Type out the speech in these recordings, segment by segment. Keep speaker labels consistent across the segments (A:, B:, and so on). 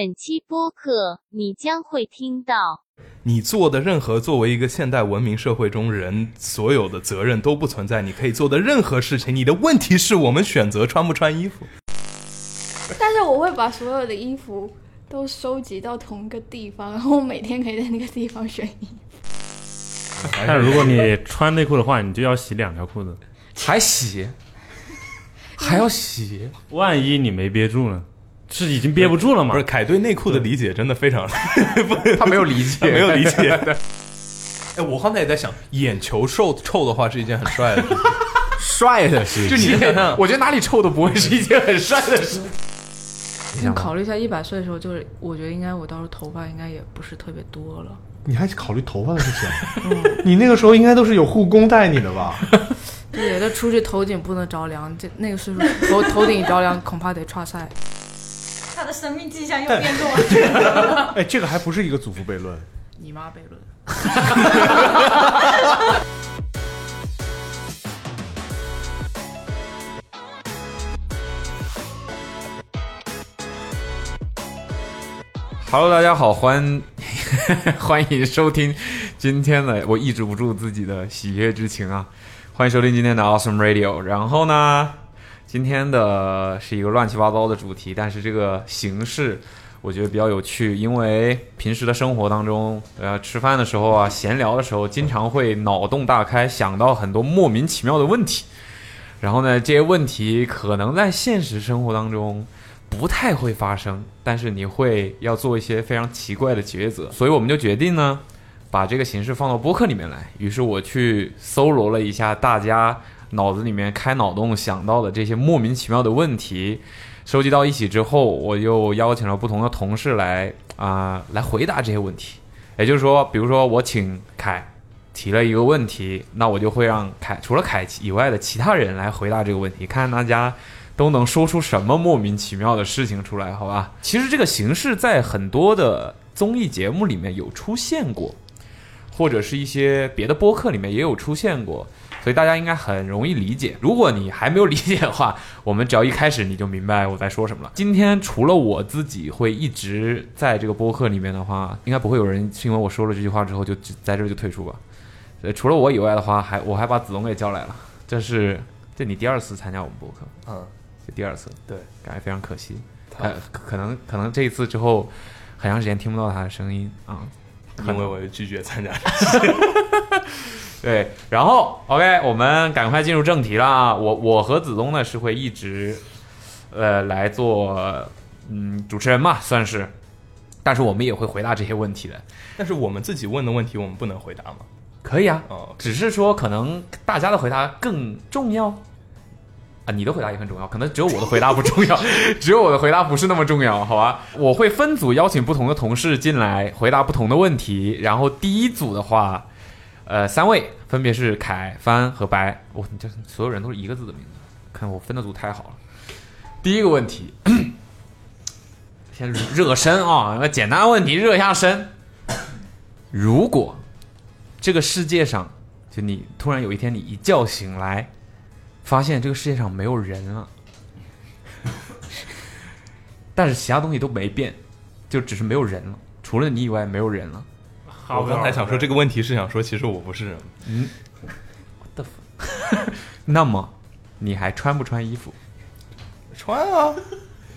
A: 本期播客你将会听到。
B: 你做的任何作为一个现代文明社会中人所有的责任都不存在，你可以做的任何事情，你的问题是我们选择穿不穿衣服。
C: 但是我会把所有的衣服都收集到同一个地方，然后我每天可以在那个地方选衣。
D: 但如果你穿内裤的话，你就要洗两条裤子，
E: 还 洗，还要洗，
D: 万一你没憋住呢？是已经憋不住了嘛
B: 不？是凯对内裤的理解真的非常，
E: 他没有理解，
B: 没有理 解。哎，我刚才也在想，眼球瘦臭的话是一件很帅的事情，
E: 帅的是，
B: 就你 想想
E: 我觉得哪里臭都不会是一件很帅的事。你想
F: 考虑一下，一百岁的时候，就是我觉得应该我到时候头发应该也不是特别多了。
G: 你还考虑头发的事
B: 嗯
G: 情？啊你那个时候应该都是有护工带你的吧？
F: 对，那出去头顶不能着凉，这那个岁数头头顶着凉恐怕得岔赛。
H: 他的生命迹象又变弱了。
G: 哎，这个还不是一个祖父悖论。
F: 你妈悖论。
E: Hello，大家好，欢 欢迎收听今天的，我抑制不住自己的喜悦之情啊！欢迎收听今天的 Awesome Radio。然后呢，今天的是一个乱七八糟的主题，但是这个形式我觉得比较有趣，因为平时的生活当中，呃，吃饭的时候啊，闲聊的时候，经常会脑洞大开，想到很多莫名其妙的问题。然后呢，这些问题可能在现实生活当中不太会发生，但是你会要做一些非常奇怪的抉择，所以我们就决定呢，把这个形式放到播客里面来。于是我去搜罗了一下大家脑子里面开脑洞想到的这些莫名其妙的问题，收集到一起之后，我又邀请了不同的同事来啊、来回答这些问题。也就是说，比如说我请凯提了一个问题，那我就会让凯除了凯以外的其他人来回答这个问题，看看大家都能说出什么莫名其妙的事情出来，好吧？其实这个形式在很多的综艺节目里面有出现过，或者是一些别的播客里面也有出现过，所以大家应该很容易理解。如果你还没有理解的话，我们只要一开始你就明白我在说什么了。今天除了我自己会一直在这个播客里面的话，应该不会有人是因为我说了这句话之后就只在这儿就退出吧。呃，除了我以外的话，还我还把子龙给叫来了。这是这你第二次参加我们播客，
B: 嗯，
E: 这第二次，
B: 对，
E: 感觉非常可惜。
B: 他
E: 呃，可可能可能这一次之后，很长时间听不到他的声音啊、
B: 因为我拒绝参加。
E: 对，然后 OK，我们赶快进入正题了啊！我我和子东呢是会一直，呃，来做嗯主持人嘛，算是，但是我们也会回答这些问题的。
B: 但是我们自己问的问题，我们不能回答吗？
E: 可以啊，
B: 哦，
E: 只是说可能大家的回答更重要啊，你的回答也很重要，可能只有我的回答不重要， 只有我的回答不是那么重要，好吧？我会分组邀请不同的同事进来回答不同的问题，然后第一组的话，呃，三位分别是凯、帆和白，我你这所有人都是一个字的名字，看我分的组太好了。第一个问题， 先热身啊，那简单问题热一下身。如果这个世界上，就你突然有一天你一觉醒来，发现这个世界上没有人了， 但是其他东西都没变，就只是没有人了，除了你以外没有人了。
D: 好
B: 我刚才想说这个问题是想说，其实我不是人，
E: 嗯 那么你还穿不穿衣服？
B: 穿啊。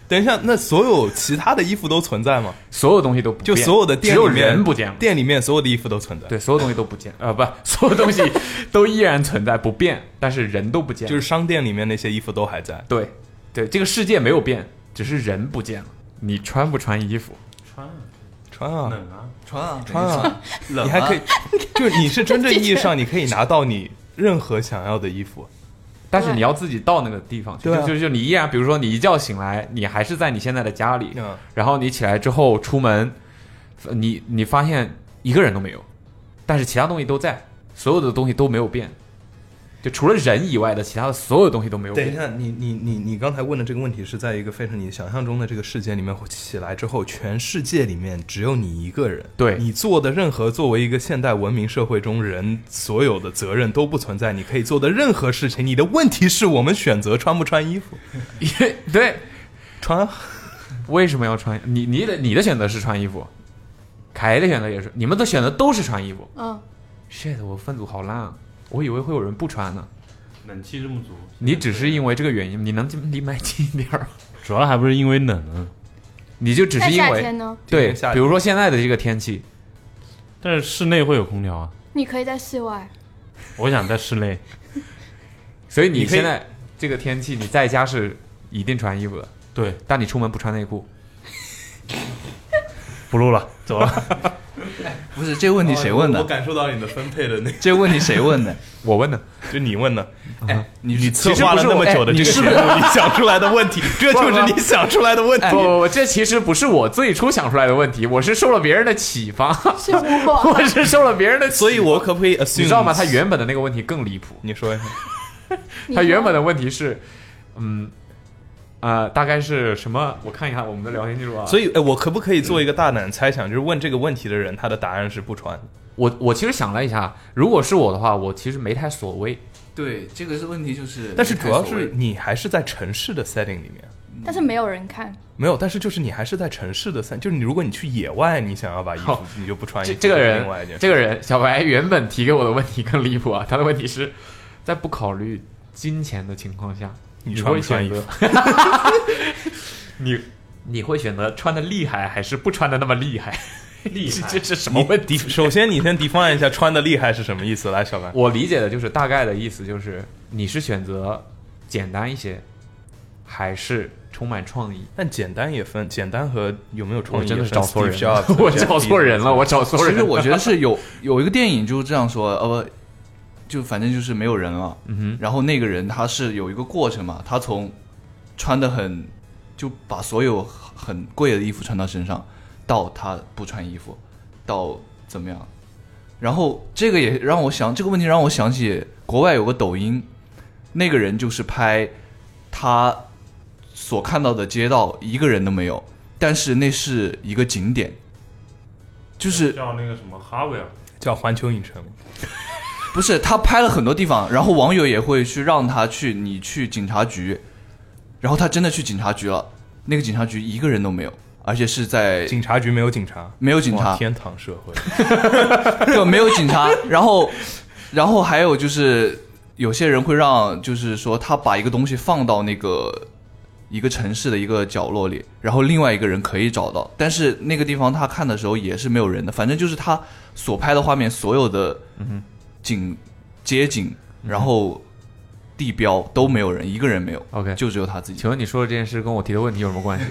B: 等一下，那所有其他的衣服都存在吗？
E: 所有东西都不
B: 就
E: 变，
B: 所有的店
E: 只有
B: 里面
E: 人不见了。
B: 店里面所有的衣服都存在，
E: 对，所有东西都不见，呃，不， 所 有东西都依然存在不变，但是人都不见了，
B: 就是商店里面那些衣服都还在。
E: 对，对，这个世界没有变，只是人不见了。你穿不穿衣服？
D: 穿啊
B: 穿啊，
D: 冷啊，
B: 穿啊，穿啊， 你还可以，就是你是真正意义上你可以拿到你任何想要的衣服。
E: 但是你要自己到那个地方去，
B: 对啊
E: 就就就你依然，比如说你一觉醒来，你还是在你现在的家里，
B: 嗯，
E: 然后你起来之后出门，呃你你发现一个人都没有，但是其他东西都在，所有的东西都没有变，就除了人以外的其他的所有东西都没有
B: 等一
E: 变。
B: 下，你你你你刚才问的这个问题是在一个非常你想象中的这个世界里面起来之后，全世界里面只有你一个人，
E: 对
B: 你做的任何作为一个现代文明社会中人所有的责任都不存在，你可以做的任何事情，你的问题是我们选择穿不穿衣服，
E: 对，
B: 穿啊，
E: 为什么要穿？你你的你的选择是穿衣服，凯的选择也是，你们的选择都是穿衣服。
C: 嗯，
E: shit，我分组好烂啊！我以为会有人不穿呢。
D: 冷气这么足，
E: 你只是因为这个原因，你能离离麦近一点儿吗，
D: 主要还不是因为冷啊。
E: 你就只
C: 那
E: 是因
C: 夏
E: 为
C: 天呢？
E: 对
B: 今天夏，天
E: 比如说现在的这个天气，
D: 但是室内会有空调啊，
C: 你可以在室外，
D: 我想在室内。
E: 所以你
B: 你可以
E: 现在这个天气，你在家是一定穿衣服的，
D: 对，
E: 但你出门不穿 内裤，
D: 不录了，走了。
I: 哎不是这问题谁问
B: 哦我
I: 的？
B: 感受到你的分配的那，
I: 这问题谁 问的？
E: 我问的。
B: 就你问的，嗯
I: 哎，你
B: 你策
I: 其实
B: 划
I: 不
B: 了
I: 是
B: 那
I: 我
B: 么久的
I: 哎
B: 这
I: 你
B: 个
I: 是
B: 节
I: 不
B: 目
I: 是，
B: 你想出来的问题， 这就是你想出来的问题。
E: 哎不不不，这其实不是我自己初想出来的问题，我是受了别人的启发，
C: 是我。
E: 我是受了别人的启发。
B: 所以，我可不可以 assume？
E: 你知道吗？他原本的那个问题更离谱。
B: 你说一下，
C: 你
E: 他
C: 说
E: 原本的问题是，嗯，啊、大概是什么？我看一下我们的聊天记录啊。嗯
B: 所
E: 以
B: 以，哎，我可不可以做一个大胆猜想，就是问这个问题的人，他的答案是不穿的。
E: 我我其实想了一下，如果是我的话，我其实没太所谓。
I: 对，这个是问题就是，
B: 但是主要
I: 没太所
B: 是
I: 谓
B: 你还是在城市的 setting 里面，
C: 但是没有人看，
B: 没有。但是就是你还是在城市的 setting，就是你如果你去野外，你想要把衣服，
E: 好
B: 你就不穿衣
E: 这
B: 服。
E: 这个
B: 另外一
E: 人
B: 件，事
E: 这个人，小白原本提给我的问题更离谱啊！ 他的问题是在不考虑金钱的情况下，
B: 你
E: 你
B: 穿
E: 会
B: 不穿
E: 选
B: 衣
E: 择
B: 服？
E: 你你会选择穿的厉害，还是不穿的那么厉害？ 厉害，这 是什么问题？
B: 首先，你先 define 一下穿的厉害是什么意思，来，小白。
E: 我理解的就是大概的意思就是，你是选择简单一些，还是充满创意？
B: 但简单也分，简单和有没有创
E: 我
B: 意
E: 真的
B: 也分
E: 找错人
B: Steve
E: 了
B: Jobs，
E: 我找错人 了，我找错人了。
I: 其实我觉得是有有一个电影就是这样说，呃，不就反正就是没有人了。
E: 嗯
I: 然后那个人他是有一个过程嘛，他从穿的很，就把所有很贵的衣服穿到身上，到他不穿衣服，到怎么样？然后这个也让我想这个问题让我想起国外有个抖音，那个人就是拍他所看到的街道一个人都没有，但是那是一个景点，就是
D: 叫那个什么哈维尔，
B: 叫环球影城。
I: 不是，他拍了很多地方，然后网友也会去让他去，你去警察局，然后他真的去警察局了，那个警察局一个人都没有，而且是在
B: 警察局没有警察，
I: 没有警察
B: 哇，天堂社会。
I: 对，没有警察，然后，然后还有就是有些人会让，就是说他把一个东西放到那个一个城市的一个角落里，然后另外一个人可以找到，但是那个地方他看的时候也是没有人的，反正就是他所拍的画面，所有的景、街景，然后地标都没有人，一个人没有，
E: OK，
I: 就只有他自己
E: 请。问你说的这件事跟我提的问题有什么关系？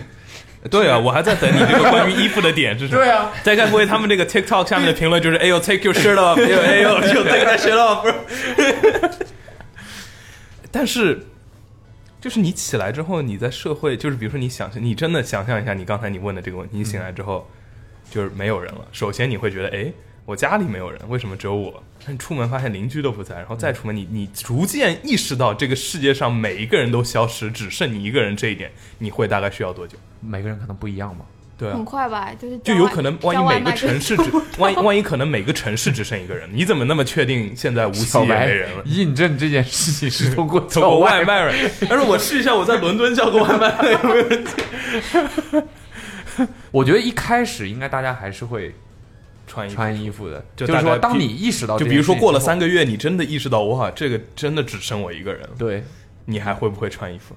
B: 对啊，我还在等你这个关于衣服的点是 什么？对啊，再该不会他们这个 TikTok 下面的评论就是，哎呦，take your shirt off，哎呦，哎呦，you take that shirt off。但是，就是你起来之后，你在社会，就是比如说你想象，你真的想象一下，你刚才你问的这个问题，你醒来之
E: 嗯
B: 后就是没有人了。首先你会觉得，哎，我家里没有人，为什么只有我？但你出门发现邻居都不在，然后
E: 嗯
B: 再出门你，你逐渐意识到这个世界上每一个人都消失，只剩你一个人这一点，你会大概需要多久？
E: 每个人可能不一样嘛。
B: 对啊，
C: 很快吧，就是
B: 就
C: 叫
B: 有
C: 外
B: 可能，万
C: 叫
B: 一
C: 外
B: 每个
C: 卖就
B: 城市只，万一万一可能每个城市只剩一个人，你怎么那么确定现在无锡
E: 小
B: 也
E: 白
B: 没人了？
E: 印证这件事情是通 过
B: 走
E: 叫
B: 过外
E: 卖。
B: 卖了， 但是我试一下，我在伦敦叫过外卖了，有没有人
E: 我觉得一开始应该大家还是会
B: 穿衣服？
E: 穿衣服的，
B: 就
E: 就是
B: 大
E: 说，
B: 概
E: 当
B: 比
E: 你意识到这
B: 就
E: 件
B: 比如说过了三
E: 个
B: 个月，你真的意识到哇，这个真的只剩我一个人了，
E: 对，嗯
B: 你还会不会穿衣服？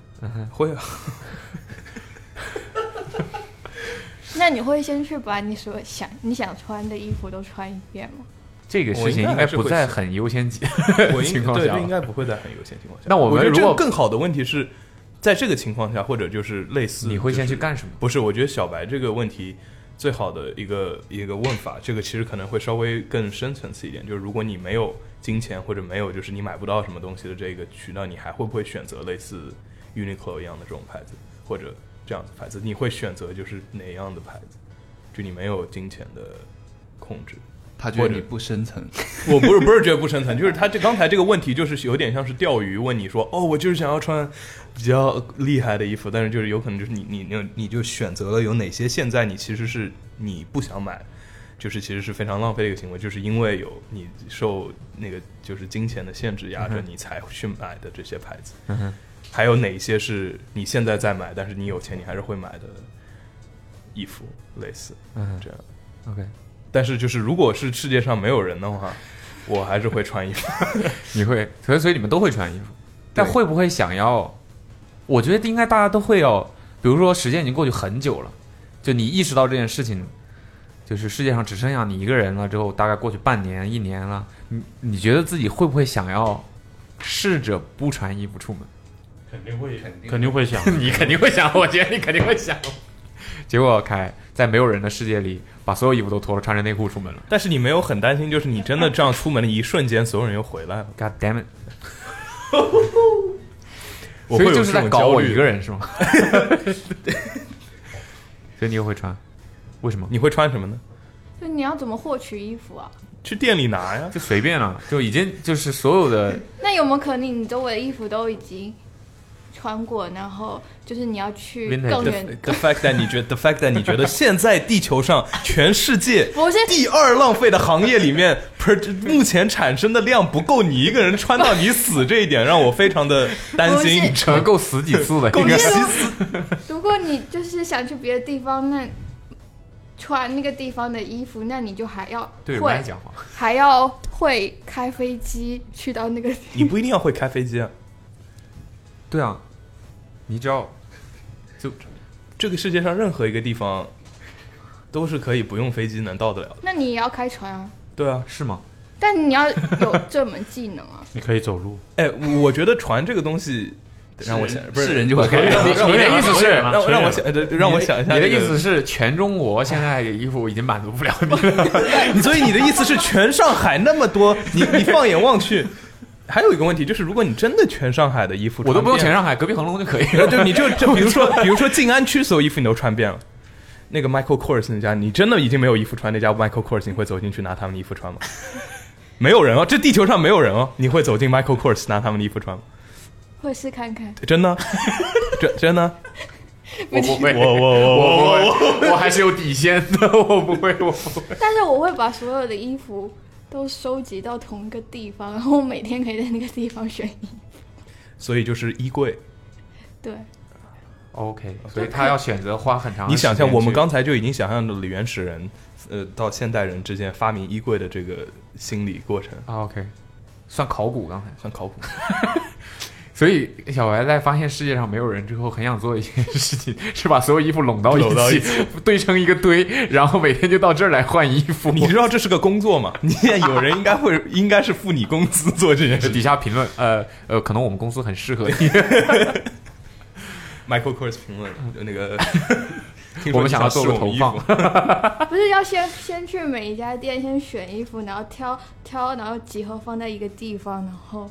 B: 会啊，
C: 那你会先去把你所想你想穿的衣服都穿一遍吗？
E: 这个
B: 我
E: 事
B: 应
E: 情
B: 该
E: 应
B: 还
E: 该
B: 是
E: 不
B: 会
E: 在
B: 去
E: 很优先级
B: 我应
E: 情况
B: 对，
E: 下
B: 这应该不会在很有限情况下。
E: 那我们
B: 我觉得
E: 如
B: 这个
E: 果
B: 更好的问题是，在这个情况下，或者就是类似，
E: 你会
B: 就
E: 先去
B: 是
E: 干什么？
B: 不是，我觉得小白这个问题最好的一个一个问法，这个其实可能会稍微更深层次一点，就是如果你没有金钱或者没有就是你买不到什么东西的这个渠道，你还会不会选择类似 Uniqlo 一样的这种牌子，或者这样子牌子？你会选择就是哪样的牌子？就你没有金钱的控制。
I: 他觉得
B: 或
I: 你
B: 者
I: 不深层，
B: 我不是不是觉得不深层，就是他这刚才这个问题就是有点像是钓鱼，问你说哦，我就是想要穿比较厉害的衣服，但是就是有可能就是你你你你就选择了有哪些现在你其实是你不想买，就是其实是非常浪费的一个行为，就是因为有你受那个就是金钱的限制压着，你才去买的这些牌子。还有哪些是你现在在买，但是你有钱你还是会买的衣服，类似
E: 嗯
B: 这样。
E: ，OK，
B: 但是就是如果是世界上没有人的话， 我还是会穿衣服。
E: 你会，所以所以你们都会穿衣服，但
B: 对
E: 会不会想要？我觉得应该大家都会要，比如说时间已经过去很久了，就你意识到这件事情，就是世界上只剩下你一个人了之后，大概过去半年一年了，你你觉得自己会不会想要试着不穿衣服出门？
D: 肯定会，肯定会想。。
E: 你肯定会想，我觉得你肯定会想。结果凯在没有人的世界里，把所有衣服都脱了，穿着内裤出门了。
B: 但是你没有很担心，就是你真的这样出门的一瞬间，所有人又回来了。
E: God damn it！
B: 我会
E: 所以
B: 有
E: 就是
B: 这
E: 在
B: 种
E: 搞
B: 焦
E: 我
B: 虑
E: 一个。人是吗？ 所以你又会穿？为什么？
B: 你会穿什么呢？
C: 就你要怎么获取衣服啊？
B: 去店里拿呀。
E: 就随便了，就已经就是所有的
C: 那有没有可能你周围的衣服都已经穿过，然后就是你要去
E: Vintage
C: 更
B: The,
C: 远？
B: the fact that 你觉得 the fact that 你觉得现在地球上全 世界
C: 不是
B: 第二浪费的行业里面，不是目前产生的量不够你一个人穿到你死这一点，让我非常的担
C: 不
B: 心
C: 是。
E: 能够死几次的
B: 够
E: 一
B: 你
E: 个
B: 死
C: 如果你就是想去别的地方，那穿那个地方的衣服，那你就还要
E: 对我
C: 会
E: 来，讲话，
C: 还要会开飞机去到那个地
B: 你不一定要会开飞机啊，
E: 对啊，你只要
B: 这个世界上任何一个地方都是可以不用飞机能到得了的。
C: 那你也要开船啊，
B: 对啊，
E: 是吗？
C: 但你要 有这门技能啊
D: 你可以走路，
B: 哎，我觉得船这个东西，让我想，不
I: 是
B: 是
I: 人就会
B: 让
I: 开
B: 我
E: 你
B: 让我
E: 你的意思是
B: 让我让我想，呃让我想一下
E: 你
B: 这个。
E: 的意思是全中国现在的衣服已经满足不 了你了？
B: 你所以你的意思是全上海那么多，你 你放眼望去，还有一个问题就是，如果你真的全上海的衣服，
E: 我都不用全，上海，隔壁恒隆就可以了。
B: 呃就你就 就比如说比如说静安区所有衣服你都穿遍了。那个 Michael Kors 那家，你真的已经没有衣服穿，那家 Michael Kors 你会走进去拿他们的衣服穿 吗？没有人哦，这地球上没有人哦，你会走进 Michael Kors 拿他们的衣服穿吗？
C: 会试看看，
B: 真的， 真真的，
E: 我不会，我我我我我我还是有底线的， 我不会，我不会。
C: 但是我会把所有的衣服都收集到同一个地方，然后我每天可以在那个地方选衣。
B: 所以就是衣柜。
C: 对，
E: OK，所以他要选择花很长的
B: 你
E: 时间
B: 想
E: 去。
B: 象，我们刚才就已经想象了原始人，呃，到现代人之间发明衣柜的这个心理过程，
E: 啊 OK，算考古刚才。
B: 很考古。
E: 所以小白在发现世界上没有人之后，很想做的一件事情是把所有衣服拢到一
B: 拢到
E: 起，
B: 一
E: 堆成一个堆，然后每天就到这儿来换衣服。
B: 你知道这是个工作吗？你现在有人应该会， 应该是付你工资做这件事。
E: 底下评论，呃呃，可能我们公司很适合你，
B: Michael Kors 评论那 个， 听说
E: 我们想要做个
B: 你
E: 投
B: 试我
E: 放
B: 们衣服。
C: 不是要先先去每一家店先选衣服，然后挑挑，然后集合放在一个地方，然后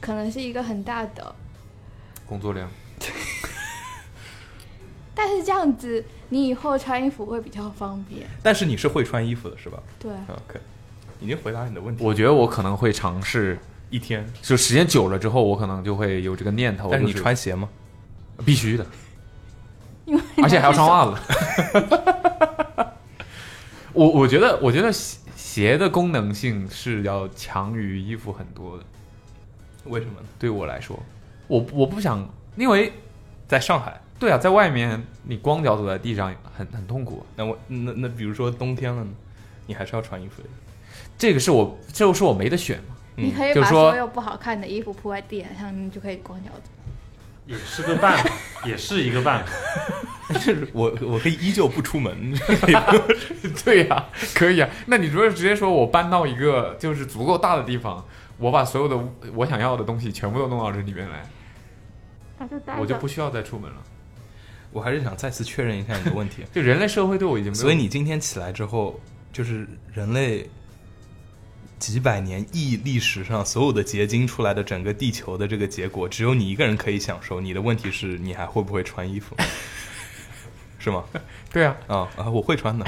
C: 可能是一个很大的，
E: 工作量。
C: 但是这样子你以后穿衣服会比较方便。
B: 但是你是会穿衣服的是吧
C: 对，
B: ？OK，已经回答你的问题。
E: 我觉得我可能会尝试，
B: 一天，
E: 就时间久了之后，我可能就会有这个念头。
B: 但是你
E: 就是
B: 穿鞋吗？
E: 必须的，
C: 因为
E: 而且还要穿袜 子。 我我觉得，我觉得鞋鞋的功能性是要强于衣服很多的。
B: 为什么呢？
E: 对我来说，我我不想，因为
B: 在上海，
E: 对啊，在外面你光脚走在地上很很痛苦啊、
B: 那我那那比如说冬天了呢，你还是要穿衣服的。
E: 这个是我，这个是我没得选嘛。
C: 你可以
E: 嗯就
C: 把
E: 是说
C: 所有不好看的衣服铺在地毯上，你就可以光脚走。
D: 也是个办法，也是一个 办法。
B: 我 我可以依旧不出门，
E: 对呀、可以啊。那你如果直接说我搬到一个就是足够大的地方，我把所有的我想要的东西全部都弄到这里面来，
C: 那就待
E: 我就不需要再出门了。
B: 我还是想再次确认一下你的问题。
E: 就人类社会对我已经没有，
B: 所以你今天起来之后，就是人类几百年亿历史上所有的结晶出来的整个地球的这个结果，只有你一个人可以享受。你的问题是你还会不会穿 衣服？是吗？
E: 对啊。
B: 啊啊，我会穿的。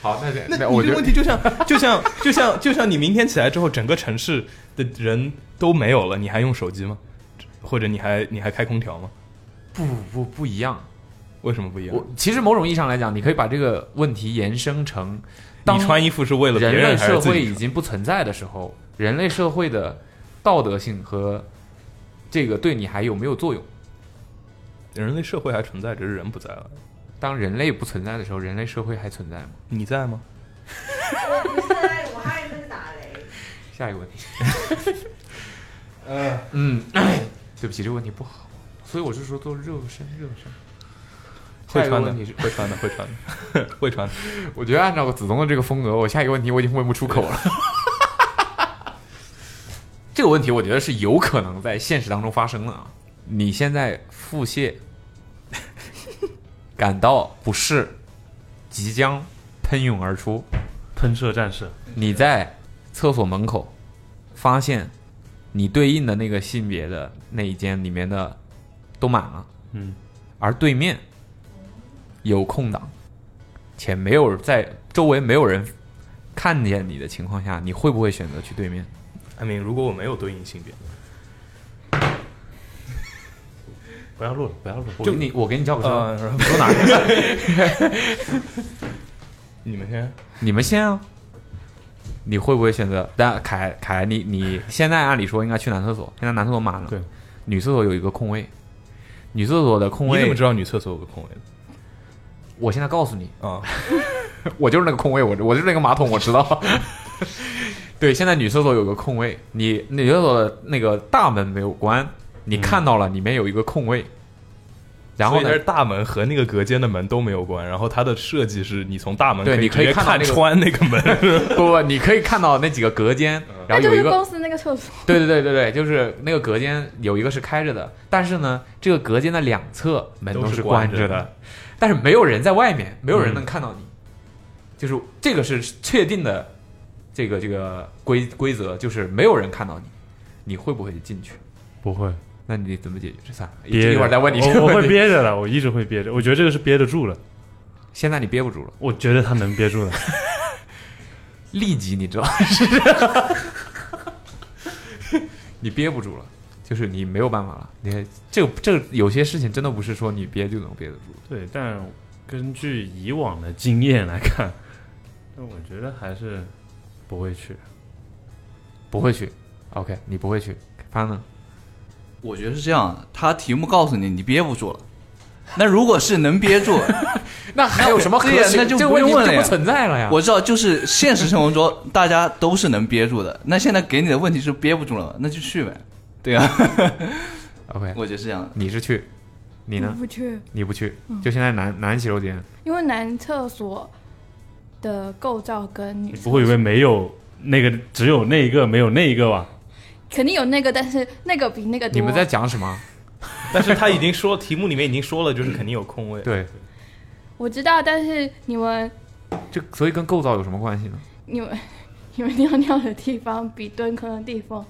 E: 好，那就
B: 那
E: 我
B: 你这
E: 就
B: 个问题就像就像就像就像你明天起来之后，整个城市的人都没有了，你还用手机吗？或者你还你还开空调吗？
E: 不不不一样。
B: 为什么不一样
E: 我？其实某种意义上来讲，你可以把这个问题延伸成，当
B: 你穿衣服是为了别
E: 人类
B: 人还是
E: 社
B: 自
E: 会
B: 己
E: 已
B: 穿？
E: 经不存在的时候，人类社会的道德性和这个对你还有没有作用？
B: 人类社会还存在，只是人不在了。
E: 当人类不存在的时候，人类社会还存在吗？
B: 你在吗？
H: 我不是，我还在打雷。
E: 下一个问题。呃，嗯， 对不起，这个问题不好， 所以我就说做热身，热身。
B: 会
E: 下一个
B: 穿的
E: 问题是，
B: 会穿的，会穿的，会穿的。
E: 我觉得按照子东的这个风格，我下一个问题我已经问不出口了。 这个问题我觉得是有可能在现实当中发生的啊！你现在腹泻，感到不适，即将喷涌而出，
D: 喷射战士，
E: 你在厕所门口发现你对应的那个性别的那一间里面的都满了，
D: 嗯，
E: 而对面有空档，且没有在周围没有人看见你的情况下，你会不会选择去对面？
B: I mean，如果我没有对应性别，
D: 不要录了，不要录了，
E: 就你，我给你叫个车，
B: 呃，然后
E: 说哪 儿去？
B: 你们 先，
E: 你们先啊。你会不会选择？但凯凯，你你现在按理说应该去男厕所，现在男厕所满了，
D: 对，
E: 女厕所有一个空位，女厕所的空
B: 你
E: 位，
B: 怎么知道女厕所有个空位的
E: 我现在告诉你，
B: 啊？
E: 我就是那个空位，我我就是那个马桶，我知道。 对，现在女厕所有个空位，你女厕所的那个大门没有关，
B: 嗯
E: 你看到了里面有一个空位，然后
B: 所
E: 呢
B: 以它，是大门和那个隔间的门都没有关，然后它的设计是你从大门
E: 对
B: 可以
E: 你
B: 直
E: 可以
B: 接
E: 看到那
B: 看
E: 个
B: 穿那个门。嗯
E: 不 不，你可以看到那几个隔间，然
C: 那
E: 后
C: 就
E: 有一
C: 是
E: 个
C: 公司那个厕所，
E: 对对对对对，就是那个隔间有一个是开着的，但是呢，这个隔间的两侧门
B: 都是
E: 是
B: 关
E: 关
B: 着
E: 着
B: 的，
E: 但是没有人在外面，没有人
D: 嗯
E: 能看到你，就是这个是确定的，这个这个规规则就是没有人看到你，你会不会进去？
D: 不会
E: 那你怎么解决这仨？一
D: 憋着。
E: 一会儿再问你这
D: 我
E: 个
D: 我会
E: 问题。
D: 憋着的，我一直会憋着。我觉得这个是憋得住了，
E: 现在你憋不住了，
D: 我觉得他能憋 住的。
E: 立即你知道 你憋不住了，就是你没有办法了。你这个这个有些事情真的不是说你憋就能憋得住的。
D: 对，但根据以往的经验来看，那我觉得还是不会去。
E: 不会去。OK，你不会 去。他呢？
I: 我觉得是这样，他题目告诉你，你憋不住了。那如果是能憋 住，
E: 那还有什么可
I: 对呀
E: 选
I: 那就
E: 这个
I: 不
E: 问
I: 用问
E: 题
I: 了
E: 就
I: 呀
E: 不存在了呀。
I: 我知道，就是现实生活中大家都是能憋住的。那现在给你的问题是憋不住了，那就去呗。对啊，
E: OK，
I: 我觉得是这样的。
E: 你是去，你
C: 我
E: 呢？
C: 不去，嗯
E: 你不去，就现在男男洗手间，
C: 因为男厕所的构造跟女
D: 你不会以为没有那个只有那一个没有那一个吧？
C: 肯定有那个，但是那个比那个多。
E: 你们在讲什么？
B: 但是他已经 说题目里面已经说了，就是肯定有空位。
E: 对，
C: 我知道，但是你们
E: 这所以跟构造有什么关系呢？
C: 你们 你们尿尿的地方比蹲坑的地方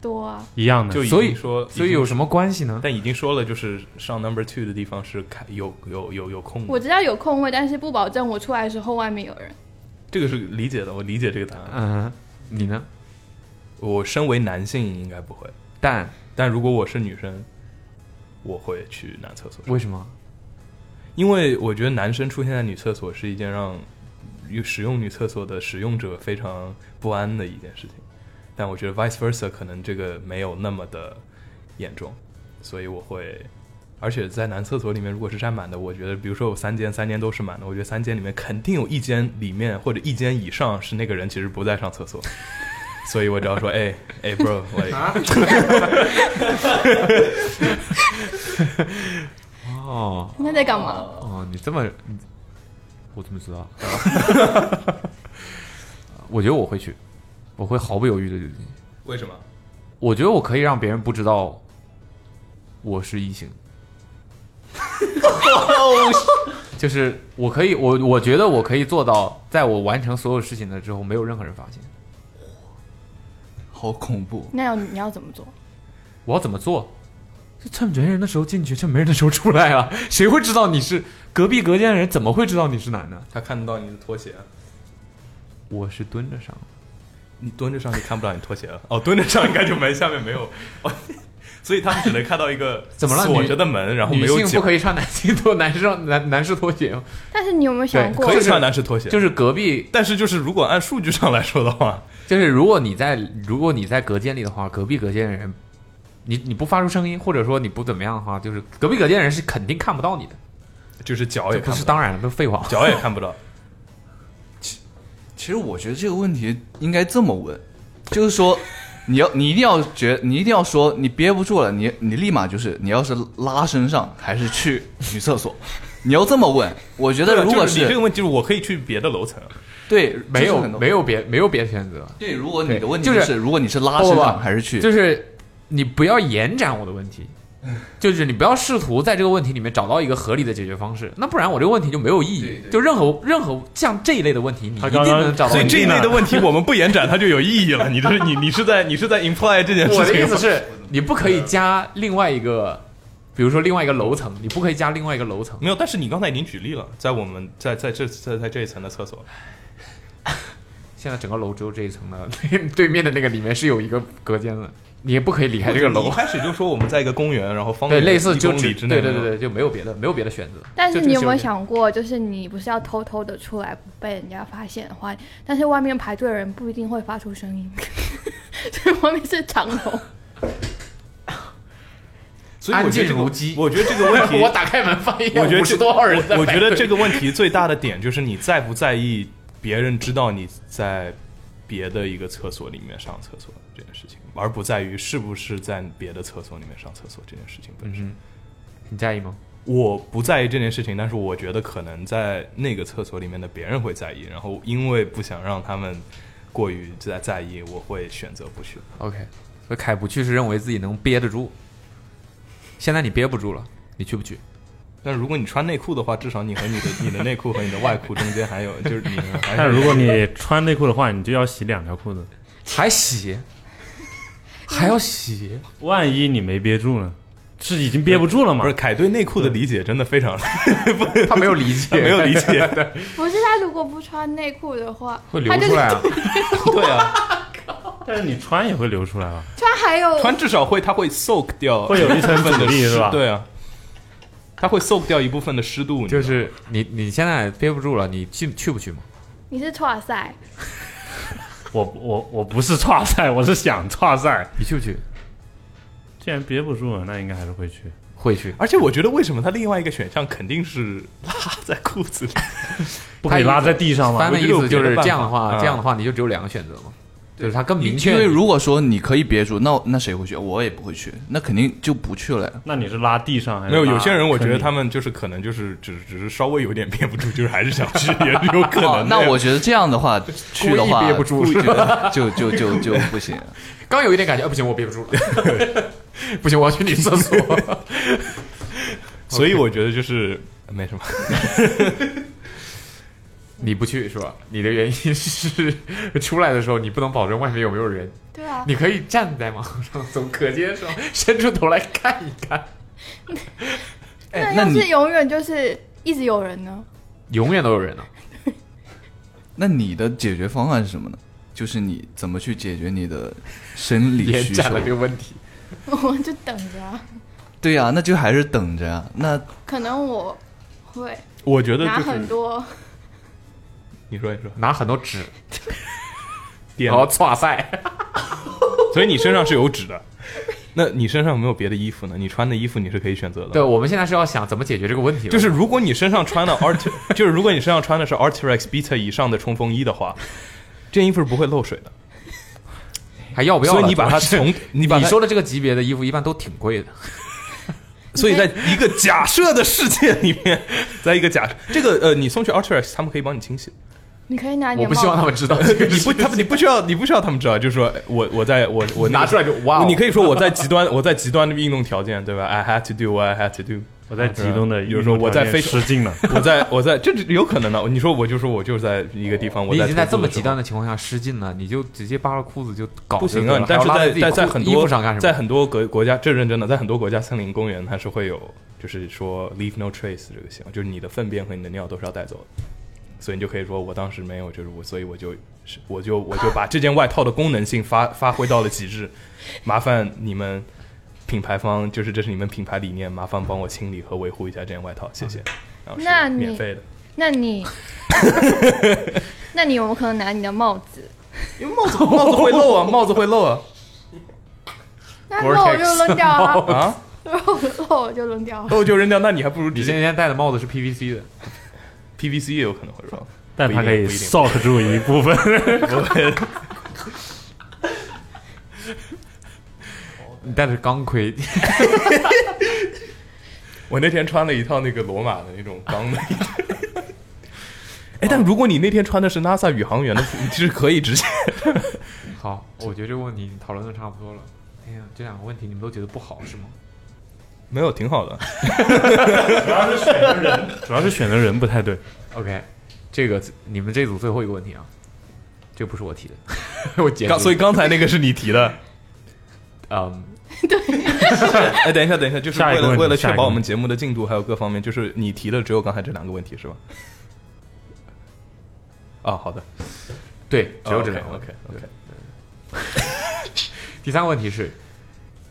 C: 多啊。
D: 一样的，
B: 就已
E: 所以
B: 经说，
E: 所以有什么关系呢
B: 么？但已经说了，就是上 number two 的地方是开有有有有空
C: 我
B: 的，
C: 知道有空位，但是不保证我出来的时候外面有人。
B: 这个是理解的，我理解这个答案。
E: 嗯，你呢？
B: 我身为男性应该不会，
E: 但
B: 但如果我是女生，我会去男厕所。
E: 为什么？
B: 因为我觉得男生出现在女厕所是一件让使用女厕所的使用者非常不安的一件事情，但我觉得 vice versa 可能这个没有那么的严重，所以我会，而且在男厕所里面如果是占满的，我觉得比如说有三间，三间都是满的，我觉得三间里面肯定有一间里面或者一间以上是那个人其实不在上厕所，所以我只要说，哎哎，bro，like，
C: 啊
E: 哦
C: 那在干嘛？
E: 哦，你这么，你我怎 么知道？我觉得我会去，我会毫不犹豫的就进去。
B: 为什么？
E: 我觉得我可以让别人不知道我是异性，
D: Oh
E: 就是我可以，我我觉得我可以做到，在我完成所有事情了之后，没有任何人发现。
I: 好恐怖！
C: 那要你要怎么做？
E: 我要怎么做？就趁没人的时候进去，趁没人的时候出来啊！ 谁会知道你是隔壁隔间的人？怎么会知道你是男的？
B: 他看得到你的拖鞋啊、
E: 我是蹲着上的，
B: 你蹲着上去看不到你拖鞋了。哦，蹲着上应该就 门下面没有， 哦，所以他们只能看到一个
E: 怎么了
B: 锁
E: 女
B: 着的门，然后没
E: 女
B: 有
E: 性
B: 脚
E: 不可以穿男性拖男生男男士拖鞋吗，
C: 但是你有没有想过
B: 可，以
E: 就是
B: 穿男士拖鞋，
E: 就是隔壁
B: 但是就是如果按数据上来说的话，
E: 就是如果你在如果你在隔间里的话，隔壁隔间的人你你不发出声音，或者说你不怎么样的话，就是隔壁隔间人是肯定看不到你的，
B: 就是脚
E: 这
B: 也
E: 不
B: 看不
E: 是
B: 到，
E: 当然了，都废话。
B: 脚也看不到。
I: 其实我觉得这个问题应该这么问，就是说，你要你一定要觉，你一定要说你憋不住了，你你立马就是你要是拉身上还是去女厕所，你要这么问。我觉
B: 对
I: 得
B: 啊
I: 如果
B: 就是你这个问题，就是我可以去别的楼层，
I: 对
E: 没有没
I: 有
E: 有别没有别的选择，
I: 对，如果你
E: 对
I: 的问题
E: 就
I: 就是是如果你是拉
E: 不
I: 身
E: 不
I: 上
E: 不
I: 还是去，
E: 就是你不要延展我的问题，就是你不要试图在这个问题里面找到一个合理的解决方式，那不然我这个问题就没有意
I: 对
E: 义。
I: 对
E: 就任何任何像这一类的问题，你
D: 他
E: 一
D: 刚
E: 定
D: 刚
E: 能找到
B: 所以
E: 一个。
B: 这一类的问题我们不延展，它就有意义了。你这是你你是在你是在 imply 这件事情吗？
E: 我的意思是，你不可以加另外一个， 比如说另外一个楼层，你不可以加另外一个楼层。
B: 没有，但是你刚才已经举例了，在我们在在这在在这一层的厕所，
E: 现在整个楼只有这一层的， 对面的那个里面是有一个隔间的，你也不可以离开这个
B: 你一
E: 楼。
B: 开始就说我们在一个公园，然后方
E: 对，
B: 圆
E: 类似
B: 一
E: 就
B: 公
E: 只
B: 里之内
E: 对
B: 没有，
E: 对对对，就没有别的，没有别的选择。
C: 但是
E: 就这
C: 你
E: 个
C: 有没有
E: 就是
C: 想过，就是你不是要偷偷的出来，不被人家发现的话，但是外面排队的人不一定会发出声音， 所以外面是长龙。
B: 所以我觉得这个
E: 安静如鸡
B: 我觉得这个问题，
E: 我打开门发现
B: 我觉得这
E: 五十多号人在
B: 我我觉
E: 排
B: 得
E: 队
B: 这个问题最大的点就是你在不在意别人知道你在别的一个厕所里面上厕所这件事情，而不在于是不是在别的厕所里面上厕所这件事情本
E: 嗯
B: 身。
E: 哼，你在意吗？
B: 我不在意这件事情，但是我觉得可能在那个厕所里面的别人会在意，然后因为不想让他们过于在在意，我会选择不去。
E: OK，所以凯不去是认为自己能憋得住。现在你憋不住了，你去不去？
B: 但如果你穿内裤的话，至少你和你的你的内裤和你的外裤中间还有， 就是你还
D: 但
B: 是
D: 如果你穿内裤的话，你就要洗两条裤子。
E: 还洗？还要洗？
D: 万一你没憋住呢？是已经憋不住了吗
B: 不是？凯对内裤的理解真的非常
E: 他没有 理解，啊
B: 没有理 解，
C: 不是他如果不穿内裤的话，
E: 会流
C: 他就是
E: 出来啊！
B: 对啊，
D: 但是你穿也会流出来啊吧？
C: 穿还有
B: 穿至少会它会 soak 掉
D: 会有一层
B: 部分
D: 阻
B: 的
D: 力是
B: 湿
D: 吧
B: 对啊，它会 soak 掉一部分的湿度，你知道
E: 就
B: 吗
E: 是你，你现在憋不住了，你去去不去嘛？
C: 你是哇塞，
D: 我我我不是 跨赛，我是想跨赛。
E: 你去不去？
D: 既然憋不住了，那应该 还是会去。
E: 会去，
B: 而且我觉得为什么它另外一个选项肯定是拉在裤子里。
D: 不可以拉在地上吗
E: 翻？的意思就
B: 我觉
E: 是这样的
B: 得有别的办
E: 话，
B: 法
E: 这样的话你就只有两个选择嘛，就是他更明确。
I: 因为如果说你可以憋住，那那谁会去？我也不会去，那肯定就不去了呀。
D: 那你是拉地上还是
B: 没
D: 拉
B: 有，
D: 坑里？
B: 有些人我觉得他们就是可能就是只只是稍微有点憋不住，就是还是想去，也是有可
I: 哦
B: 能的。
I: 那我觉得这样的话，去的话
E: 故意憋不住
I: 就 就就就就不行。
E: 刚有一点感觉，啊不行，我憋不住了， 不行，我要去女 厕所。
B: 所以我觉得就是没 什么。
E: 你不去是吧？你的原因是出来的时候你不能保证外面有没有人，
C: 对啊，
E: 你可以站在马路上从隔间上伸出头来看一看。
C: 那
I: 那
C: 要
I: 你
C: 是永远就是一直有人呢？
E: 永远都有人啊呢、
I: 那你的解决方案是什么呢？就是你怎么去解决你的生理
E: 也
I: 需求
E: 占？了这个问题。
C: 我就等着啊，
I: 对呀、那就还是等着啊。那
C: 可能我会
B: 我觉得
C: 拿
B: 就
C: 很
B: 是
C: 多，
B: 你说你说
E: 拿很 多纸，
B: 点
E: 然，后搓塞。
B: 所以你身上是有纸的。那你身上有没有别的衣服呢？你穿的衣服你是可以选择的。
E: 对，，我们现在是要想怎么解决这个问题了。
B: 就是如果你身上穿的 Art，就是 如果你身上穿的是 Artrex Beta 以上的冲锋衣的话，这件衣服是不会漏水的。
E: 还要不要了？
B: 所以你把它
E: 主要 是
B: 从你把它
E: 说的这个级别的衣服一般都挺贵的，
B: 所以在一个假设的世界里面，在一个假设这个呃，你送去 Artrex，他们可以帮你清洗。
C: 你可以拿你
E: 我
C: 的
E: 不希望他
C: 帽子，
E: 们知道 这个
B: 你不，他们你不需要，你不需要他们知道，就是说哎我我在我我那个
E: 拿出来就哇哦
B: 你可以说我在极端，我在极端的运动条件，对吧？I had to do what I had to do。
D: 我在极端的，
B: 比如说我在非
D: 失禁了，
B: 我在我在这有可能的。你说我就说我就是在一个地方，我
E: 你已经在
B: 徒
E: 这
B: 步
E: 么
B: 的时
E: 极
B: 候
E: 端的情况下失禁了，你就直接扒了裤子就搞
B: 不
E: 就
B: 行
E: 得
B: 啊
E: 了！
B: 但
E: 还
B: 是
E: 要拉
B: 在
E: 自己
B: 在
E: 裤
B: 在很
E: 衣
B: 多
E: 服上干什么？
B: 在很多国国家，这认真的，在很多国家森林公园它是会有，就是说 leave no trace 这个行为，就是你的粪便和你的尿都是要带走的，所以你就可以说我当时没有，就是我，所以我就是我就我就把这件外套的功能性发发挥到了极致，麻烦你们。品牌方就是这是你们品牌理念，麻烦帮我清理和维护一下这件外套，谢谢。然 后
C: 那
B: 是
C: 你
B: 免费的，
C: 那 你，那你有没有可 能拿你的帽子？
B: 帽子会漏啊，帽子会漏啊。
C: 那肉就扔掉啊，
B: 啊，
C: 肉肉就扔 掉啊。
B: 豆就扔掉，那你还不如
E: 你
B: 直
E: 现
B: 接
E: 在戴的帽子是 PVC 的，
B: PVC 也有可能会 说，
D: 但它可以
B: 不一定
D: soak 住一部分。
E: 你戴的是钢盔，
B: 我那天穿了一套那个罗马的那种钢的。 哎，但如果你那天穿的是 NASA 宇航员的服，其实可以直 接。
E: 好，我觉得这个问题讨论的差不多了。哎呀，这两个问题你们都觉得不好是吗？
B: 没有，挺好 的。
D: 主要是选的人，主要是选的人不太对。
E: OK，这个你们这组最后一个问题啊，这不是我提的， 我解释
B: 刚所以刚才那个是你提的。
E: 嗯，
B: 哎，等一下，等一下，就是
D: 下一
B: 为
D: 个
B: 了
D: 问题
B: 为了
D: 下一
B: 确
D: 个
B: 保我
D: 问
B: 们节目的进度还有各方面，就是你提的只有刚才这两个问题 是吧？啊，好的，哦
E: 对，只有这两个问题。
B: OK OK，
E: 第三个问题是，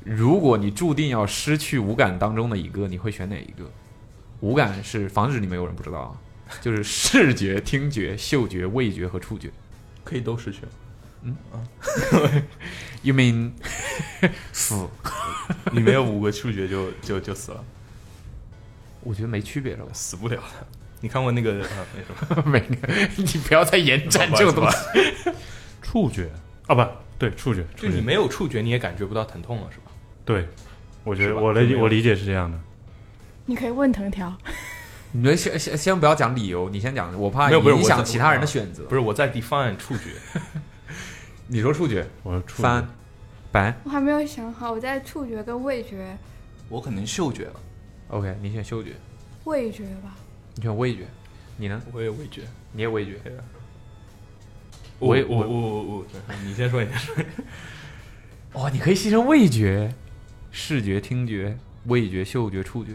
E: 如果你注定要失去五感当中的一个，你会选哪一个？五感是防止你们有人不知道啊，就是视觉、听觉、嗅觉、味觉和触觉。
B: 可以都失去。嗯
E: You mean 死？
B: 你没有五个触觉就就就死了，？
E: 我觉得没区别了吧
B: 死不了的。你看过那个？啊、没什么。
E: 没，你不要再延展这个东西。
D: 触觉啊，不对，触觉，
B: 就
D: 触
B: 你
D: 觉。
B: 没有触觉，你也感觉不到疼痛了，是吧？
D: 对，我觉
B: 是
D: 得
B: 吧
D: 我
B: 就没
D: 理
B: 有
D: 我理解是这样的。
C: 你可以问藤条，
E: 你们先先先不要讲理由，你先讲，我怕
B: 没有不是
E: 影
B: 我
E: 响
B: 在
E: 其他人的选择
B: 不。是，我在 define 触觉。
E: 你说触觉，
D: 我说触觉
E: 翻，白
C: 我还没有想好，我在触觉跟味觉，
I: 我可能嗅觉吧，
E: ，OK，你选嗅觉，
C: 味觉吧。
E: 你选味觉，你呢？
B: 我也味觉。
E: 你也味觉，
B: 我
E: 也
B: 我我我，你先说，你先说。
E: 哦，你可以牺牲味觉、视觉、听觉、味觉、嗅觉、触觉。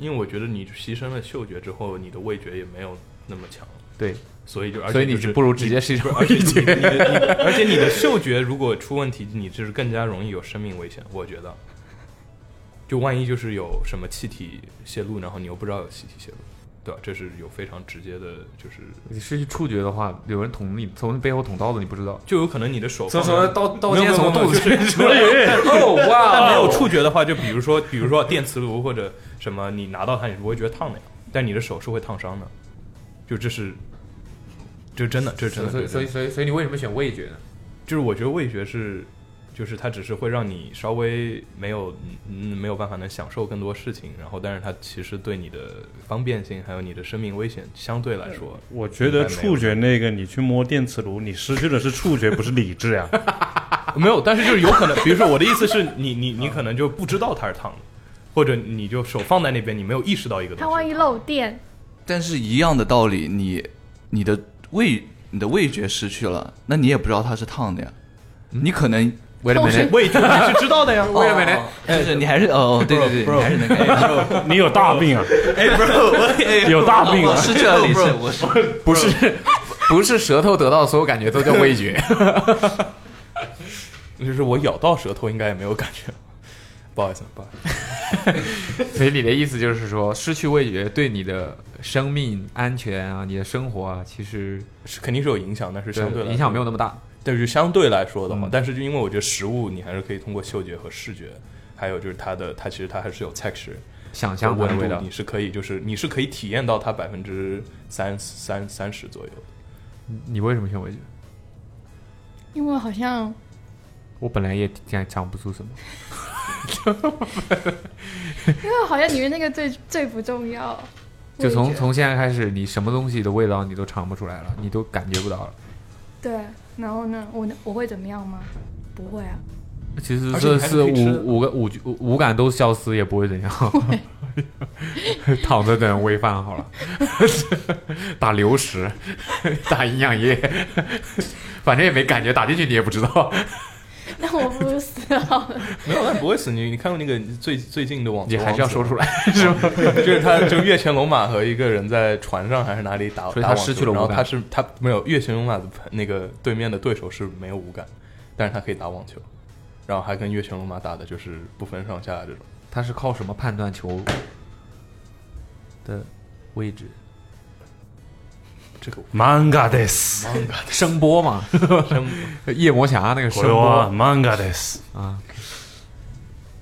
B: 因为我觉得你牺牲了嗅觉之后，你的味觉也没有那么强，
E: 对，
B: 所以就而且
E: 所以你
B: 就是
E: 不如直接牺牲味
B: 你你
E: 觉。
B: 的你而且你的嗅觉如果出问题，你就是更加容易有生命危险。我觉得，就万一就是有什么气体泄露，然后你又不知道有气体泄露，对吧？这是有非常直接的，就是
E: 你失去触觉的话，有人捅你，从背后捅刀子，你不知道。
B: 就有可能你的手
E: 从
B: 放
E: 从
B: 在
E: 刀刀
B: 没有
E: 尖从
B: 没有
E: 肚子
B: 没有就是
E: 出来。 哦
B: 但
E: 哇
B: 没有
E: 哦，
B: 触觉的话，就比如说比如说电磁炉或者什么，你拿到它你是不会觉得烫的呀，但你的手是会烫伤的，就这是。这真的，这是真的。
E: 所以所以所以所以你为 什么选味觉呢？
B: 就是我觉得味觉是，就是它只是会让你稍微没有嗯没有办法能享受更多事情，然后但是它其实对你的方便性还有你的生命危险相对来说，
D: 我觉得触觉那个，你去摸电磁炉，你失去的是触觉，不是理智 呀。
B: 没有，但是就是有可能，比如说我的意思是你你你可能就不知道它是烫的，或者你就手放在那边，你没有意识到一个东西。
C: 它万一漏电，
I: 但是一样的道理，你你的味你的味觉失去了，那你也不知道它是烫的呀，你可能
E: 为了
C: 都
E: 没
C: 是
E: 人，
B: 味觉 你是知道的呀，哦
E: 为了没人，
I: 就是你还是哦，对对对，你还是能感觉到。
D: 你有大病啊！
I: 哎，bro，我
D: 有大病啊
I: 我失去了理智，我是
E: 不是不是舌头得到的所有感觉都叫味觉。
B: 就是我咬到舌头应该也没有感觉。不好意思，不好意思，
E: 所 以你的意思就是说，失去味觉对你的生命安全啊，你的生活啊，其实
B: 是肯定是有影响，但是相对来说
E: 影响没有那么大。
B: 但是相对来说的话，
E: 嗯
B: 但是就因为我觉得食物你还是可以通过嗅觉和视觉，还有就是它的它其实它还是有 texture
E: 想象
B: 相
E: 过
B: 关
E: 的味道
B: 你，是可以就是你是可以体验到它百分之三三三十左右的。
E: 你为什么选味觉？
C: 因为好像
E: 我本来也讲讲不出什 么。
C: 因为好像你的那个最最不重要。
E: 就
C: 味
E: 从
C: 觉
E: 从现在开始，你什么东西的味道你都尝不出来了，你都感觉不到了。
C: 对，然后呢，我能我会怎么样吗？不会啊，
E: 其实
B: 而且
E: 这
B: 你还
E: 是
B: 可以吃
E: 五五个五五五感都消失也不会怎样， 躺着等人喂饭好了， 打流食，打营养液，反正也没感觉，打进去你也不知道。
C: 那我不如死好了。
B: 没有，但不会死你。你看过那个最最近的网？
E: 你还是要说 出
B: 来，
E: 来。
B: 就是他就越前龙马和一个人在船上还是哪里打，
E: 所以
B: 打
E: 他
B: 网
E: 失去
B: 球
E: 了
B: 然
E: 五
B: 后
E: 感
B: 他是他没有越前龙马的那个对面的对手是没有五感，但是他可以打网球，然后还跟越前龙马打的就是不分上下这种。
E: 他是靠什么判断球的位置？
B: 这个
D: manga des，
E: 声波嘛，
B: 真
E: 夜魔侠那个
D: これ
E: 声
D: は
E: 波。
D: manga des。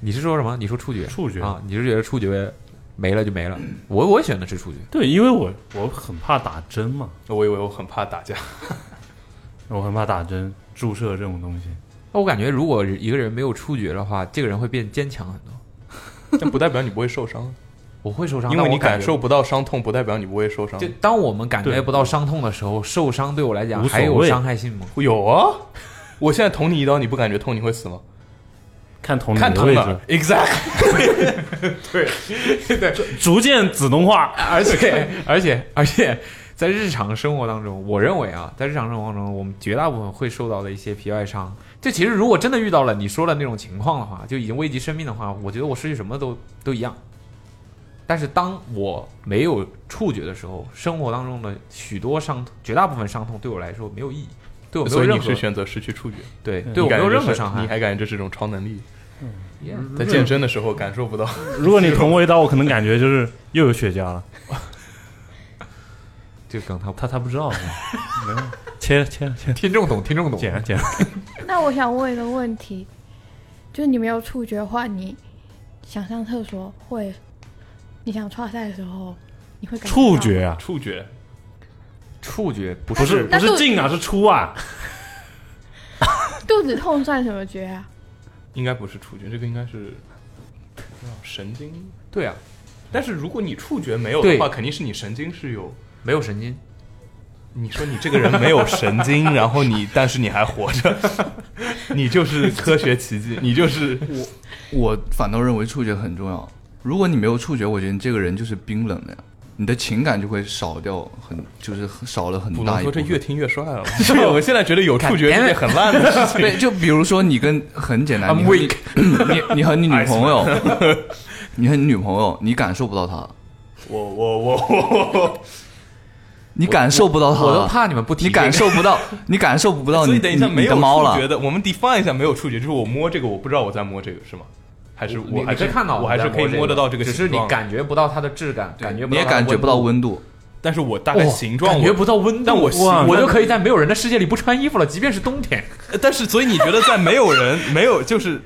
E: 你是说什么？你说触觉？
D: 触觉
E: 啊？你是觉得触觉没了就没了？我我也选的是触觉。
D: 对，因为我我很怕打针嘛，
B: 我以为我很怕打架，
D: 我很怕打针、注射这种东西。
E: 那我感觉，如果一个人没有触觉的话，这个人会变坚强很多。
B: 但不代表你不会受伤，啊
E: 我会受伤，
B: 因
E: 但
B: 为
E: 我
B: 你
E: 感
B: 感
E: 觉
B: 受。不到伤痛，不代表你不会受伤
E: 就。当我们感觉
D: 对
E: 不到伤痛的时候，受伤对我来
D: 无
E: 讲
D: 所
E: 还有
D: 谓
E: 伤害性吗？
B: 有啊，我现在捅你一刀，你不感觉痛，你会死吗？
D: 看同
B: 看
D: 的
B: 捅
D: 位
B: 哪
D: 置，
B: ，exact，
D: 逐渐子宫化。
E: 而且 而且而且，在日常生活当中，我认为啊，在日常生活当中，我们绝大部分会受到的一些皮外伤，这其实如果真的遇到了你说的那种情况的话，就已经危及生命的话，我觉得我失去什么都都一样。但是当我没有触觉的时候，生活当中的许多伤痛，绝大部分伤痛对我来说没有意义，对我没有
B: 所以
E: 任
B: 你
E: 何
B: 是选择失去触觉，
E: 对
D: 嗯
E: 对我
B: 你
E: 没
B: 感
E: 有
B: 觉
E: 任
B: 这
E: 何
B: 是
E: 伤害
B: 你。还感觉这是一种超能力，
E: Yeah
B: 在健身的时候感受不到。
D: 嗯如果你捅我一刀，我可能感觉就是又有血 痂了。
E: 这个 梗他
D: 他他不知道，没有切了切了切了，
E: 听众懂，听众懂。
D: 剪了剪了。
C: 那我想问一个问题，就是你没有触觉的话，你想上厕所会，你想刷塞的时候，你会感觉
D: 触
C: 到
D: 觉啊，
B: 触觉，
E: 触觉不
D: 不是不
F: 但是
D: 是 进啊，是出啊。
C: 肚子痛算什么觉啊？
B: 应该不是触觉，这个应该是神经。
E: 对啊，
B: 但是如果你触觉没有
E: 对
B: 的话，肯定是你神经是有。
E: 没有神经。
B: 你说你这个人没有 神经，然后你但是你还活着， 你就是科学奇 迹，你就是
I: 我反倒认为触觉很重要。如果你没有触觉，我觉得你这个人就是冰冷的呀，你的情感就会少掉很，就是很少了很
B: 不
I: 大
B: 能
I: 一
B: 说
I: 部
B: 这
I: 分。
B: 越听越帅 了。 对，我现在觉得有触觉是件很烂的事
I: 对，
B: 情。
I: 就比如说你跟很简单，你和你 你你和你女朋友，你和你女朋友，你感受不到她，
B: 我我我我我，
I: 你感受不到她
E: 我都
I: 了，
E: 怕你们不提
I: 你感
E: 这
I: 受 不到，你感受不到
B: 所
I: 你
B: 以等一下
I: 你
B: 没
I: 你
B: 有
I: 的猫
B: 触
I: 了
B: 觉。的，我们 define 一下没有触觉，就是我摸这个，我不知道我在摸这个是吗？还是
E: 你
B: 我
E: 你
B: 还是
E: 没看到，
B: 我还是可以摸得到这个
E: 只
B: 形
E: 是
B: 状，
E: 你感觉不到它的质感，感觉不
I: 你
E: 到
I: 也
E: 它的
I: 感觉不到
E: 度，
I: 温度，
B: 但是我大概形状
E: 感
B: 我
E: 觉不到温度，
B: 但我
D: 哇
E: 我
D: 那
E: 就可以在没有人的世界里不穿衣服了，即便是冬 天。
B: 但是，所以你觉得在没有 人没有就是，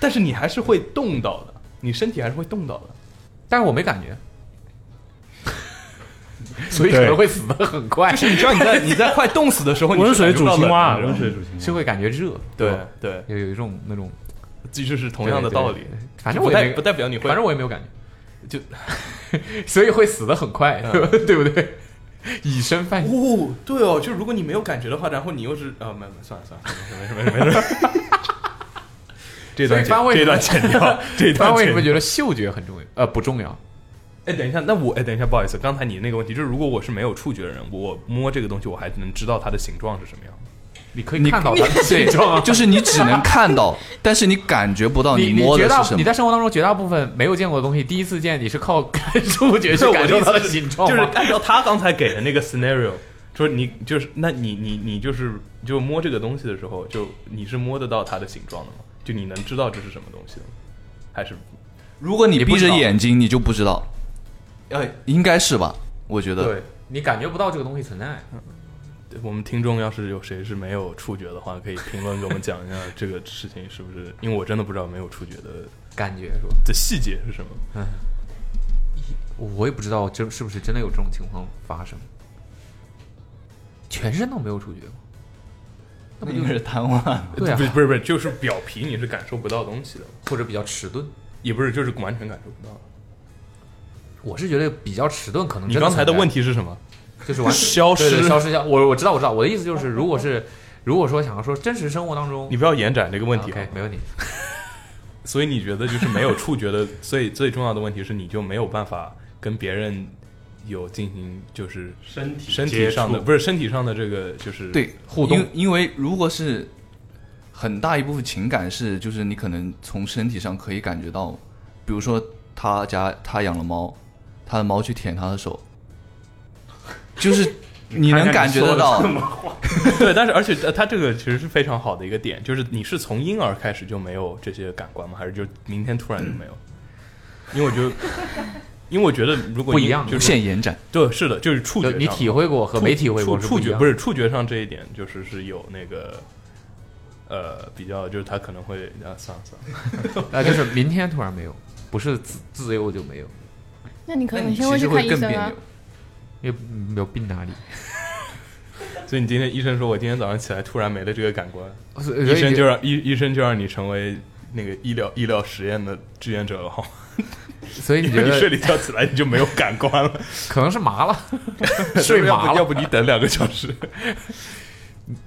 B: 但是你还是会动到的，你身体还是会动到的。
E: 但是我没 感觉，所以可
D: 对
E: 能会死得很快
B: 就，是你知道你在你在快冻死的 时候，你是
D: 温水
B: 感受
D: 煮
B: 不到
D: 青蛙，
B: 冷的
D: 温水煮青蛙。
E: 是会感觉热，
B: 对
E: 吧
B: 对，
E: 有有一种那 种
B: 这就是同样的道理
E: 对。对对反正
B: 不
E: 我
B: 代
E: 也没
B: 不代表你会，
E: 反正我也没有感觉，就所以会死得很快，
B: 嗯
E: 对不对？以身犯险，
B: 哦，对哦，就是如果你没有感觉的话，然后你又是啊，没没算了算了，没事没事没事没事。 这
E: 所以
B: 段
E: 番位
B: 剪这段剪 掉，这
E: 番
B: 段
E: 位你
B: 剪
E: 们
B: 掉。
E: 觉得嗅觉很重要？呃，不重要。
B: 哎，等一下，那我哎，等一下，不好意思，刚才你那个问题就是，如果我是没有触觉的人，我摸这个东西，我还能知道它的形状是什么样。
E: 你可以看到它的
I: 对
E: 形 状，，啊
I: 就是你只能看到，但是你感觉不到
E: 你
I: 摸
E: 绝
I: 的
E: 大
I: 是什
E: 你
I: 么
E: 在。生活当中绝大部分没有见过的东西，第一次见你是靠 感触觉 去
B: 就
E: 感
B: 我
E: 受它
B: 的
E: 的
B: 意思是
E: 形状
B: 就是
E: 吗？
B: 按照他刚才给的那个 scenario，就是你就是那你你你就是就摸这个东西的时候，就你是摸得到它的形状的吗？就你能知道这是什么东西的吗？还是
I: 如果你
B: 不
I: 闭
B: 知
I: 着
B: 道
I: 眼睛，你就不知道。
B: 哎
I: 呃，应该是吧？我觉得。
E: 对，你感觉不到这个东西存在。
B: 我们听众要是有谁是没有触觉的话，可以评论给我们讲一下这个事情是不是？因为我真的不知道没有触觉的
E: 感觉是吧？
B: 的细节是什么。
E: 嗯我也不知道这是不是真的有这种情况发生，全身都没有触觉吗？
I: 那不就是瘫痪？
E: 对啊
B: 不是不是不是，就是表皮你是感受不到东西的，
E: 或者比较迟钝？
B: 也不是就是完全感受不到。
E: 我是觉得比较迟钝，可能
B: 你刚才的问
E: 题
B: 题是什么？
E: 就是 完
B: 消
E: 对对
B: 失
E: 消失消。我我知道我知道，我的意思就是，如果是如果说想要说真实生活当中，啊
B: 你不要延展这个问题啊
E: OK 没问题。
B: 所以你觉得就是没有触觉的， 最最重要的问题是，你就没有办法跟别人有进行就是
D: 身体
B: 身体
D: 接触
B: 上的，不是身体上的这个就是
I: 对，
E: 互动
I: 因因为如果是很大一部分情感是，就是你可能从身体上可以感觉到，比如说他家他养了猫，他的猫去舔他的手， 就是你能感觉得到。
B: 对，但是而且呃它这个其实是非常好的一个点，就是你是从婴儿开 始就没有这些感官吗？还是就明天突然就没有？因为我觉得，因为我觉得如果
E: 不
B: 你
E: 一样
B: 就
I: 无
B: 是
I: 限延展。
B: 对，是的，就是触觉
E: 就
B: 上，
E: 你体会过和
B: 触
E: 没体会过
B: 触
E: 是
B: 触
E: 一
B: 觉
E: 样
B: 不是触觉上这一点，就是是有那个。呃，比较就是他可能会啊，算了算了， 哎
E: 啊，就是明天突然没有，不是自自由就没有，
C: 那你可
I: 那
C: 能
I: 你
C: 先会
I: 其
C: 去
I: 实
C: 看
I: 会
C: 医
I: 更
C: 生
I: 别
C: 啊
I: 扭。。
E: 也没有病哪里。
B: 所以你今天医生说我今天早上起来突然没了这个感官，
E: 所
B: 医
E: 以
B: 生
E: 你
B: 就让医医生就让你成为那个医疗医疗实验的志愿者了哈，
E: 所以你
B: 因
E: 觉
B: 为你睡
E: 得
B: 了一觉起来你就没有感官了，
E: 可能是 麻了，睡麻
B: 要
E: 了。
B: 不要不你等 两个小时？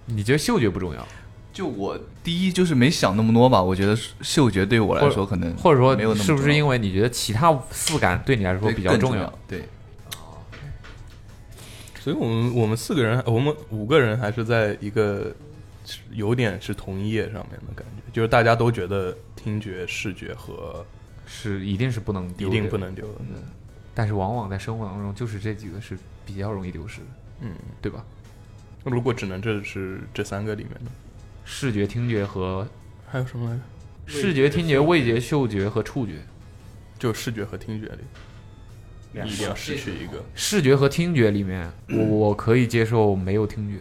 E: 你觉得嗅觉不重要，
I: 就我第一就是没想那么多吧，我觉得嗅觉对我来说可能
E: 或者
I: 没有那
E: 说
I: 么
E: 是不是因
I: 为
E: 为你觉得其他四感对你来说比较
I: 重
E: 重要？
I: 要？对，
B: 所以我们我们四个人，呃我们五个人还是在一个是有点是同一页上面的感觉，就是大家都觉得听觉、视觉和
E: 是一定是不能
B: 一
E: 丢，嗯
B: 定不。能丢的。
E: 但是往往在生活当中，就是这几个是比较容易丢失的，
B: 嗯，
E: 对吧？
B: 那如果只能这是这三个里面的，
E: 视觉、听觉和
B: 还有什么来着？
E: 视觉、听觉、味觉、嗅觉和触觉。
B: 就视觉和听觉里，你一定要失去一个。
E: 视觉和听觉里面，我
B: 嗯
E: 我可以接受没有听觉。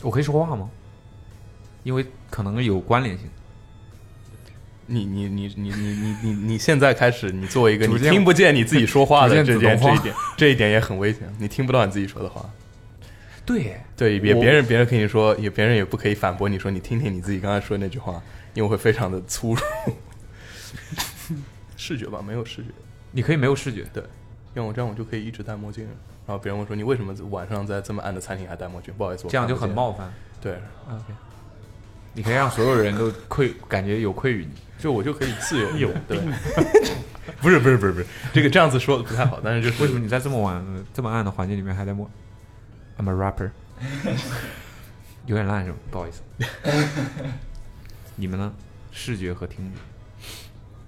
E: 我可以说话吗？因为可能有关联性。
B: 你你你你你你你你现在开始，你作为一个
E: 逐
B: 你
E: 渐
B: 听不见你自己说话的 这
E: 逐渐
B: 件
E: 自动
B: 这
E: 化
B: 一点，这一点也很危险。你听不到你自己说的话，
E: 对，
B: 对，也
E: 我
B: 别人别人跟你说，也别人也不可以反驳你说你听听你自己刚才说那句话，因为会非常的粗鲁。视觉吧，没有视觉，
E: 你可以没有视觉，
B: 因为我这样我就可以一直戴墨镜了。然后别人会说你为什么晚上在这么暗的餐厅还戴墨镜？不好意思，我
E: 这样
B: 看
E: 就
B: 不
E: 很
B: 见。
E: 冒犯。
B: 对，
E: OK，你可以让所有人都愧，感觉有愧于你。
B: 就我就可以自 由一点。对，不是不是不是不是，这个这样子说不太好，但是就是
E: 为什么你在这么晚、这么暗的环境里面还在默？I'm a rapper，有点烂是吧？不好意思。你们呢？视觉和听觉，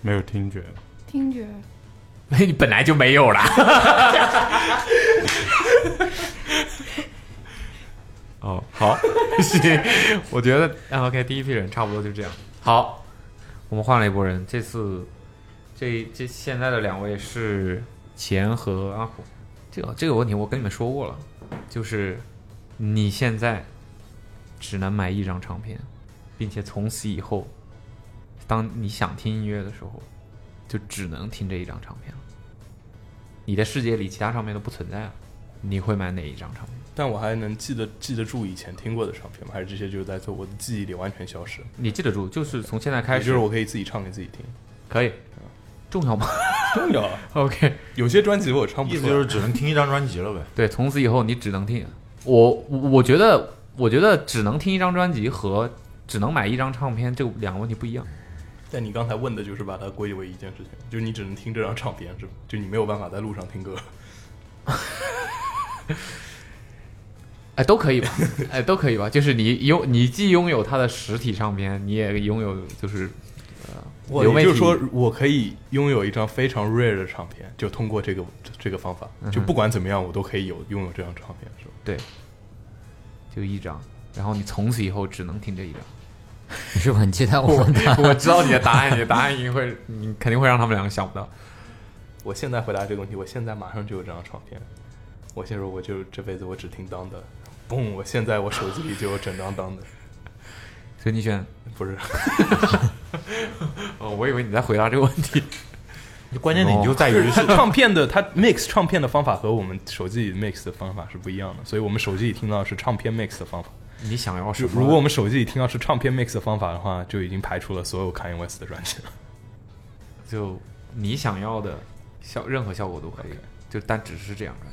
D: 没有听觉，
C: 听觉，
E: 你本来就没有啦。哦，好， 行，我觉得啊 OK，第一批人差不多就这样。好，我们换了一波人，这次这这现在的两位是钱和阿虎。这个这个问题我跟你们说过了，就是你现在只能买一张唱片，并且从此以后，当你想听音乐的时候，就只能听这一张唱片了。你的世界里其他唱片都不存在了，你会买哪一张唱片？
B: 但我还能记得记得住以前听过的唱片吗？还是这些就是在做我的记忆里完全消失？
E: 你记得住，就是从现在开
B: 也
E: 始，
B: 就是我可以自己唱给自己听，
E: 可以，重要吗
B: 重要啊！
E: ？OK，
B: 有些专辑我唱不
J: 意思
B: 出
J: 就
B: 来
J: 是，只能听一张专辑了呗。
E: 对，从此以后你只能听。我我我觉得，我觉得只能听一张专辑和只能买一张唱片这两个问题不一样。
B: 但你刚才问的就是把它归为一件事情，就是你只能听这张唱片，是吧？就你没有办法在路上听 歌。
E: 哎，都可以 吧，哎，都可以吧。就是你拥，你既拥有它的实体唱片，你也拥有就是呃
B: 我
E: 流
B: 也
E: 媒
B: 就是
E: 体
B: 说，我可以拥有一张非常 rare 的唱片，就通过这个这个方法，
E: 嗯
B: 就不管怎么样，我都可以有拥有这张唱片，是吧？
E: 就一张，然后你从此以后只能听这一张。
K: 你是不是很期待我问他？
E: 我知道你的答案，你的答案一定会，
B: 嗯
E: 你肯定会让他们两个想不到。
B: 我现在回答这个问题，我现在马上就有这张唱片。我先说，我就这辈子我只听当的，嘣！我现在我手机里就有整张当的，
E: 所以你选，
B: 不是。
E: 哦，我以为你在回答这个问题。哦
J: 关键点就在
B: 就是
J: 于
B: 它
J: 是，
B: 唱片的，它 mix 唱片的方法和我们手机里 mix 的方法是不一样的，所以我们手机里听到的是唱片 mix 的方法。
E: 你想要什
B: 如
E: 么？
B: 如果我们手机里听到是唱片 mix 的方法的话，就已经排除了所有 Kanye West 的专辑了。
E: 就你想要的 效，任何效果都可以
B: OK
E: 就但只是这样的，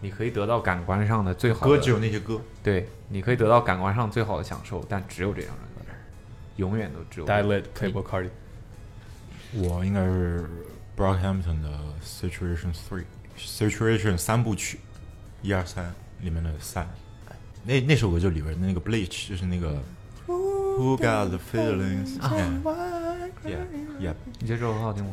E: 你可以得到感官上的最好的
J: 歌只有那些歌，
E: 对，你可以得到感官上最好的享受，但只有这样的，永远都只有
B: d i l e t Playboy Cardi，
J: 我应该是 Brockhampton 的 Situation Three Situation 三部曲，一二三里面的三，那那首歌就里边的那个 Bleach 就是那个 Who got the feelings？Yeah, yeah,
E: 你觉得这首歌好听吗？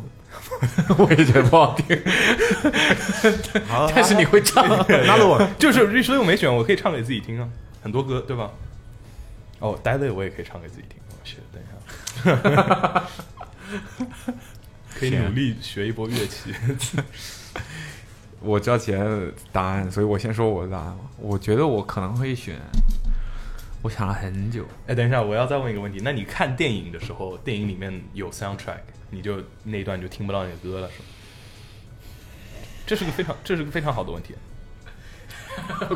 E: 我也觉得不好听，
J: yeah. 好，
E: 但是你会唱。
J: 拿了我，
B: 就是所以我没选，我可以唱给自己听啊，很多歌对吧？哦 d i l e t 我也可以唱给自己听。我去，等一下，可以努力学一波乐器。
E: 我交钱的答案，所以我先说我的答案吧。我觉得我可能会选，我想了很久。
B: 哎，等一下，我要再问一个问题。那你看电影的时候，电影里面有 soundtrack，你就那一段你就听不到那个歌了，是吗？这是个非常，这是个非常好的 问题。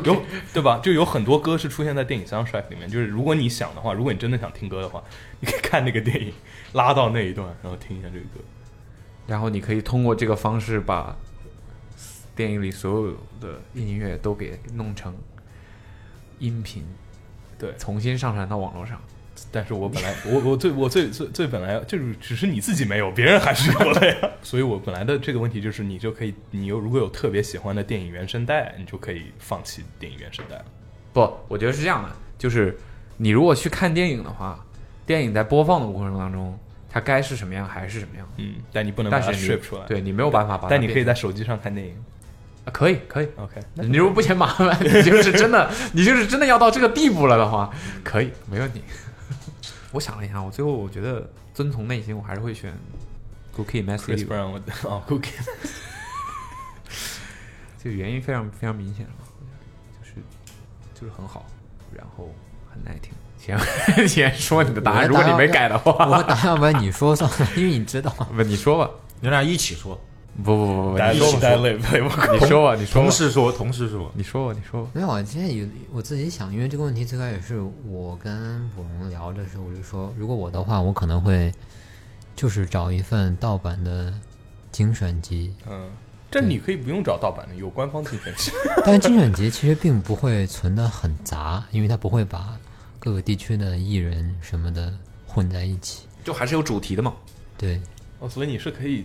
B: 有对吧？就有很多歌是出现在电影 soundtrack 里面。就是如果你想的话，如果你真的想听歌的话，你可以看那个电影，拉到那一段，然后听一下这个歌。
E: 然后你可以通过这个方式把电影里所有的音乐都给弄成音频，
B: 对，
E: 重新上传到网络上。
B: 但是我本来 我我最我最最最本来就是只是你自己没有，别人还是有的呀。 所以我本来的这个问题就是，你就可以，你有如果有特别喜欢的电影原声带，你就可以放弃电影原声带了。
E: 不，我觉得是这样的，就是你如果去看电影的话，电影在播放的过程当中，它该是什么样还是什么样。
B: 嗯，但你不能把
E: 但
B: 它
E: 是你
B: strip 出来。
E: 对你没有办法把它
B: 但你
E: 变
B: 可以在
E: 成
B: 手机上看电影。
E: 啊，可以可以
B: ，OK。
E: 你如果不嫌麻烦，你就是真的，你就是真的要到这个地步了的话，可以没问题。我想了一下，我最后我觉得遵从内心，我还是会选 Cookie m e s s
B: Chris
E: y
B: Brown，我哦 Cookie，
E: 这个原因非常非常明显了，就是就是很好，然后很耐听。先先说 你的答案，如果你没改的话，
K: 我答案要不然你说算了，因为你知 道。
E: 不，你说吧，
J: 你俩一起说。
E: 不不不不，
J: 大家
E: 你
J: 都
E: 说
J: 在
E: 吧
J: 累累我靠
E: 你说吧，你说吧，
J: 同事说同事说
E: 你说吧，你说吧。
K: 没有，啊，现在有我自己想，因为这个问题最开始是我跟卜龙聊的时候，我就说，如果我的话，我可能会就是找一份盗版的精选集，
B: 嗯，这你可以不用找盗版的，有官方自选集。
K: 但是精选集其实并不会存的很杂，因为它不会把各个地区的艺人什么的混在一起。
E: 就还是有主题的嘛。
K: 对，
B: 哦，所以你是可以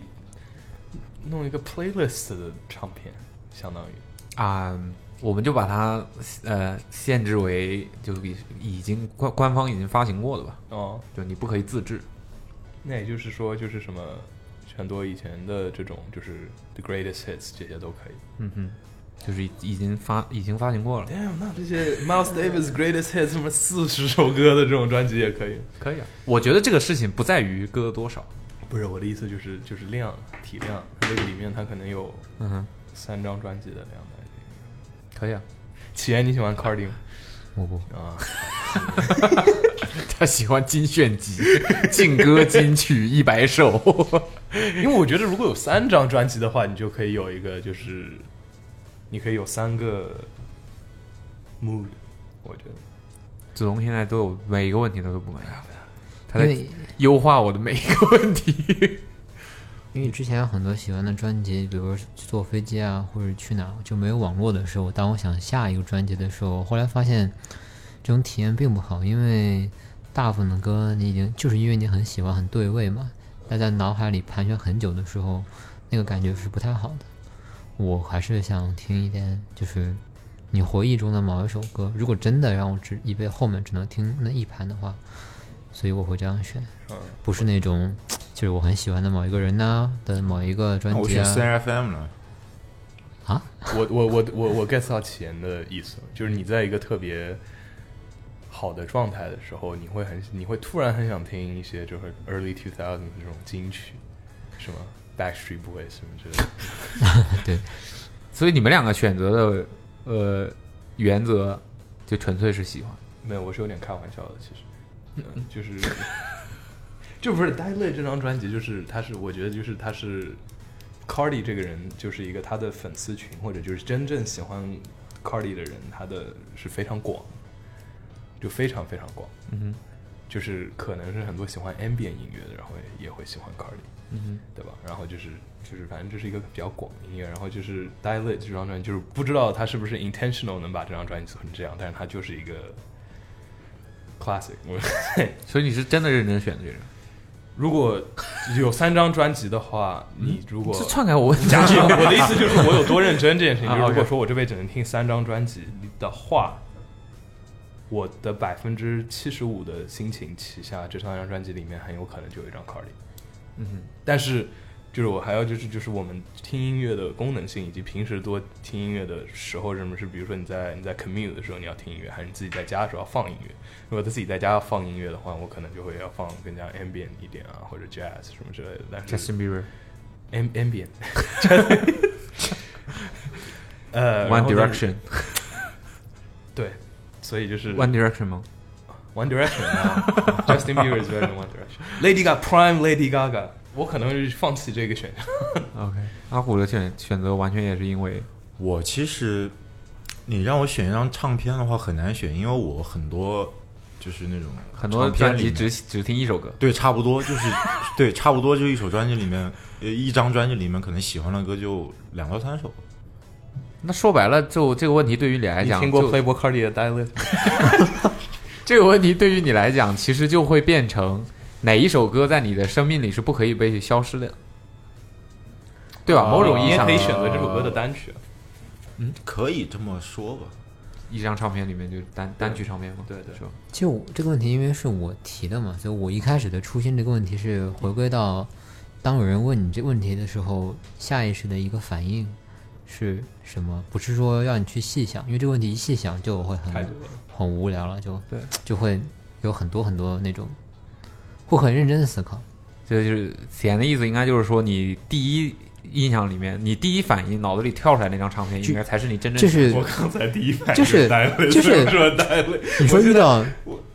B: 弄一个 playlist 的唱片，相当于
E: 啊、我们就把它呃限制为就是已已经官官方已经发行过的吧。
B: 哦，
E: 就你不可以自制。
B: 那也就是说，就是什么很多以前的这种，就是 the greatest hits 这些都可以。
E: 嗯哼，就是已已经发已经发行过了。
B: Damn，那这些 Miles Davis greatest hits 什么四十首歌的这种专辑也可以。
E: 可以啊， 我觉得这个事情不在于歌多少，
B: 不是我的意思，就是就是量体量，它这个里面它可能有
E: 嗯哼
B: 三张专辑的量的。
E: 可以啊。
B: 起源你喜欢 Cardi 吗？
K: 我不
B: 啊。
E: 他喜欢精选集、劲歌金曲一百首。
B: 因为我觉得如果有三张专辑的话，你就可以有一个，就是你可以有三个 mood。我觉得
E: 子龙现在都有每一个问题他都不满意，他
K: 因
E: 在
K: 为
E: 优化我的每一个问题。
K: 因为之前有很多喜欢的专辑，比如说去坐飞机啊，或者去哪儿就没有网络的时候，当我想下一个专辑的时候，后来发现这种体验并不好，因为大部分的歌你已经就是因为你很喜欢、很对味嘛，但在脑海里盘旋很久的时候，那个感觉是不太好的。我还是想听一点，就是你回忆中的某一首歌。如果真的让我只一辈后面只能听那一盘的话，所以我会这样选
B: 嗯，
K: 不是那种就是我很喜欢的某一个人呐、的某一个专
B: 哦
J: 那我
K: 辑
J: 选
K: 啊。
J: CFM 了。
B: 我我我我我 get 到启言的意思了，就是你在一个特别好的状态的时候，你会很你会突然很想听一些就是 early two thousand 这种金曲，什么 Backstreet Boys 什么之类的。
K: 对，
E: 所以你们两个选择的呃原则就纯粹是喜欢。
B: 没有，我是有点开玩笑的，其实，嗯、就是就不是《d i l a y 这张专辑，就是他是我觉得就是他是 Cardi 这个人，就是一个他的粉丝群或者就是真正喜欢 Cardi 的人，他的是非常广，就非常非常广，
E: 嗯
B: 就是可能是很多喜欢 ambient 音乐的，然后也会喜欢 Cardi，
E: 嗯哼
B: 对吧？然后就是就是反正这是一个比较广的音乐，然后就是《d i l a y 这张专辑，就是不知道他是不是 intentional 能把这张专辑做成这样，但是他就是一个 classic，我
E: 所以你是真的认真选的这个人。
B: 如果有三张专辑的话，你如果
E: 这篡改我问题
B: 假设 我的意思就是我有多认真这件事情，
E: 啊
B: 就是如
E: OK
B: 果说我这辈子只能听三张专辑的话，我的百分之七十五的心情旗下这三张专辑里面很有可能就有一张 Cardi。
E: 嗯哼，
B: 但是就是我还要就是就是我们听音乐的功能性，以及平时多听音乐的时候，什么是比如说你在你在 commute 的时候你要听音乐，还是你自己在家的时候要放音乐？如果在自己在家要放音乐的话，我可能就会要放更加 ambient 一点啊，或者 jazz 什么之类的。但是
E: Justin Bieber
B: Am ambient，呃
E: One
B: 然后呢
E: Direction
B: 对，所以就是
E: One Direction 吗
B: ？One Direction 啊 ，Justin Bieber is better than One Direction，Lady Gaga，Prime Lady Gaga，我可能是放弃这个 选项。
E: OK，阿虎的选选择完全也是因为
J: 我其实你让我选一张唱片的话很难选，因为我很多就是那种
E: 很多
J: 唱片
E: 专辑
J: 里面
E: 只只听一首歌
J: 对，差不多就是 对，差不多就一首专辑里面，呃，一张专辑里面可能喜欢的歌就两到三首。
E: 那说白了，就这个问题对于你来讲，
J: 你听过
E: Playboy Cardi 的 d i l y 这个问题对于你来讲，其实就会变成哪一首歌在你的生命里是不可以被消失的，对吧？某种意义上
B: 你也可以选择这首歌的单曲。
J: 嗯，可以这么说吧。
E: 一张唱片里面就是单单曲唱片嘛，对对是吧？
K: 就这个问题，因为是我提的嘛，所以我一开始的初心这个问题是回归到，当有人问你这问题的时候，下意识的一个反应是什么？不是说让你去细想，因为这个问题一细想就会
B: 太
K: 很
B: 多了
K: 很无聊了，就
E: 对，
K: 就会有很多很多那种会很认真的思考。
E: 这就是子言的意思，应该就是说你第一印象里面，你第一反应脑子里跳出来那张唱片，应该才是你真正
K: 就是
E: 我刚才第一反应
K: 就是
E: 单位
K: 就是
E: 说单位
K: 你说
E: 我觉
K: 遇
E: 得
K: 到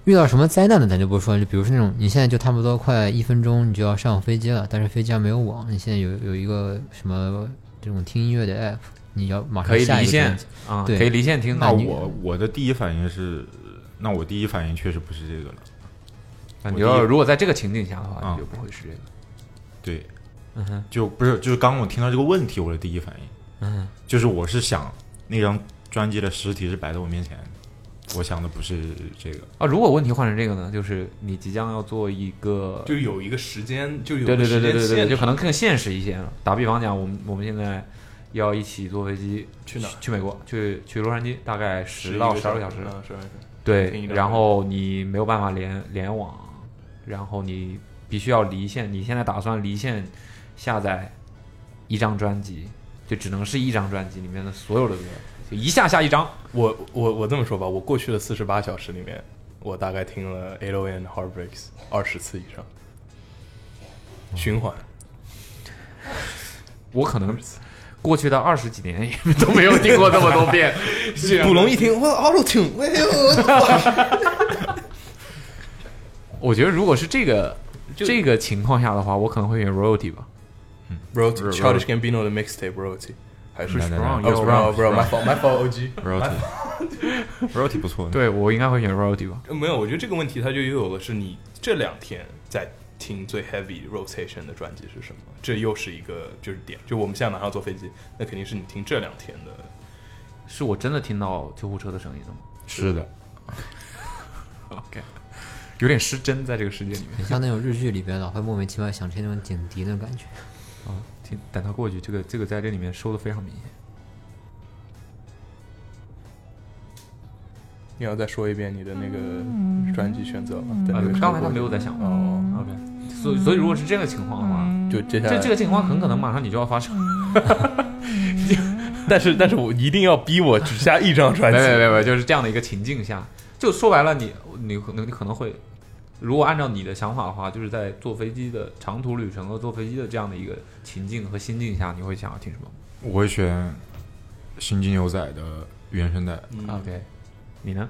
K: 遇到什么灾难的，咱就不说，就比如说那种你现在就差不多快一分钟你就要上飞机了，但是飞机上没有网，你现在有有一个什么这种听音乐的 app，你要马上
E: 可以
K: 下一
E: 离
K: 个
E: 线
K: 专辑
E: 啊
K: 对，
J: 那
K: 你
J: 我我的第一反应是，那我第一反应确实不是这个了。
E: 啊
J: 我
E: 你
J: 第一
E: 要如果在这个情境下的话，
J: 啊
E: 你就不会是这个。
J: 对，
E: 嗯哼，
J: 就不是就是刚刚我听到这个问题，我的第一反应，
E: 嗯，
J: 就是我是想那张专辑的实体是摆在我面前的，我想的不是这个。
E: 啊，如果问题换成这个呢，就是你即将要做一个，
B: 就有一个时间，就有
E: 对
B: 个时
E: 对对对
B: 间
E: 对
B: 线
E: 对，就可能更现实一些了。打比方讲，我们我们现在要一起坐飞机
B: 去哪儿
E: 去美国，去去洛杉矶，大概十
B: 11
E: 到
B: 个
E: 十二个
B: 小
E: 小
B: 时
E: 时
B: 嗯12个小时。听
E: 对
B: 一，张
E: 然后你没有办法联联网，然后你必须要离线。你现在打算离线下载一张专辑，就只能是一张专辑里面的所有的歌，就一下下一张。
B: 我我我这么说吧，我过去的四十八小时里面，我大概听了 A O N Heartbreaks 二十次以上，循环。。
E: 我可能过去的二十几年也都没有听过这么多遍啊
B: 捕龙一听，我 auto tune，哎呦，
E: 我觉得如果是这个
B: 就
E: 这个情况下的话，我可能会选 royalty 吧。嗯
B: Royalty Childish Gambino 的 mixtape Royalty 还是
E: 来来来
B: Wrong，
E: 来
B: 哦 Wrong
E: Wrong，
B: Wrong My
E: Wrong
B: Fault My Fault OG
E: Royalty
B: My fault
E: 不错。对我应该会选 royalty 吧。
B: 没有，我觉得这个问题它就又有了，是你这两天在听最 heavy rotation 的专辑是什么？这又是一个就是点，就我们现在马上坐飞机，那肯定是你听这两天的。
E: 是我真的听到救护车的声音了吗？
J: 是的。
E: OK，有点失真在这个世界里面。
K: 很像那种日剧里边老会莫名其妙想吹那种警笛的感觉。
E: 啊，听等他过去，这个这个在这里面收的非常明显。
B: 你要再说一遍你的那个专辑选择吗？在
E: 啊
B: 那个，
E: 刚才他没有在想。
B: 哦
E: ，OK。所以所以如果是这个情况的话，
B: 嗯就接下来嗯
E: 这这个情况很可能马上你就要发生。
B: 但是但是我一定要逼我只下一张专辑。
E: 没没没没，就是这样的一个情境下，就说白了你，你可能你可能会，如果按照你的想法的话，就是在坐飞机的长途旅程和坐飞机的这样的一个情境和心境下，你会想要听什么？
J: 我会选《新金牛仔》的原声带。
E: OK，你呢？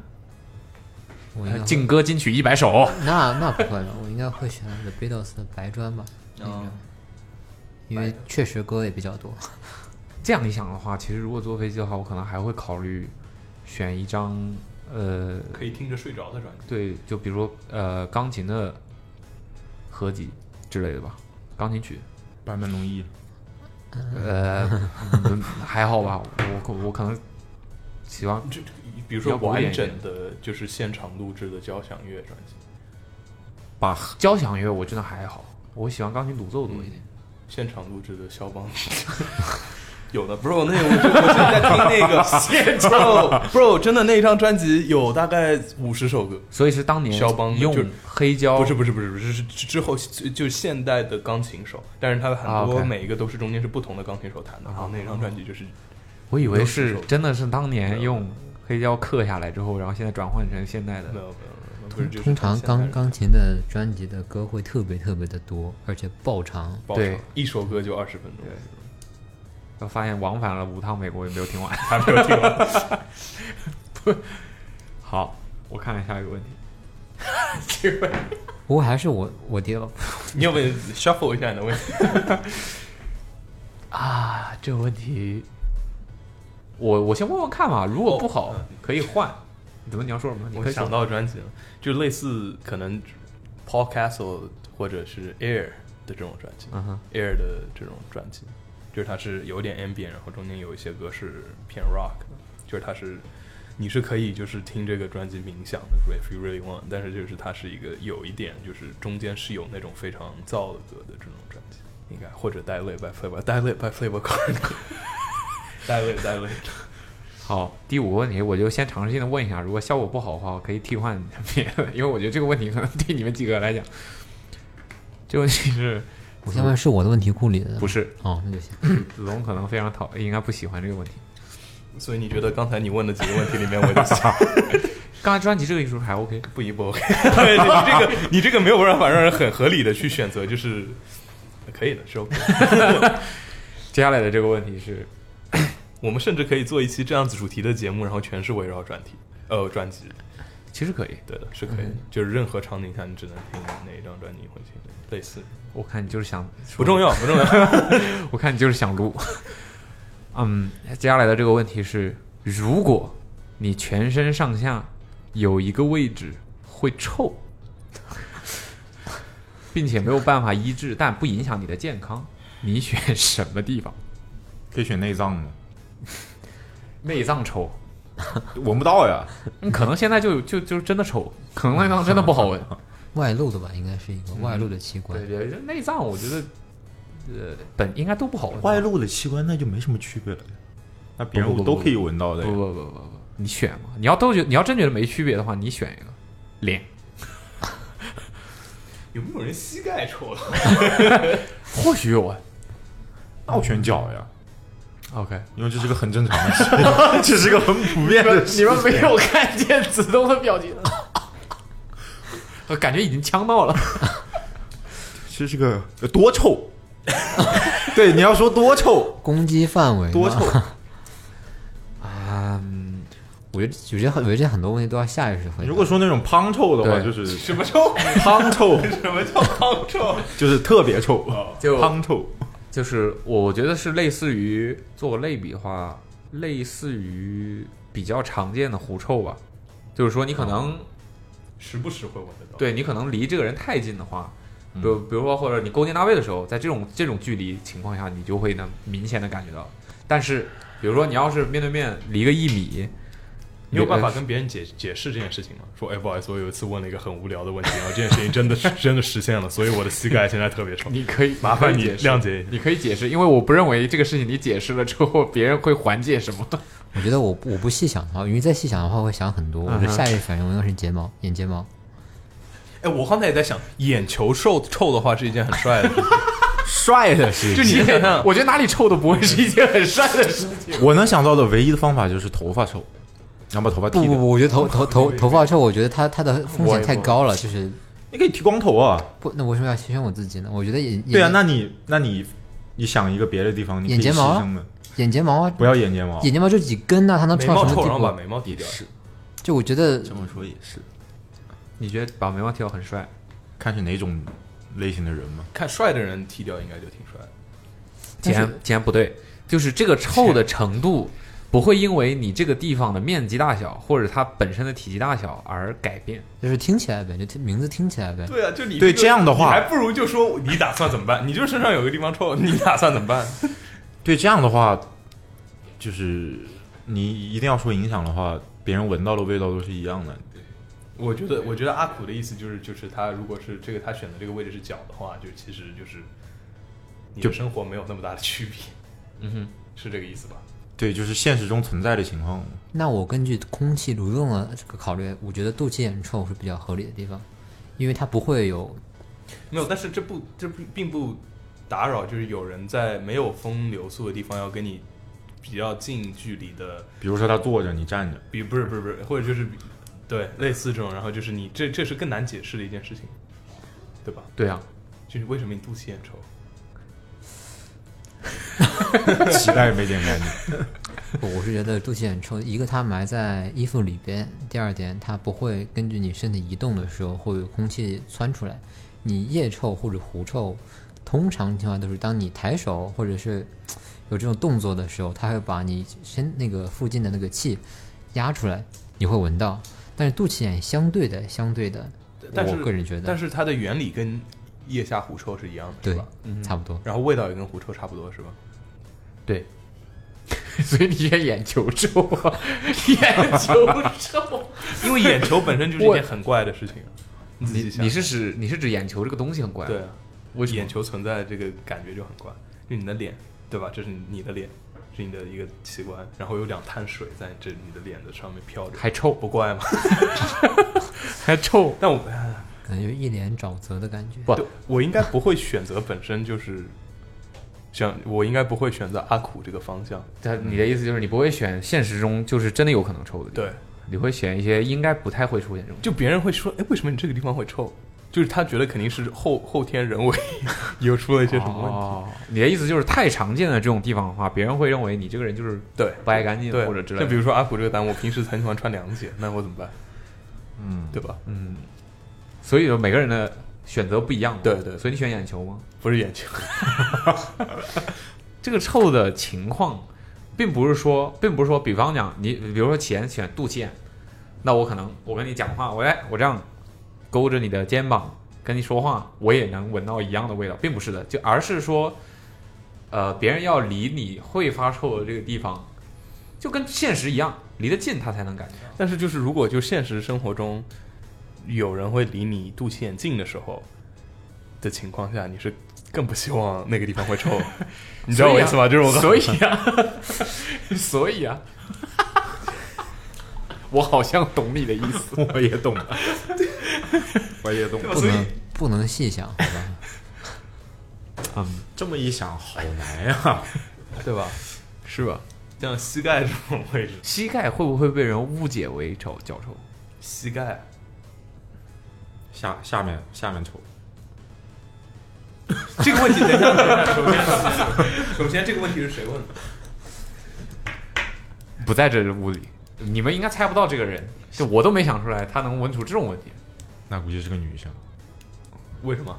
K: 我应该会
E: 呃劲歌金曲一百首。
K: 那那不会了，我应该会选 The Beatles 的白砖吧，
B: 哦，
K: 因为确实歌也比较多。
E: 这样一想的话，其实如果坐飞机的话，我可能还会考虑选一张呃，
B: 可以听着睡着的专辑。
E: 对，就比如说呃钢琴的合集之类的吧，钢琴曲。
J: 坂本龙一。
E: 呃，嗯还好吧，我可我可能喜欢，
B: 比如说
E: 比较古典
B: 完
E: 一
B: 整
E: 点
B: 的，就是现场录制的交响乐专辑，
E: 把交响乐我真的还好，我喜欢钢琴独奏多一点。
B: 嗯现场录制的肖 邦。有的，bro，那我就我现在听那个
E: 现场
B: ，bro，bro，真的那张专辑有大概五十首歌，
E: 所以是当年
B: 肖邦的
E: 嗯用
B: 就是
E: 黑胶，
B: 不是不是不是不是是之后就是现代的钢琴手，但是他
E: 啊
B: 很多
E: ，OK
B: 每一个都是中间是不同的钢琴手弹的，然后那张专辑就是
E: 我以为
B: 60
E: 是
B: 首
E: 真的是当年用黑胶刻下来之后，然后现在转换成现代的。
B: 没有没有没有不是就是
K: 通常
B: 现在
K: 钢钢琴的专辑的歌会特别特别的多，而且爆长。
B: 爆
E: 对
B: 长，一首歌就二十分钟。
E: 我发现往返了五趟美国也没有听完，
B: 还没有听完。
E: 不， 好，我看看下一个问题。这个
K: 不过还是我我跌了。
B: 你要不 shuffle 一下你的问题？
E: 啊，这个问题，我我先问问看吧。如果不好，可以换。怎么你要说什么？
B: 哦嗯
E: 你
B: 我
E: 可以
B: 想
E: 说
B: 到专辑了，就类似可能 Paul Castle 或者是 Air 的这种专辑、
E: 嗯哼
B: a i r 的这种专辑，就是它是有点 ambient，然后中间有一些歌是偏 rock，的就是它是你是可以就是听这个专辑冥想的，if you really want，但是就是它是一个有一点就是中间是有那种非常燥的歌的这种专辑，应该或者带泪 by flavor，带泪 by flavor card，带泪带泪。
E: 好，第五个问题，我就先尝试性的问一下，如果效果不好的话，我可以替换别的，因为我觉得这个问题可能对你们几个来讲，这个问题是，
K: 我先问是我的问题库里的，
E: 嗯不是
K: 哦，那就行。
E: 子 龙可能非常讨，应该不喜欢这个问题。
B: 所以你觉得刚才你问的几个问题里面，我就想
E: 刚才专辑这个艺术还 OK，
B: 不一不 OK，对 你这个你这个没有办法让人很合理的去选择，就是可以的，是 OK。
E: 接下来的这个问题是，
B: 我们甚至可以做一期这样子主题的节目，然后全是围绕专题，呃，专辑。
E: 其实可以，嗯
B: 对的，是可以的，就是任何场景下你只能听哪一张专辑会听类似。
E: 我看你就是想说
B: 不重 要不重要
E: 我看你就是想录。嗯，接下来的这个问题是：如果你全身上下有一个位置会臭， 并且没有办法医治，但不影响你的健康， 你选什么地方？
J: 可以选内脏吗？
E: 内 脏臭，
J: 闻不到呀。
E: 可能现在就就就真的臭，可能内脏真的不好闻。
K: 外露的吧，应该是一个外露的器官。
E: 对对，内脏我觉得，呃，本应该都不好闻。
J: 外露的器官那就没什么区别了，那别人都可以闻到的。
E: 不不不不不，你选嘛？你要都觉你要真觉得没区别的话，你选一个脸。
B: 有没有人膝盖臭了？
E: 或许有啊，
J: 那我选脚呀。
E: OK，
J: 因为这是个很正常的事， 这是个很普遍的事。
E: 你们没有看见子东的表情，我感觉已经呛到了。
J: 这是个呃多臭？ 对，你要说多臭，
K: 攻击范围
J: 多
K: 嘛
J: 臭
K: 啊、 嗯我觉得有些很有些很多问题都要下意识回答。
J: 如果说那种胖臭的话，
K: 对
J: 就是
B: 什么臭？
J: 胖臭，
B: 什么叫胖臭？
J: 就是特别臭，
E: 哦就
J: 胖臭。
E: 就是我觉得是类似于做个类比的话，类似于比较常见的狐臭吧，就是说你可能
J: 哦
B: 时不时会闻得到。
E: 对你可能离这个人太近的话，
J: 嗯
E: 比如比如说或者你勾肩搭背的时候，在这种这种距离情况下，你就会能明显的感觉到。但是比如说你要是面对面离个一米，
B: 你有办法跟别人解解释这件事情吗？说，哎，不好意思，我有一次问了一个很无聊的问题，然后这件事情真的 是真的实现了，所以我的膝盖现在特别臭。
E: 你可以
B: 麻烦
E: 你
B: 你
E: 可以解释
B: 谅解一下。
E: 你可以解释，因为我不认为这个事情你解释了之后，别人会缓解什么。
K: 我觉得我我不细想的话，因为再细想的话会想很多。我的
E: 嗯哼
K: 下意识反应应该是睫毛、眼睫毛。
B: 哎，我刚才也在想，眼球臭臭的话是一件很帅 的事情，
J: 帅的事
B: 就你想想，
E: 我觉得哪里臭都不会是一件很帅的事情。
J: 我能想到的唯一的方法就是头发臭，然后把头发剃
K: 不不
J: 掉。
K: 不，我觉得头头头头发臭，我觉得它它的风险太高了，就是
J: 你可以剃光头啊。
K: 不，那为什么要牺牲我自己呢？我觉得眼
J: 对啊，
K: 眼
J: 那你那你你想一个别的地方，你可以
K: 眼睫毛
J: 牺牲的
K: 啊，眼睫毛啊，
J: 不要眼睫毛，
K: 眼睫毛就几根啊呢、它能
B: 眉
K: 臭到
B: 毛
K: 什么
B: 臭，
K: 地
B: 然后
K: 步
B: 把？眉毛剃掉。
K: 就我觉得
J: 这么说也是，
E: 你觉得把眉毛剃掉很帅？
J: 看是哪种类型的人吗？
B: 看帅的人剃掉应该就挺帅的。
E: 既然既然不对，就是这个臭的程度不会因为你这个地方的面积大小或者它本身的体积大小而改变。
K: 就是听起来呗，就听名字听起来呗。
B: 对啊，就你
E: 对
B: 个
E: 这样的话
B: 你还不如就说你打算怎么办？你就身上有个地方臭，你打算怎么办？
J: 对，这样的话，就是你一定要说影响的话，别人闻到的味道都是一样的。
B: 我觉得，我觉得阿苦的意思就是，就是他如果是这个他选的这个位置是脚的话，就其实就是你的
J: 就
B: 生活没有那么大的区别。
E: 嗯哼，
B: 是这个意思吧？
J: 对，就是现实中存在的情况。
K: 那我根据空气流动的这个考虑，我觉得肚脐眼臭是比较合理的地方，因为它不会有
B: 没有，但是这不这不并不打扰，就是有人在没有风流速的地方要跟你比较近距离的，
J: 比如说他坐着，你站着，
B: 比不是不是不是，或者就是比对，类似这种，然后就是你这这是更难解释的一件事情，对吧？
E: 对啊，
B: 就是为什么你肚脐眼臭？
J: 脐带没点干
K: 不 我是觉得肚脐眼臭，一个它埋在衣服里边，第二点它不会根据你身体移动的时候会有空气窜出来。你腋臭或者狐臭，通常情况下都是当你抬手或者是嘖有这种动作的时候，它会把你身那个附近的那个气压出来，你会闻到。但是肚脐眼相对的，相对的，
B: 但是
K: 我个人觉得，
B: 但是它的原理跟腋下狐臭是一样的，
K: 对
B: 是吧？
K: 嗯差不多。
B: 然后味道也跟狐臭差不多，是吧？
E: 对， 所以你选眼球臭 啊，眼球臭，
B: 因为眼球本身就是一件很怪的事情。啊你自己
E: 你
B: 想
E: 你是指你是指眼球这个东西很怪？
B: 对啊，
E: 为什么
B: 眼球存在的这个感觉就很怪，就你的脸，对吧？这是你的脸，是你的一个器官，然后有两滩水在这你的脸的上面飘着，
E: 还臭，
B: 不怪吗？
E: 还臭，
B: 但我
K: 感觉一脸沼泽的感觉。
B: 对我应该不会选择本身就是。选我应该不会选择阿苦这个方向，
E: 他你的意思就是你不会选现实中就是真的有可能臭的地方，
B: 对，
E: 你会选一些应该不太会出现这种。
B: 就别人会说，哎，为什么你这个地方会臭？就是他觉得肯定是后后天人为 有出了一些什么问题。
E: 哦，你的意思就是太常见的这种地方的话，别人会认为你这个人就是
B: 对
E: 不爱干净
B: 对，
E: 或者之类的。
B: 就比如说阿苦这个单，我平时很喜欢穿凉鞋，那我怎么办？
J: 嗯，
B: 对吧？
E: 嗯，所以说每个人的选择不一样嘛。对对，所以你选眼球吗？
B: 不是眼球，
E: 这个臭的情况，并不是说，并不是说，比方讲你，比如说钱选肚脐眼，那我可能我跟你讲话，我哎，我这样勾着你的肩膀跟你说话，我也能闻到一样的味道，并不是的，就而是说，呃，别人要离你会发臭的这个地方，就跟现实一样，离得近他才能感觉。
B: 但是就是如果就现实生活中有人会离你肚脐眼近的时候的情况下，你是更不希望那个地方会臭， 你知道我意思吗？就是我
E: 所以 啊，所以啊， 我好像懂你的意思，
J: 我也懂，
B: 啊
J: 我也懂。
K: 不能不能细想， 好吧？
E: 嗯，
J: 这么一想，好
E: 哎
J: 难
E: 啊
J: 呀，
B: 对吧？是吧？像膝盖这种位置，
E: 膝盖会不会被人误解为臭脚臭？
B: 膝盖
J: 下下面下面臭，
B: 这个问题，等一下，等一下首先首先这个问题是谁问的？
E: 不在这屋里，你们应该猜不到这个人，就我都没想出来他能问出这种问题。
J: 那估计是个女生。
B: 为什么？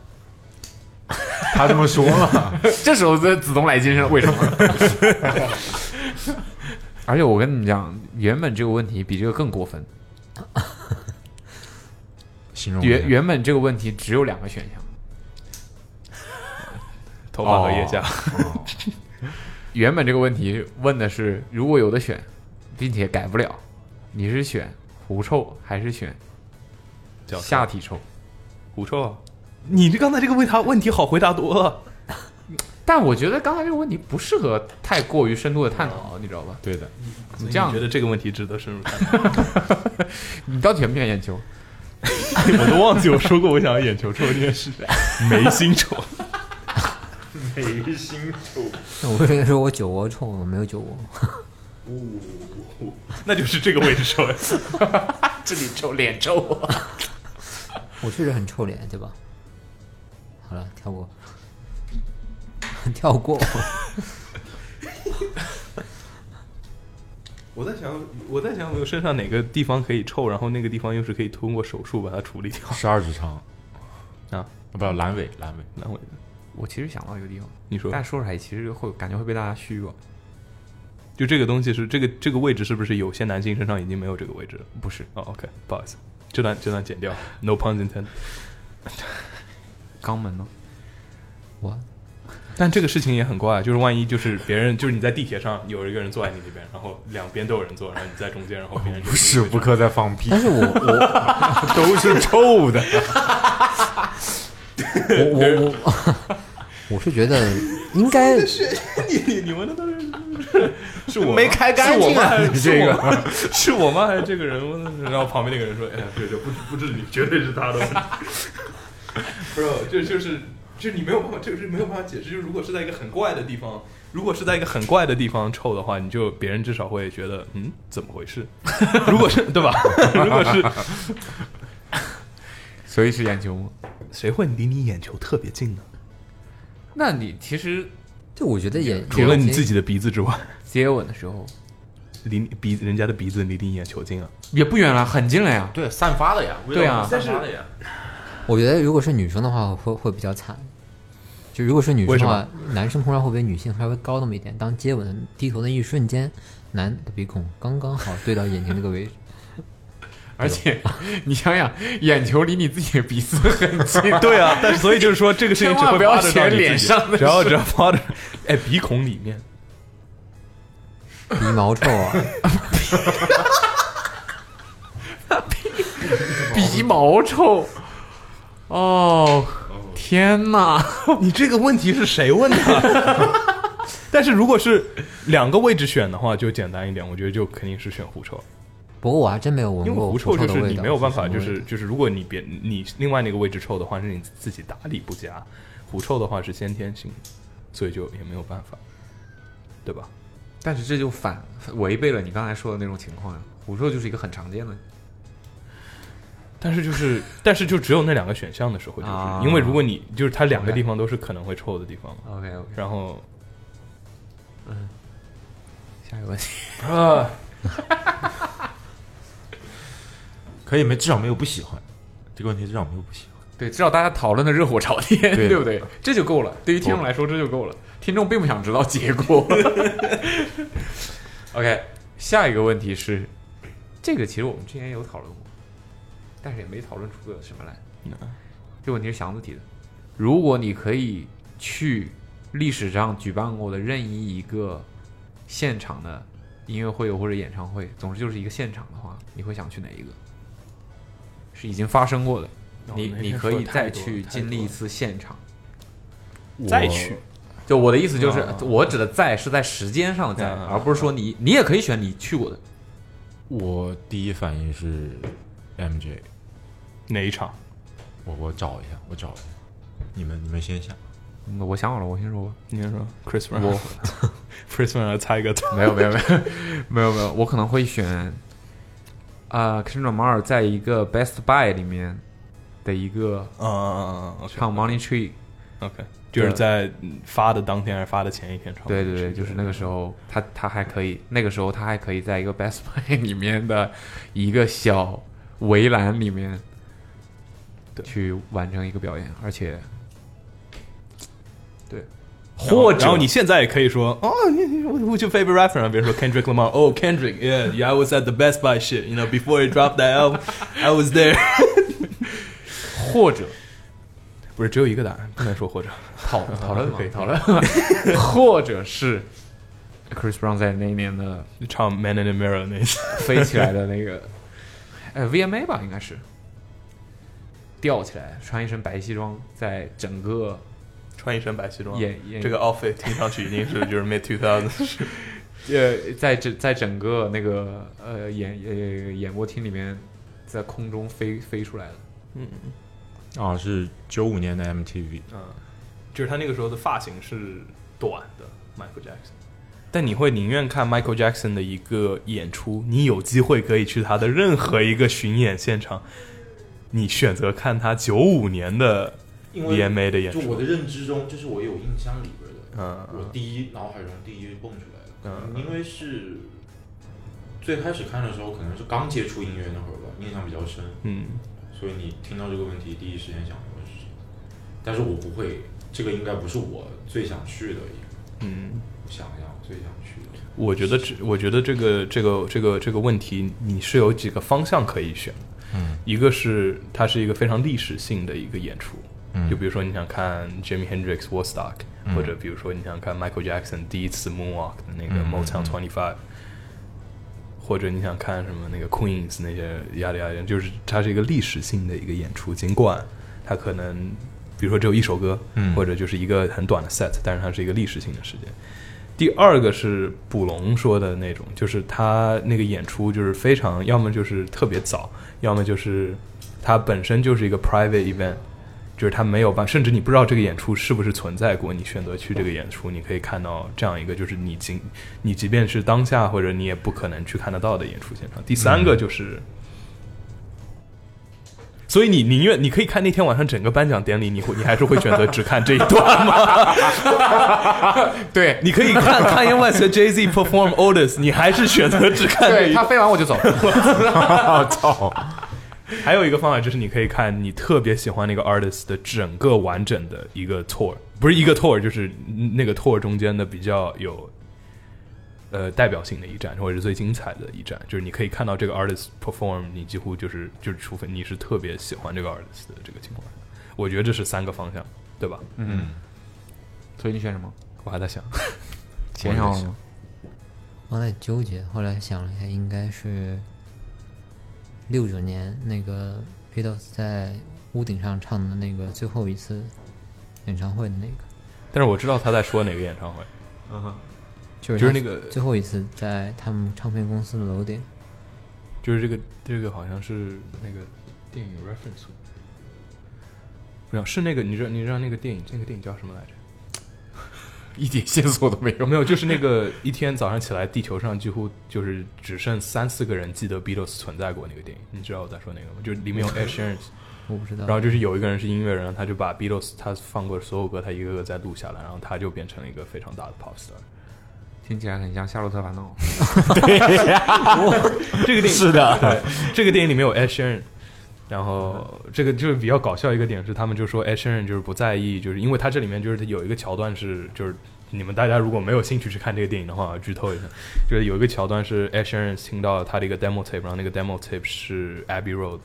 J: 他这么说了，
E: 这时候这子东来精神了，为什么？ 而且我跟你们讲，原本这个问题比这个更过分。
J: 形容一下
E: 原原本这个问题只有两个选项，
B: 头发和腋下
E: 哦 哦原本这个问题问的是，如果有的选，并且改不了，你是选狐臭还是选
B: 脚臭
E: 下体臭？
B: 狐臭啊！你这刚才这个问他问题好回答多了。
E: 但我觉得刚才这个问题不适合太过于深度的探
K: 哦
E: 讨，你知道吧？
J: 对的，
E: 你这样
B: 所以你觉得这个问题值得深入探讨？
E: 你到底选不选眼球？
B: 我都忘记我说过我想要眼球臭这 件事，眉心臭。
J: 眉心臭，
K: 那我跟你说，我酒窝臭，我没有酒窝。
B: 那就是这个位置 臭，
E: 这里臭，脸臭。
K: 我确实很臭脸，对吧？好了，跳过，跳过。
B: 我在想，我在想我身上哪个地方可以臭，然后那个地方又是可以通过手术把它处理掉。
J: 十二指肠
B: 啊，
J: 不知道阑尾，阑尾，
B: 阑尾。
E: 我其实想到一个地方，
B: 你说
E: 但说出来其实会感觉会被大家虚弱。
B: 就这个东西是这个这个位置是不是有些男性身上已经没有这个位置了？
E: 不是
B: 哦，OK，不好意思，这段这段剪掉，no pun intended。
E: 肛门呢？
K: 我，
B: 但这个事情也很怪，啊就是万一就是别人就是你在地铁上有一个人坐在你这边，然后两边都有人坐，然后你在中间，然后别人就
J: 无时哦不刻在放屁。
K: 但是我我
J: 都是臭的。
K: 我我我，我是觉得应该
B: 你你们的都 是 是我吗
E: 没开干净啊
B: 是我妈还是
E: 你这个
B: 是我妈是我妈还是这个人？我然后旁边那个人说：“哎呀，对对，不不是你，绝对是他的 问题。”Bro，这就是就是你没有办法，这个是没有办法解释。就是如果是在一个很怪的地方，如果是在一个很怪的地方臭的话，你就别人至少会觉得嗯怎么回 事？如果是对吧？如果是，
E: 所以是眼球吗？
B: 谁会离你眼球特别近呢？
E: 那你其实
K: 对，我觉得眼
B: 除了你自己的鼻子之外，
E: 接吻的时候，
B: 离你鼻人家的鼻子离你眼球近啊，
E: 也不远了，很近了呀。
J: 对，散发的呀，味道
E: 对啊
J: 散发的呀。
K: 我觉得如果是女生的话，会会比较惨。就如果是女生的
B: 为。
K: 话，男生通常会比女性稍微高那么一点。当接吻低头的一瞬间，男的鼻孔刚刚好对到眼睛这个位置。
E: 而且 你想想，眼球离你自己的鼻子很近
B: 对啊，但所以就是说这个事情只
E: 千万
B: 会
E: 不要
B: 发生到
E: 写
B: 你
E: 脸
B: 自己
E: 上的，事，
B: 只要只要发着，哎，鼻孔里面，
K: 鼻毛臭啊！
E: 鼻毛臭。哦，天哪！
B: 你这个问题是谁问 的？但是如果是两个位置选的话，就简单一点，我觉得就肯定是选狐臭，
K: 不过我还真没有闻
B: 因为
K: 过
B: 狐
K: 臭
B: 臭就
K: 的
B: 是
K: 味
B: 你
K: 道，
B: 没有办法，
K: 什么
B: 就
K: 味
B: 是
K: 道
B: 就是如果你别你另外那个位置臭的话，是你自己打理不佳，狐臭的话是先天性，所以就也没有办法，对吧？
E: 但是这就反违背了你刚才说的那种情况呀。啊狐臭就是一个很常见的，
B: 但是就是，但是就只有那两个选项的时候，就是、
E: 啊
B: 因为如果你就是它两个
E: OK
B: 地方都是可能会臭的地方
E: OK，OK
B: 然后
E: 嗯，下一个问题，
K: 呃
B: 啊，
J: 可以没，至少没有不喜欢。这个问题至少没有不喜欢。
E: 对，至少大家讨论的热火朝天，
J: 对
E: 不对？这就够了，对于听众来说这就够了。听众并不想知道结 果。OK，下一个问题是，这个其实我们之前也有讨论过，但是也没讨论出个什么来。
B: 嗯
E: 这个问题是祥子提的。如果你可以去历史上举办过的任意一个现场的音乐会或者演唱会，总之就是一个现场的话，你会想去哪一个？是已经发生过的，
B: 哦
E: 你
B: 那
E: 你
B: 个
E: 可
B: 说
E: 以
B: 太
E: 再
B: 多
E: 去
B: 太
E: 经历
B: 多
E: 一次现场，
B: 再去。
E: 就我的意思就是，
B: 啊
E: 我指的在是在时间上的在，而不是说你你也可以选你去过的。
J: 我第一反应是 MJ
B: 哪一场？
J: 我我找一下，我找一下。你们你们先想，
E: 嗯我想好了，我先说吧。
B: 你先说，Chris Brown，
E: 我
B: Chris Brown 来猜一个，
E: 没有没有没有没有没有，我可能会选啊、呃、，Kendrick Lamar 在一个 Best Buy 里面的一个
B: 嗯嗯嗯嗯，
E: 唱 Money Tree。
B: OK，就是在嗯发的当天还是发的前一天唱？
E: 对对对，就是那个时候，他他还可以，那个时候他还可以在一个 Best Buy 里面的一个小围栏里面，去完成一个表演，而且，对，或者。
B: 然后你现在也可以说，哦，你你 who's your favorite rapper？然后比啊如说 Kendrick Lamar，哦，Kendrick，yeah，yeah，I was at the Best Buy shit，you know，before he dropped that album，I was there
E: 或者，
B: 不是只有一个答案，不能说或者
E: 讨讨论嘛
B: 可以
E: 讨论 嘛或者是 Chris Brown 在那一年的
B: 唱《Man in the Mirror》那一次
E: 飞起来的 那个，呃 VMA 吧，应该是吊起来，穿一身白西装，在整个
B: 穿一身白西装
E: 演演
B: 这个 outfit 听上去一定是就是 mid two thousand，
E: 呃，在整在整个那个呃演呃演播厅里面，在空中飞飞出来的，
B: 嗯，
J: 啊，是九五年的 MTV，
B: 嗯，就是他那个时候的发型是短的，Michael Jackson。但你会宁愿看 Michael Jackson 的一个演出，你有机会可以去他的任何一个巡演现场，你选择看他九五年的
J: 因为
B: VMA 的演
J: 就
B: 出
J: 我的。认知中，就是我有印象里边的，
B: 嗯
J: 我第一脑海中第一蹦出来的，
B: 嗯
J: 因为是最开始看的时候，可能是刚接触音乐那会儿吧，印象比较深，
B: 嗯，
J: 所以你听到这个问题，第一时间想的是，但是我不会，这个应该不是我最想去的一个，
B: 嗯，
J: 我想一想，最想去的，
B: 我觉得这，我觉得这个这个这个这个问题，你是有几个方向可以选。
J: 嗯，
B: 一个是它是一个非常历史性的一个演出，
J: 嗯
B: 就比如说你想看 Jimi Hendrix Woodstock，、
J: 嗯
B: 或者比如说你想看 Michael Jackson 第一次 Moonwalk 的那个
J: 嗯
B: Motown Twenty Five，、或者你想看什么那个 Queens 那些压力压力，就是它是一个历史性的一个演出，尽管它可能比如说只有一首歌，
J: 嗯
B: 或者就是一个很短的 set，但是它是一个历史性的事件。第二个是卜龙说的那种，就是他那个演出就是非常，要么就是特别早，要么就是它本身就是一个 private event，就是他没有办，甚至你不知道这个演出是不是存在过，你选择去这个演出，你可以看到这样一个，就是你即你即便是当下或者你也不可能去看得到的演出现场。第三个就是，所以你宁愿你可以看那天晚上整个颁奖典礼，你会你还是会选择只看这一段 吗？
E: 对，
B: 你可以 看 Kanye West 和 Jay Z perform Otis，你还是选择只看这一
E: 对他飞完我 就走。
B: 我 操！还有一个方法就是，你可以看你特别喜欢那个 artist 的整个完整的一个 tour，不是一个 tour，就是那个 tour 中间的比较有呃代表性的一站，或者是最精彩的一站，就是你可以看到这个 artist perform，你几乎就是就是，除非你是特别喜欢这个 artist 的这个情况，我觉得这是三个方向，对吧？
E: 嗯，所以你选什么？
B: 我还在想，
E: 钱上了吗？
K: 我在纠结，后来想了一下，应该是六九年那个 Beatles 在屋顶上唱的那个最后一次演唱会的那个，
B: 但是我知道他在说哪个演唱会，
E: 嗯哼，
K: 就是
B: 就是
K: 他
B: 那个
K: 最后一次在他们唱片公司的楼顶。
B: 就是这个这个好像是那个电影 reference，不是是那个你知道你知道那个电影那个电影叫什么来着？
E: 一点线索都没有，
B: 没有，就是那个 一天早上起来，地球上几乎就是只剩三四个人记得 Beatles 存在过那个电影，你知道我在说哪个吗？就是里面有 Ed Sheeran，
K: 我不知道
B: 然后就是有一个人是音乐人，他就把 Beatles 他放过的所有歌，他一个个在录下来，然后他就变成了一个非常大的 pop star。。
E: 听起来很像《夏洛特烦 恼》
B: 这个电影
E: 是的
B: 对， 这个电影里面有 Ed Sheeran，然后这个就是比较搞笑一个点是，他们就说 Ed Sheeran 就是不在意，就是因为他这里面就是有一个桥段是，就是你们大家如果没有兴趣去看这个电影的话，剧透一下，就是有一个桥段是 Ed Sheeran 听到他的一个 demo tape，然后那个 demo tape 是 Abbey Road，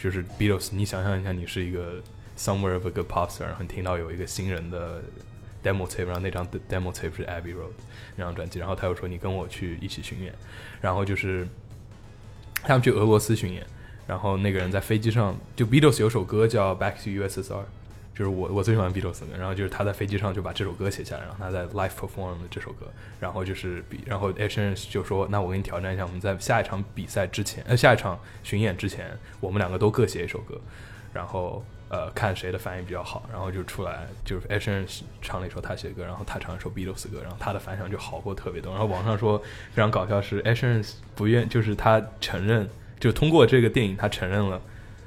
B: 就是 Beatles，你想象一下，你是一个 Somewhere of a Good Pop Star，然后你听到有一个新人的 demo tape，然后那张 de- demo tape 是 Abbey Road 那张专辑，然后他又说你跟我去一起巡演，然后就是他们去俄罗斯巡演，然后那个人在飞机上，就 Beatles 有首歌叫《Back to USSR》，就是我我最喜欢 Beatles 的歌，然后就是他在飞机上就把这首歌写下来，然后他在 live perform 了这首歌，然后就是比，然后 H N 就说，那我给你挑战一下，我们在下一场比赛之前，呃，下一场巡演之前，我们两个都各写一首歌，然后呃，看谁的反应比较好，然后就出来就是 H N 唱了一首他写的歌，然后他唱了一首 Beatles 的歌，然后他的反响就好过特别多。然后网上说非常搞笑是 H N 不愿，就是他承认，就通过这个电影他承认了。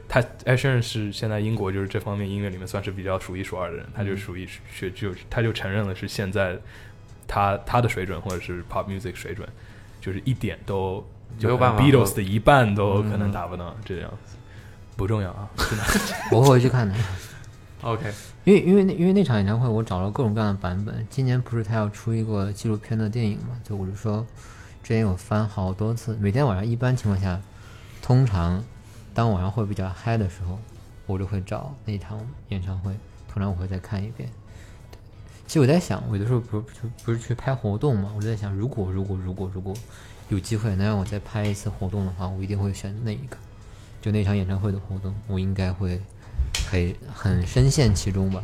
B: 他 a s h e r 是现在英国就是这方面音乐里面算是比较数一数二的人，他就属于是就是他就承认了是现在他他的水准或者是 pop music 水准，就是一点都
E: 没有办法
B: 就可能 Beatles 的一半都可能
E: 嗯
B: 达不到这样子，不重要啊，真的
K: 我回去看的。
E: OK，
K: 因为因为那因为那场演唱会，我找了各种各样的版本。今年不是他要出一个纪录片的电影嘛？就我就说，之前我翻好多次，每天晚上一般情况下，通常当晚上会比较嗨的时候，我就会找那场演唱会，通常我会再看一遍。其实我在想，我有的时候不是就不是去拍活动嘛，我就在想，如果如果如果如果有机会能让我再拍一次活动的话，我一定会选那一个，就那场演唱会的活动，我应该会很很深陷其中吧。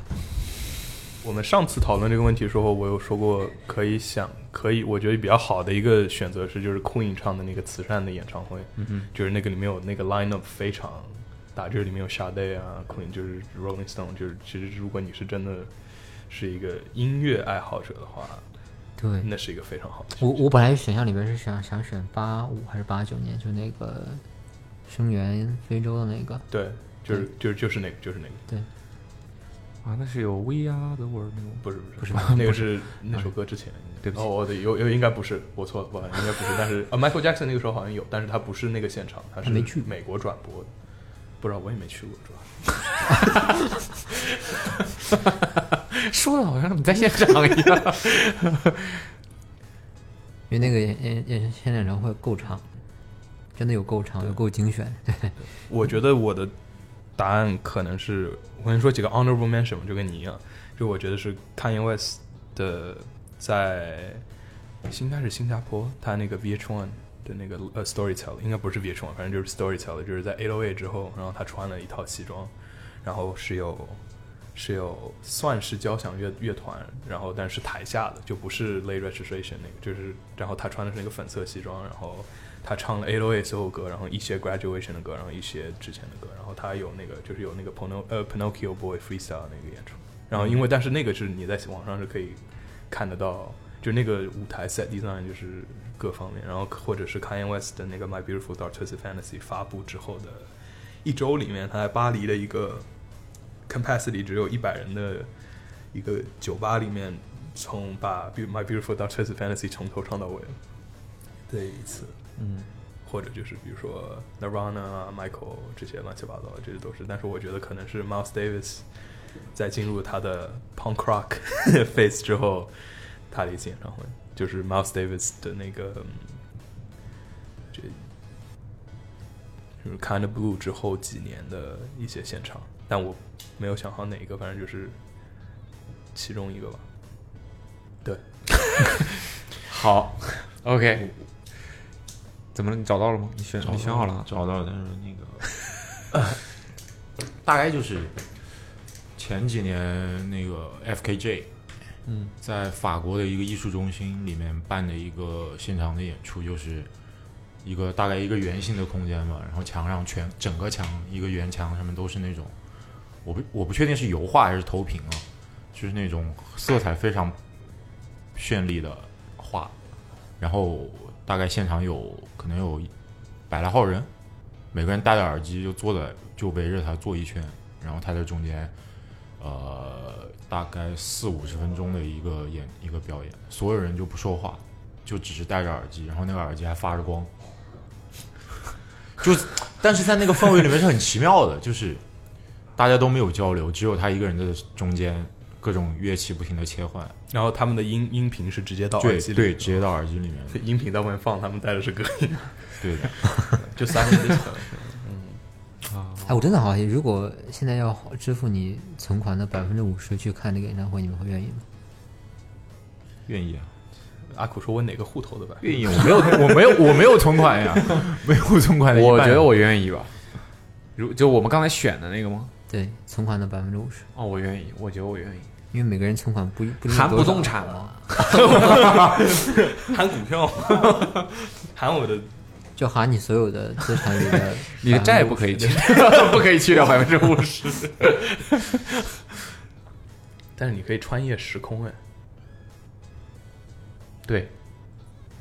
B: 我们上次讨论这个问题的时候，我有说过，可以想，可以，我觉得比较好的一个选择是，就是 Queen 唱的那个慈善的演唱会，
E: 嗯哼
B: 就是那个里面有那个 line up 非常大，就是里面有 Sade 啊，Queen 就是 Rolling Stone，就是其实如果你是真的是一个音乐爱好者的话，
K: 对
B: 那是一个非常好的选择。
K: 我我本来选项里边是想想选八五还是八九年，就那个声援非洲的那个。
B: 对，就是就是就是那个就是那个，
K: 对，
E: 啊，那是有 We Are the World 那种，
B: 不是不是
E: 不是
B: 吧
E: 吧？
B: 那个
E: 不
B: 是那首歌之前，
E: 对不起
B: 哦，我对，有有应该不是，我错了，不好意思，应该不是。但是啊，Michael Jackson 那个时候好像有，但是他不是那个现场，他是
K: 他没去
B: 美国转播的，不知道我也没去过，主要。
E: 说的好像你在现场一样。
K: 因为那个演演演现演唱会够长，真的有够长，有够精
E: 哦
K: 选。对，
B: 我觉得我的答案可能是，我跟你说几个 honorable mention，吧就跟你一样，就我觉得是 Kanye West 的在应该是新加坡，他那个 VH1 的那个呃 Storyteller，应该不是 VH1，反正 oh 就是 Storyteller，就是在808之后，然后他穿了一套西装，然后是有是有算是交响乐乐团，然后但是台下的就不是 late registration 那个，就是然后他穿的是那个粉色西装，然后他唱了 A O A 所有歌，然后一些 graduation 的歌，然后一些之前的歌，然后他有那个就是有那个 Pino 呃 Pinocchio Boy freestyle 那个演出，然后因为但是那个是你在网上是可以看得到，就那个舞台 set design 就是各方面，然后或者是 Kanye West 的那个 My Beautiful Dark Twisted Fantasy 发布之后的一周里面，他在巴黎的一个 capacity 只有一百人的一个酒吧里面，从把 Be- My Beautiful Dark Twisted Fantasy 从头唱到尾的一次，
E: 嗯，
B: 或者就是比如说 Nirvana 啊、Michael 这些乱七八糟的，这些都是。但是我觉得可能是 Miles Davis 在进入他的 punk rock phase 之后，他的一次演唱会就是 Miles Davis 的那个，嗯这就是 Kind of Blue 之后几年的一些现场，但我没有想好哪一个，反正就是其中一个吧。对，
E: 好，OK，怎么了？你找到了吗？你选你选好了？啊
J: 找到，但是那个 大概就是前几年那个 FKJ，
E: 嗯，
J: 在法国的一个艺术中心里面办的一个现场的演出，就是一个大概一个圆形的空间嘛，然后墙上全整个墙一个圆墙上面都是那种，我不我不确定是油画还是投屏啊，就是那种色彩非常绚丽的画，然后大概现场有可能有百来号人，每个人戴着耳机就坐在就围着他坐一圈，然后他在中间，呃，大概四五十分钟的一个演一个表演，所有人就不说话，就只是戴着耳机，然后那个耳机还发着光，就但是在那个氛围里面是很奇妙的，就是大家都没有交流，只有他一个人在中间，各种乐器不停的切换，
B: 然后他们的音音频是直接到
J: 对
B: 耳机里
J: 对，直接到耳机里面，
B: 音频在外面放，他们带的是隔音，
J: 对的
B: 就三分之一。嗯，
K: 哎，我真的好奇，如果现在要支付你存款的百分之五十去看这个演唱会，你们会愿意吗？
J: 愿意啊。
B: 阿苦说：“我哪个户头的吧？”
J: 愿意，我没有，我没有，我没有存 款呀，没有存款的一半。
E: 我觉得我愿意吧。如就我们刚才选的那个吗？
K: 对，存款的百分之五十，
E: 哦，我愿意，我觉得我愿意。
K: 因为每个人存款不一不一定
E: 含
K: 多少
E: 不动产吗，
B: 含股票， 含 我的
K: 就含你所有的资产里的
E: 你的债不 可以去，不可以
B: 啊
E: 去掉
J: 啊
E: 百分之五十。
B: 但是你可以穿越时空哎，
E: 对，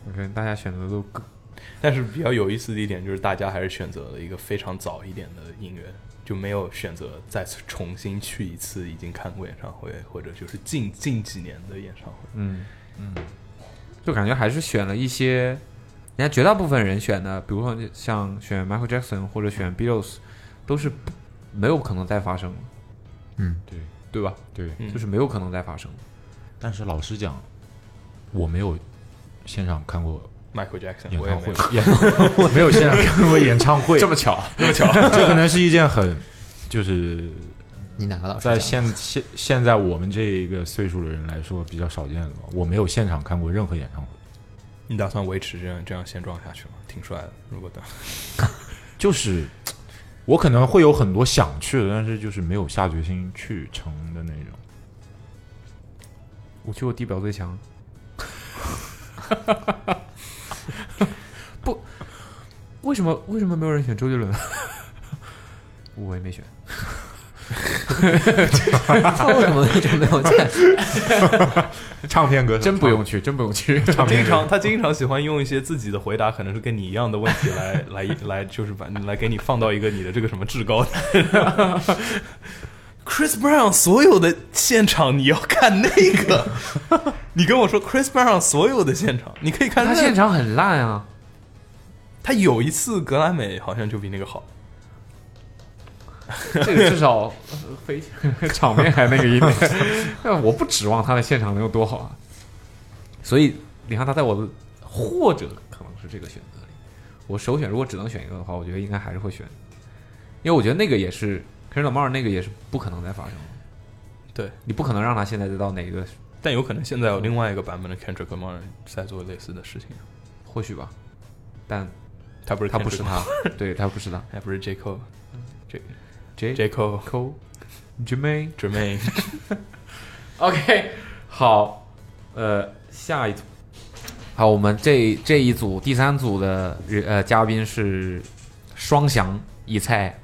E: 我觉得大家选择都各
B: 但是比较有意思的一点就是，大家还是选择了一个非常早一点的音乐，就没有选择再重新去一次已经看过演唱会，或者就是近近几年的演唱会。
E: 嗯嗯，就感觉还是选了一些，人家绝大部分人选的，比如说像选 Michael Jackson 或者选 Beatles，都是不没有可能再发生了。
K: 嗯，
J: 对
E: 对吧？
J: 对嗯
E: 就是没有可能再发生了。
J: 但是老实讲，我没有现场看过
B: Michael Jackson，
J: 演
B: 我也
J: 唱
B: 没有，
J: 会演 没有现场看过演唱会，
E: 这么巧
B: 这么 巧
J: 这可能是一件很就是
K: 你哪个老师
J: 在
K: 讲
J: 现现现在我们这个岁数的人来说比较少见的吧。我没有现场看过任何演唱会，
B: 你打算维持这样这样现状下去吗？挺帅的，如果打。
J: 就是我可能会有很多想去的，但是就是没有下决心去成的那种。
E: 我去过地表 最强， 不，为什么为什么没有人选周杰伦？ 我也没选。
K: 为什么一直没有在
J: 唱片歌手
E: 真不用去，真不用去。
B: 他经常他经常喜欢用一些自己的回答，可能是跟你一样的问题 来来来，就是把来给你放到一个你的这个什么至高的。Chris Brown 所有的现场你要看那个， 你跟我说 Chris Brown 所有的现场，你可以看
E: 他
B: 那
E: 现场很烂啊。
B: 他有一次格莱美好像就比那个好，
E: 这个至少呃飞 场面还那个音，那我不指望他的现场能有多好啊。所以你看，他在我的或者可能是这个选择里，我首选如果只能选一个的话，我觉得应该还是会选，因为我觉得那个也是 k e n l a m a r 那个也是不可能再发生了。
B: 对
E: 你不可能让他现在再到哪一个，
B: 但有可能现在有另外一个版本的 Kendrick Lamar 在做类似的事情，
E: 或许吧，但
B: 他不是
E: 他不是
B: Kendrick
E: 他
B: Lamar，
E: 对他不是他，
B: 还不是 J Cole，J
E: J
B: J Cole
E: Cole Jermaine
B: Jermaine。
E: OK，好，呃，下一组。好，我们这这一组第三组的人呃嘉宾是双翔一菜，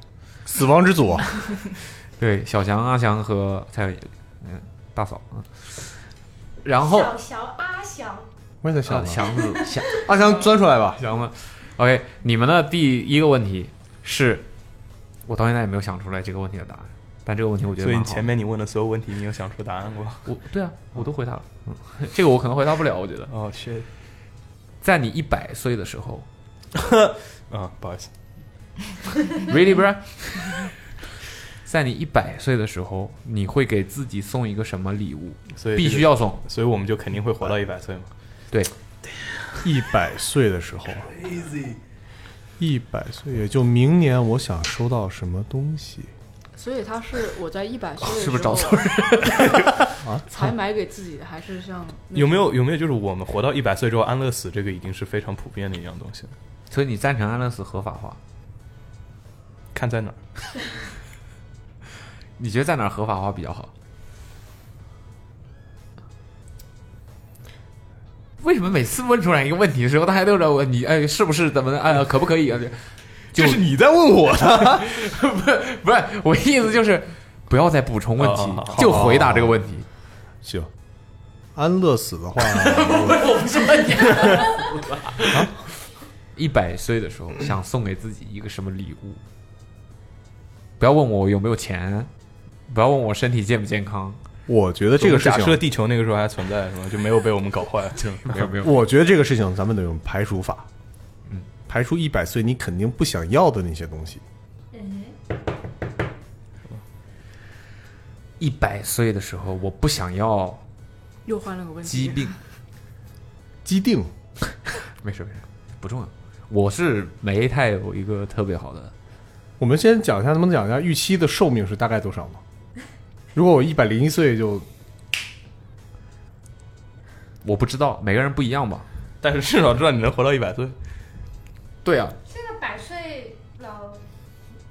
G: 死亡之
E: 呃
G: 组。
E: 嗯对，小翔、阿翔和蔡伟，嗯，大嫂。嗯然后
L: 小小阿翔，
G: 我也在
E: 想翔子翔
G: 阿翔钻出来吧，
E: 翔子。OK，你们的第一个问题是，我到现在也没有想出来这个问题的答案，但这个问 题我觉
B: 所
E: 得
B: 以
E: 蛮
B: 你
E: 好的
B: 前面你问的所有问题，你有想出答案过？
E: 我对啊，我都回答了。这个我可能回答不了，我觉得。
B: 哦，是。
E: 在你一百岁的时候，
B: 啊，不好意思
E: ，really bro，在你一百岁的时候，你会给自己送一个什么礼物？
B: 所以这个
E: 必须要送，
B: 所以我们就肯定会活到一百岁嘛。
E: 对，
G: 一百岁的时候，
B: Easy，
G: 一百岁也就明年，我想收到什么东西？
F: 所以他是我在一百岁的时候
G: 是不是 找错人啊
F: 才买给自己的，还是像
B: 有没有有没有就是我们活到一百岁之后安乐死这个已经是非常普遍的一样东西了？
E: 所以你赞成安乐死合法化？
B: 看在哪儿？
E: 你觉得在哪儿合法化比较好？为什么每次问出来一个问题的时候，大家都在问你，哎，是不是怎么的？哎，可不可以啊？就
B: 这是你在问我
E: 的， 不是我意思就是不要再补充问题，就回答这个问题。
G: 行，安乐死 的话，
E: 我不是问你，
G: 啊
E: 一百岁的时候想送给自己一个什么礼物？不要问我有没有钱，不要问我身体健不健康。
G: 我觉得这个事
B: 假
G: 情
B: 设地球那个时候还存在是吗？就没有被我们搞坏，
E: 没有没有
G: 我觉得这个事情咱们得用排除法，嗯，排除一百岁你肯定不想要的那些东西。
D: 嗯
E: 一百岁的时候，我不想要
F: 又换了个问题？
E: 疾病，
G: 既定，
E: 没事没事，不重要。我是没太有一个特别好的，
G: 我们先讲一下，能不能讲一下预期的寿命是大概多少吗？如果我一百零一岁就
E: 我不知道，每个人不一样吧。
B: 但是至少知道你能活到一百岁。
E: 对啊，
L: 这个百岁老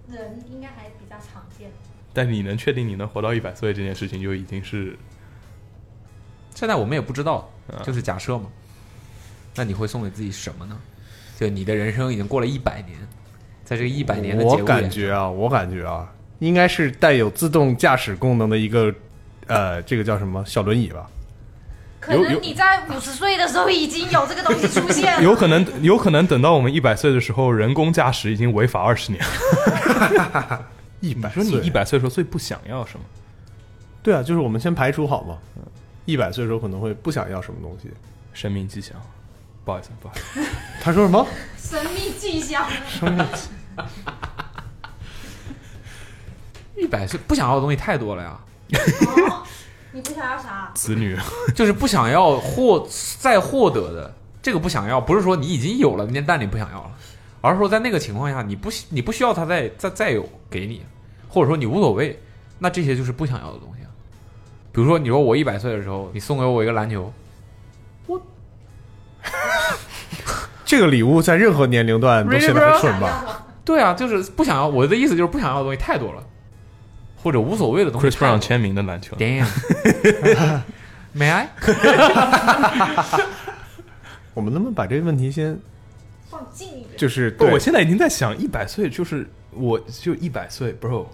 L: 人应该还比较常见。
B: 但你能确定你能活到一百岁这件事情，就已经是
E: 现在我们也不知道，
G: 嗯啊
E: 就是假设嘛。那你会送给自己什么呢？就你的人生已经过了一百年，在这一百年的节
G: 我
E: 骨
G: 感
E: 眼
G: 觉啊，我感觉啊，应该是带有自动驾驶功能的一个，呃，这个叫什么小轮椅吧？
L: 可能你在五十岁的时候已经有这个东西出现了。
B: 有可能，有可能等到我们一百岁的时候，人工驾驶已经违法二十年了。
G: 一百
B: 你说你一百岁的时候最不想要什么？
G: 对啊，就是我们先排除好嘛。一百岁的时候可能会不想要什么东西。
B: 生命迹象，不好意思，不好意
G: 思。他说什么？
L: 神秘迹象，
E: 一百岁不想要的东西太多了呀，
L: 你不想要啥？
B: 子女
E: 就是不想要获再获得的这个不想要，不是说你已经有了，但你不想要了，而是说在那个情况下，你不你不需要他再再再有给你，或者说你无所谓，那这些就是不想要的东西啊。比如说，你说我一百岁的时候，你送给我一个篮球，
G: 这个礼物在任何年龄段都
E: Really,
G: 显得很
E: bro？
G: 蠢吧？
E: 对啊，就是不想要。我的意思就是不想要的东西太多了，或者无所谓的东西
B: Chris
E: 太多
B: Brown
E: 了。
B: 签名的篮球。
E: May I？
G: 我们能不能把这个问题先
L: 放近一点。
G: 就是
B: 不，
G: 对
B: 我现在已经在想，一百岁就是我就一百岁，bro。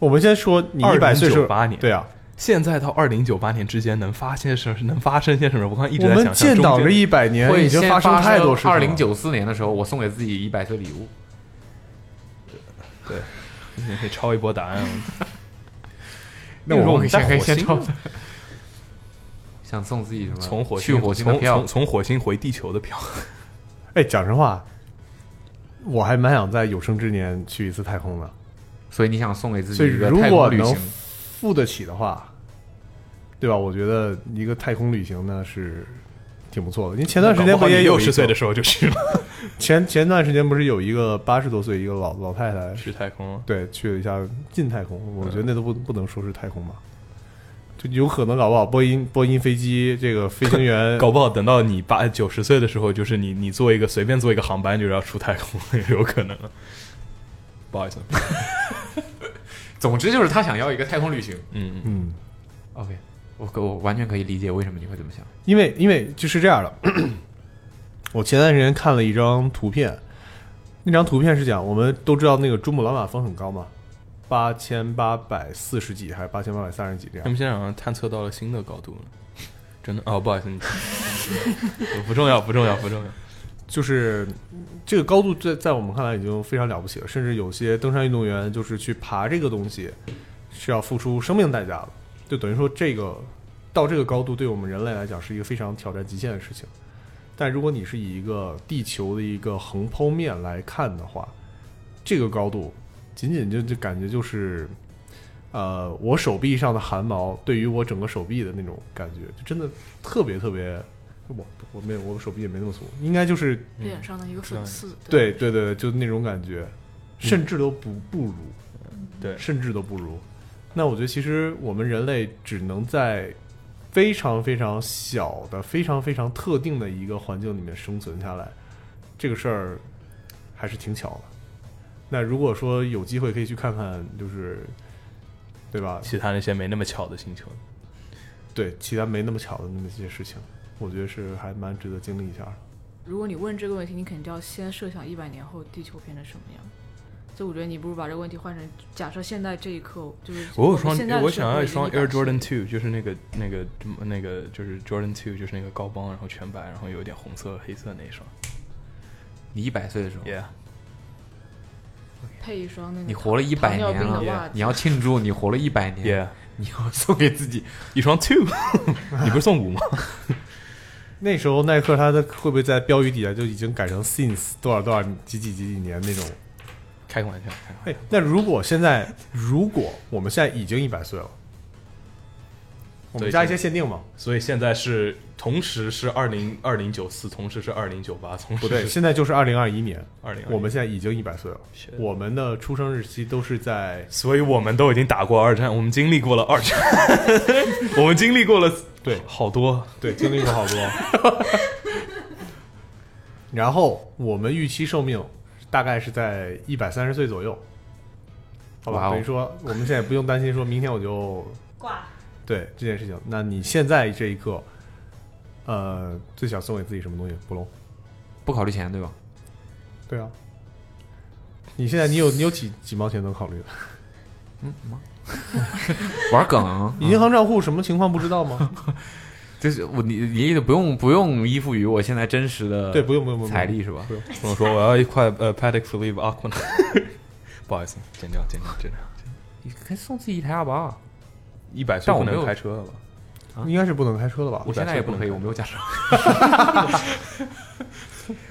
G: 我们先说你100岁是
B: 八年，
G: 对啊，
B: 现在到二零九八年之间能发现什么？能发生些什么？我刚一直
G: 我
B: 在
G: 们
B: 想象
G: 建
B: 中
G: 党
B: 间
G: 这100年
E: 会
G: 已经发生太多事情了
E: 二零九四年的时候，我送给自己一百岁礼物。
B: 对，你可以抄一波答案。
E: 那
B: 比如说
E: 我
B: 我
E: 们
B: 们在
E: 先可以
B: 火
E: 先
B: 星
E: 抄。 想送自己什么？
B: 从火
E: 去
B: 星
E: 火星的
B: 从
E: 票
B: 从从火星回地球的票。
G: 哎，讲实话，我还蛮想在有生之年去一次太空的。
E: 所以你想送给自己
G: 所以
E: 一个
G: 如
E: 太
G: 果
E: 空旅
G: 能
E: 行？
G: 付得起的话，对吧？我觉得一个太空旅行呢是挺不错的。因为前段时间不也有
B: 六十岁的时候就去了，
G: 候， 前前段时间不是有一个八十多岁一个老老太太
B: 去太空？
G: 对，去了一下近太空，我觉得那都不不能说是太空吧。就有可能搞不好波音波音飞机这个飞行 员
B: 搞不好等到你八九十岁的时候，就是你你做一个随便做一个航班就是要出太空，也有可能了。不好意思，
E: 总之就是他想要一个太空旅行。
B: 嗯
G: 嗯
E: ，OK，我可我完全可以理解为什么你会这么想。
G: 因为因为就是这样的， 我前段时间看了一张图片，那张图片是讲我们都知道那个珠穆朗玛峰很高嘛，八千八百四十几还是八千八百三十几这
B: 他
G: 样
B: 们。现在好像探测到了新的高度了，真的哦，不好意思， 你不重要，不重要，不重要。
G: 就是这个高度在在我们看来已经非常了不起了，甚至有些登山运动员就是去爬这个东西是要付出生命代价的，就等于说这个到这个高度对我们人类来讲是一个非常挑战极限的事情。但如果你是以一个地球的一个横剖面来看的话，这个高度仅仅就就感觉就是，呃，我手臂上的汗毛对于我整个手臂的那种感觉，就真的特别特别。我我没有，我手臂也没那么粗，应该就是
F: 脸上的一个粉刺
G: 对对对，对就那种感觉，甚至都不不如，
B: 对，
G: 甚至都不如。那我觉得其实我们人类只能在非常非常小的、非常非常特定的一个环境里面生存下来，这个事儿还是挺巧的。那如果说有机会可以去看看，就是对吧？
B: 其他那些没那么巧的星球，
G: 对其他没那么巧的那么些事情，我觉得是还蛮值得经历一 下的。
F: 如果你问这个问题，你肯定就要先设想一百年后地球变成什么样。所以我觉得你不如把这个问题换成：假设现在这一刻，就是
B: 我有双哎
F: 现在，的
B: 我
F: 社
B: 想要
F: 会
B: 一双
F: 已经
B: Air Jordan Two，就是那个那个那个就是 Jordan Two，就是那个高帮，然后全白，然后有一点红色、黑色那一双。
E: 你一百岁的时候
B: ，Yeah，
F: 配一双那个
E: 你活了一
F: 糖
E: 百年啊
F: 尿病的袜
E: 了，
F: 子
E: 你要庆祝你活了一百年
B: Yeah
E: 你要送给自己
B: 一双 Two，你不 是送五吗？
G: 那时候耐克它的会不会在标语底下就已经改成 since 多少多少几几几几年那种？
B: 开个玩笑，开个玩笑。
G: 哎，那如果现在， 如果我们现在已经一百岁了，我们加一些限定嘛？
B: 所以现在是同时是二零二零九四，同时是二零九八，同时
G: 不
B: 嗯
G: 对，
B: 是
G: 现在就是二零二一年，
B: 2021
G: 我们现在已经一百岁了，我们的出生日期都是在，
B: 哎所以我们都已经打过二战，我们经历过了二战， 我们经历过了
G: 对
B: 好多，
G: 对，经历过好 多。然后我们预期寿命大概是在一百三十岁左右，好
E: 哇
G: 吧？
E: 哦
G: 等于说我们现在不用担心说明天我就
H: 挂了。
G: 对这件事情，那你现在这一刻，呃，最想送给自己什么东西？布隆，
E: 不考虑钱对吧？
G: 对啊，你现在你有你有几几毛钱能考虑的？
E: 嗯，玩梗、啊
G: 银行账户什么情况不知道吗？
E: 就是我你你也不用不用依附于我现在真实的
B: 对不用不用不用
E: 财力是吧？
B: 不 用我说我要一块呃 Patek Philippe Aqua，不 好意思，剪掉剪掉剪掉，
E: 你可以送自己一台阿巴，
B: 一百岁
E: 但我
B: 不
E: 没有
B: 能开车了吧？
G: 应该是不能开车了吧？
E: 啊我现在也不可以，我没有驾照。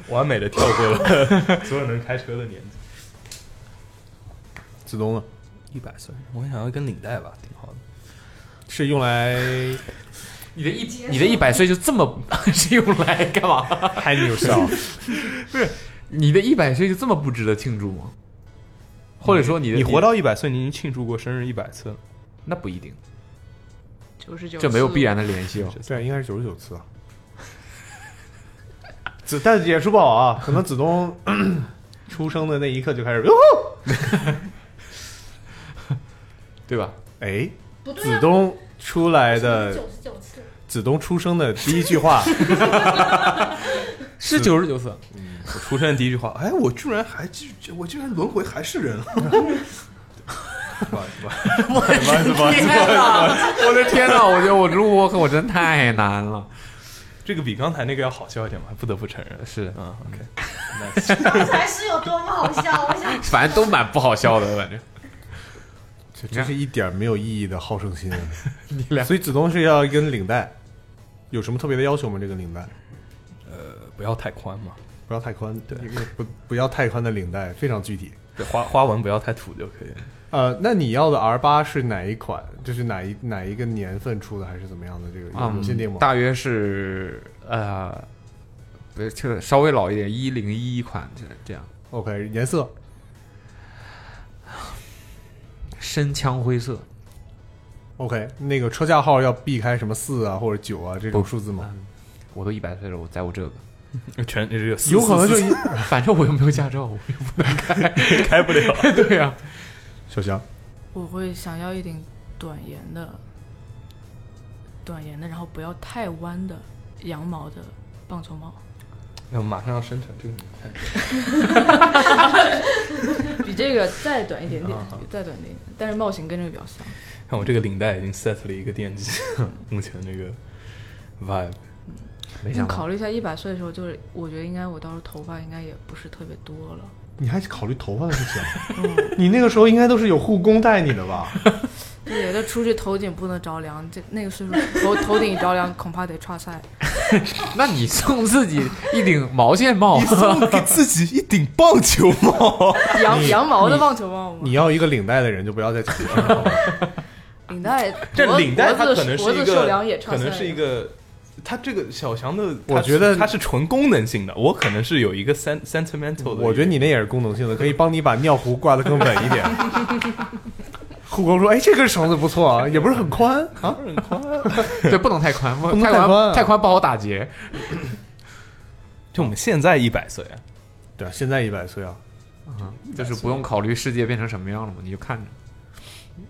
B: 完美的跳过了 所有能开车的年纪。
G: 子东呢？
B: 一百岁，我想要一根领带吧，挺好的。
G: 是用来
E: 哎你的一你的 一百岁就 这么是用来干嘛
G: ？Hang yourself
E: 不是你的一百岁就这么不值得庆祝吗？或者说你的
B: 你活到一百岁，你已经庆祝过生日一百次了，
E: 那不一定，
F: 九十九，
E: 这没有必然的联系哦。
G: 对，应该是九十九次啊。 子，但也说不好啊，可能子东 出生的那一刻就开始，哟吼，
E: 对吧？
G: 哎，
L: 不对啊
G: 子东出来的
L: 九十九次，
G: 子东出生的第一句 话
B: 是九十九次。
G: 嗯
B: 我出生的第一句话，哎，我居然还居，我居然轮回还是 人。
D: 啊
B: 不好意思，不好意思，不好意思，不好意思，
E: 我的天哪！我觉得我录播课我真太难了。
B: 这个比刚才那个要好笑一点嘛，不得不承认。
E: 是，
B: 嗯，OK，
H: 刚才 是有多么好笑，我想
E: 反正都蛮不好 笑的，反正。
G: 这真是一点没有意义的好 胜心啊、
E: 你俩
G: 所以子东是要一根领带，有什么特别的要求吗？这个领带
B: 呃，不要太宽嘛，
G: 不要太宽，对，不不要太宽的领带，非常具体。
B: 对，花花纹不要太土就可以了。
G: 呃，那你要的 R 八是哪一款？就是哪一哪一个年份出的，还是怎么样的？这个
B: 嗯
G: 有有限定吗？
E: 嗯大约是呃，不是，就是稍微老一点，一零一款这这样。
G: OK，颜色
E: 深枪灰色，
G: OK，那个车架号要避开什么四啊或者九啊这种数字吗？
E: 嗯我都一百岁了，我在乎这个。
B: 全这个
G: 有可能 就一
E: 反正我又没有驾照，我又不能开，啊
B: 开不了。
E: 对呀、
G: 小翔，
F: 我会想要一顶短檐的，短檐的，然后不要太弯的羊毛的棒球帽，
B: 那我们马上要生成这个，你看。
F: 比这个再短一点点
B: 啊啊，
F: 再短一点点，但是帽型跟这个比较像。
B: 看我这个领带已经 set 了一个惦记， 目前这个 vibe，没
F: 你
B: 想
F: 考
B: 到
F: 虑一下，一百岁的时候，就是我觉得应该我到时候头发应该也不是特别多了。
G: 你还考虑头发的事情？ 你那个时候应该都是有护工带你的吧？
F: 对，这出去头顶不能着凉，这那个岁数头头顶着凉恐怕得差赛。
E: 那你送自己一顶毛线帽，
F: 你 送
B: 给自己一顶棒球帽
F: 羊
G: 你
F: 羊毛的棒球帽吗？
G: 你要一个领带的人，就不要再提了。
F: 领带，
B: 这
F: 脖
B: 领带它
F: 脖子
B: 可能
F: 脖
B: 是一
F: 子受凉
B: 个
F: 也，差
B: 可
F: 赛
B: 能是一个，它呃这个小翔的，
G: 我
B: 它是
G: 觉得
B: 它是纯功能性的，我可能是有一个 sen sentimental 的，
G: 我觉得你那也是功能性的，可以帮你把尿壶挂得更稳一 点。护工说：“哎，这根绳子不错啊，也不是很宽 啊，
B: 很宽，
E: 对，不能太宽，
G: 不能
E: 太
G: 太宽
E: 宽
G: 啊
E: 太宽不好打结。
B: 就我们现在一百岁啊，
G: 对，现在一百岁啊，
E: 嗯，就是不用考虑世界变成什么样了嘛，你就看着。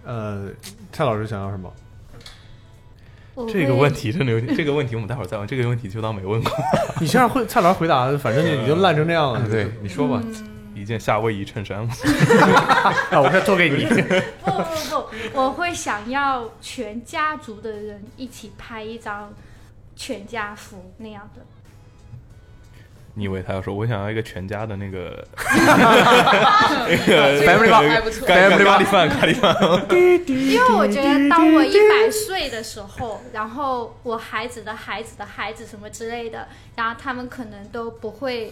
G: 呃，蔡老师想要什么？
B: 这个问题真的有点，这个问题我们待会儿再问，这个问题就当没问过。
G: 你先让会蔡老师回答，反正就已经烂成这样了。
B: 嗯对，你说吧，
E: 嗯
B: 一件夏威夷衬衫，
G: 啊，我这脱给你。
L: 不不不，我会想要全家族的人一起拍一张全家福那样 的。
B: 你以为他要说我想要一个全家的那个
E: Family box 还不错
B: 咖
E: Family
B: 喱
E: box
B: 咖喱饭咖喱 饭，
L: 因为我觉得当我一百岁的时候，然后我孩子的孩子的孩子什么之类的，然后他们可能都不会，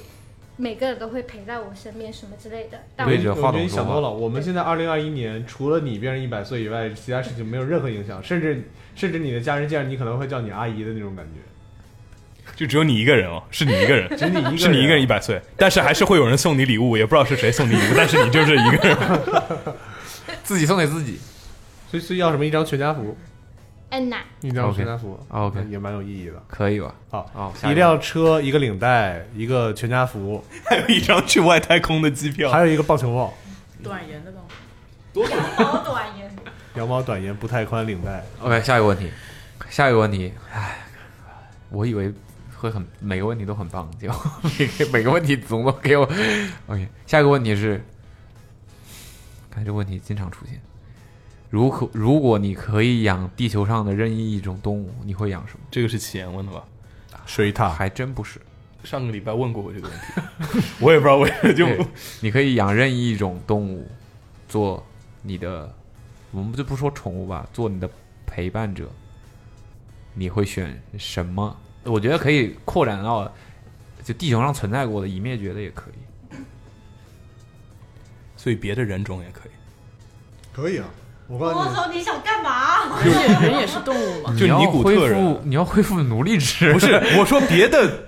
L: 每个人都会陪在我身边什么之类的。但我
E: 对着
G: 我
E: 话筒说话
G: 觉得你想多了。我们现在二零二一年，除了你变成一百岁以外，其他事情没有任何影响，甚至甚至你的家人见着你可能会叫你阿姨的那种感觉。
B: 就只有你一个人哦，是你一个人，
G: 只你一个人
B: 是你一个人一百岁，但是还是会有人送你礼物，也不知道是谁送你礼物，但是你就是一个人，
E: 自己送给自己，
G: 所以所以要什么一张全家福，
L: 嗯呐，
G: 一张全家福
E: OK，
G: 也蛮有意义的。
E: 可以吧？
G: 好，
E: 哦，下
G: 一
E: 个
G: 辆车，一个领带，一个全家福，
B: 还有一张去外太空的机票，
G: 还有一个棒球帽，
F: 短檐的棒球。
L: 好短呀。
G: 羊毛短檐不太宽领带。
E: OK，下一个问题，下一个问题，唉，我以为会很每个问题都很棒，结果 每个每个问题总都给我 OK。下一个问题是，看这问题经常出现，如可如果你可以养地球上的任意一种动物，你会养什么？
B: 这个是起源问的吧？
G: 水獭
E: 还真不是，
B: 上个礼拜问过我这个问题， 我也不知道为什么就
E: 对你可以养任意一种动物做你的，我们就不说宠物吧，做你的陪伴者，你会选什么？我觉得可以扩展到就地球上存在过的已灭绝的也可以，
B: 所以别的人种也可以，
G: 可以啊，我告
H: 我操，你想干嘛？
F: 人也是动物嘛
B: 就尼古特
E: 你要
B: 人
E: 恢复，你要恢复奴隶制，
B: 不 是我说别的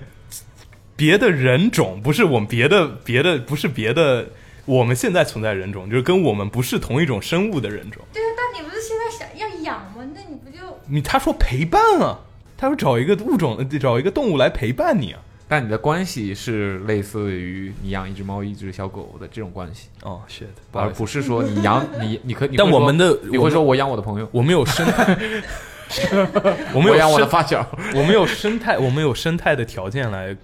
B: 别的人种，不是我们别的别的不是别的，我们现在存在人种就是跟我们不是同一种生物的人种。
L: 对啊，但你不是现在想要养吗？那你不就
B: 你他说陪伴啊，他说找一个物种，呃找一个动物来陪伴你啊。
E: 但你的关系是类似于你养一只猫、一只小狗的这种关系
B: 哦，shit，不好
E: 而
B: 意思
E: 不是说你养你你可以，你会
B: 但我
E: 说
B: 们的
E: 你
B: 我
E: 会
B: 们
E: 说我养我的朋友，
B: 我们有生 态，我们有
E: 养我的
B: 生
E: 发小，
B: 我们有生态，我们有生态的条件来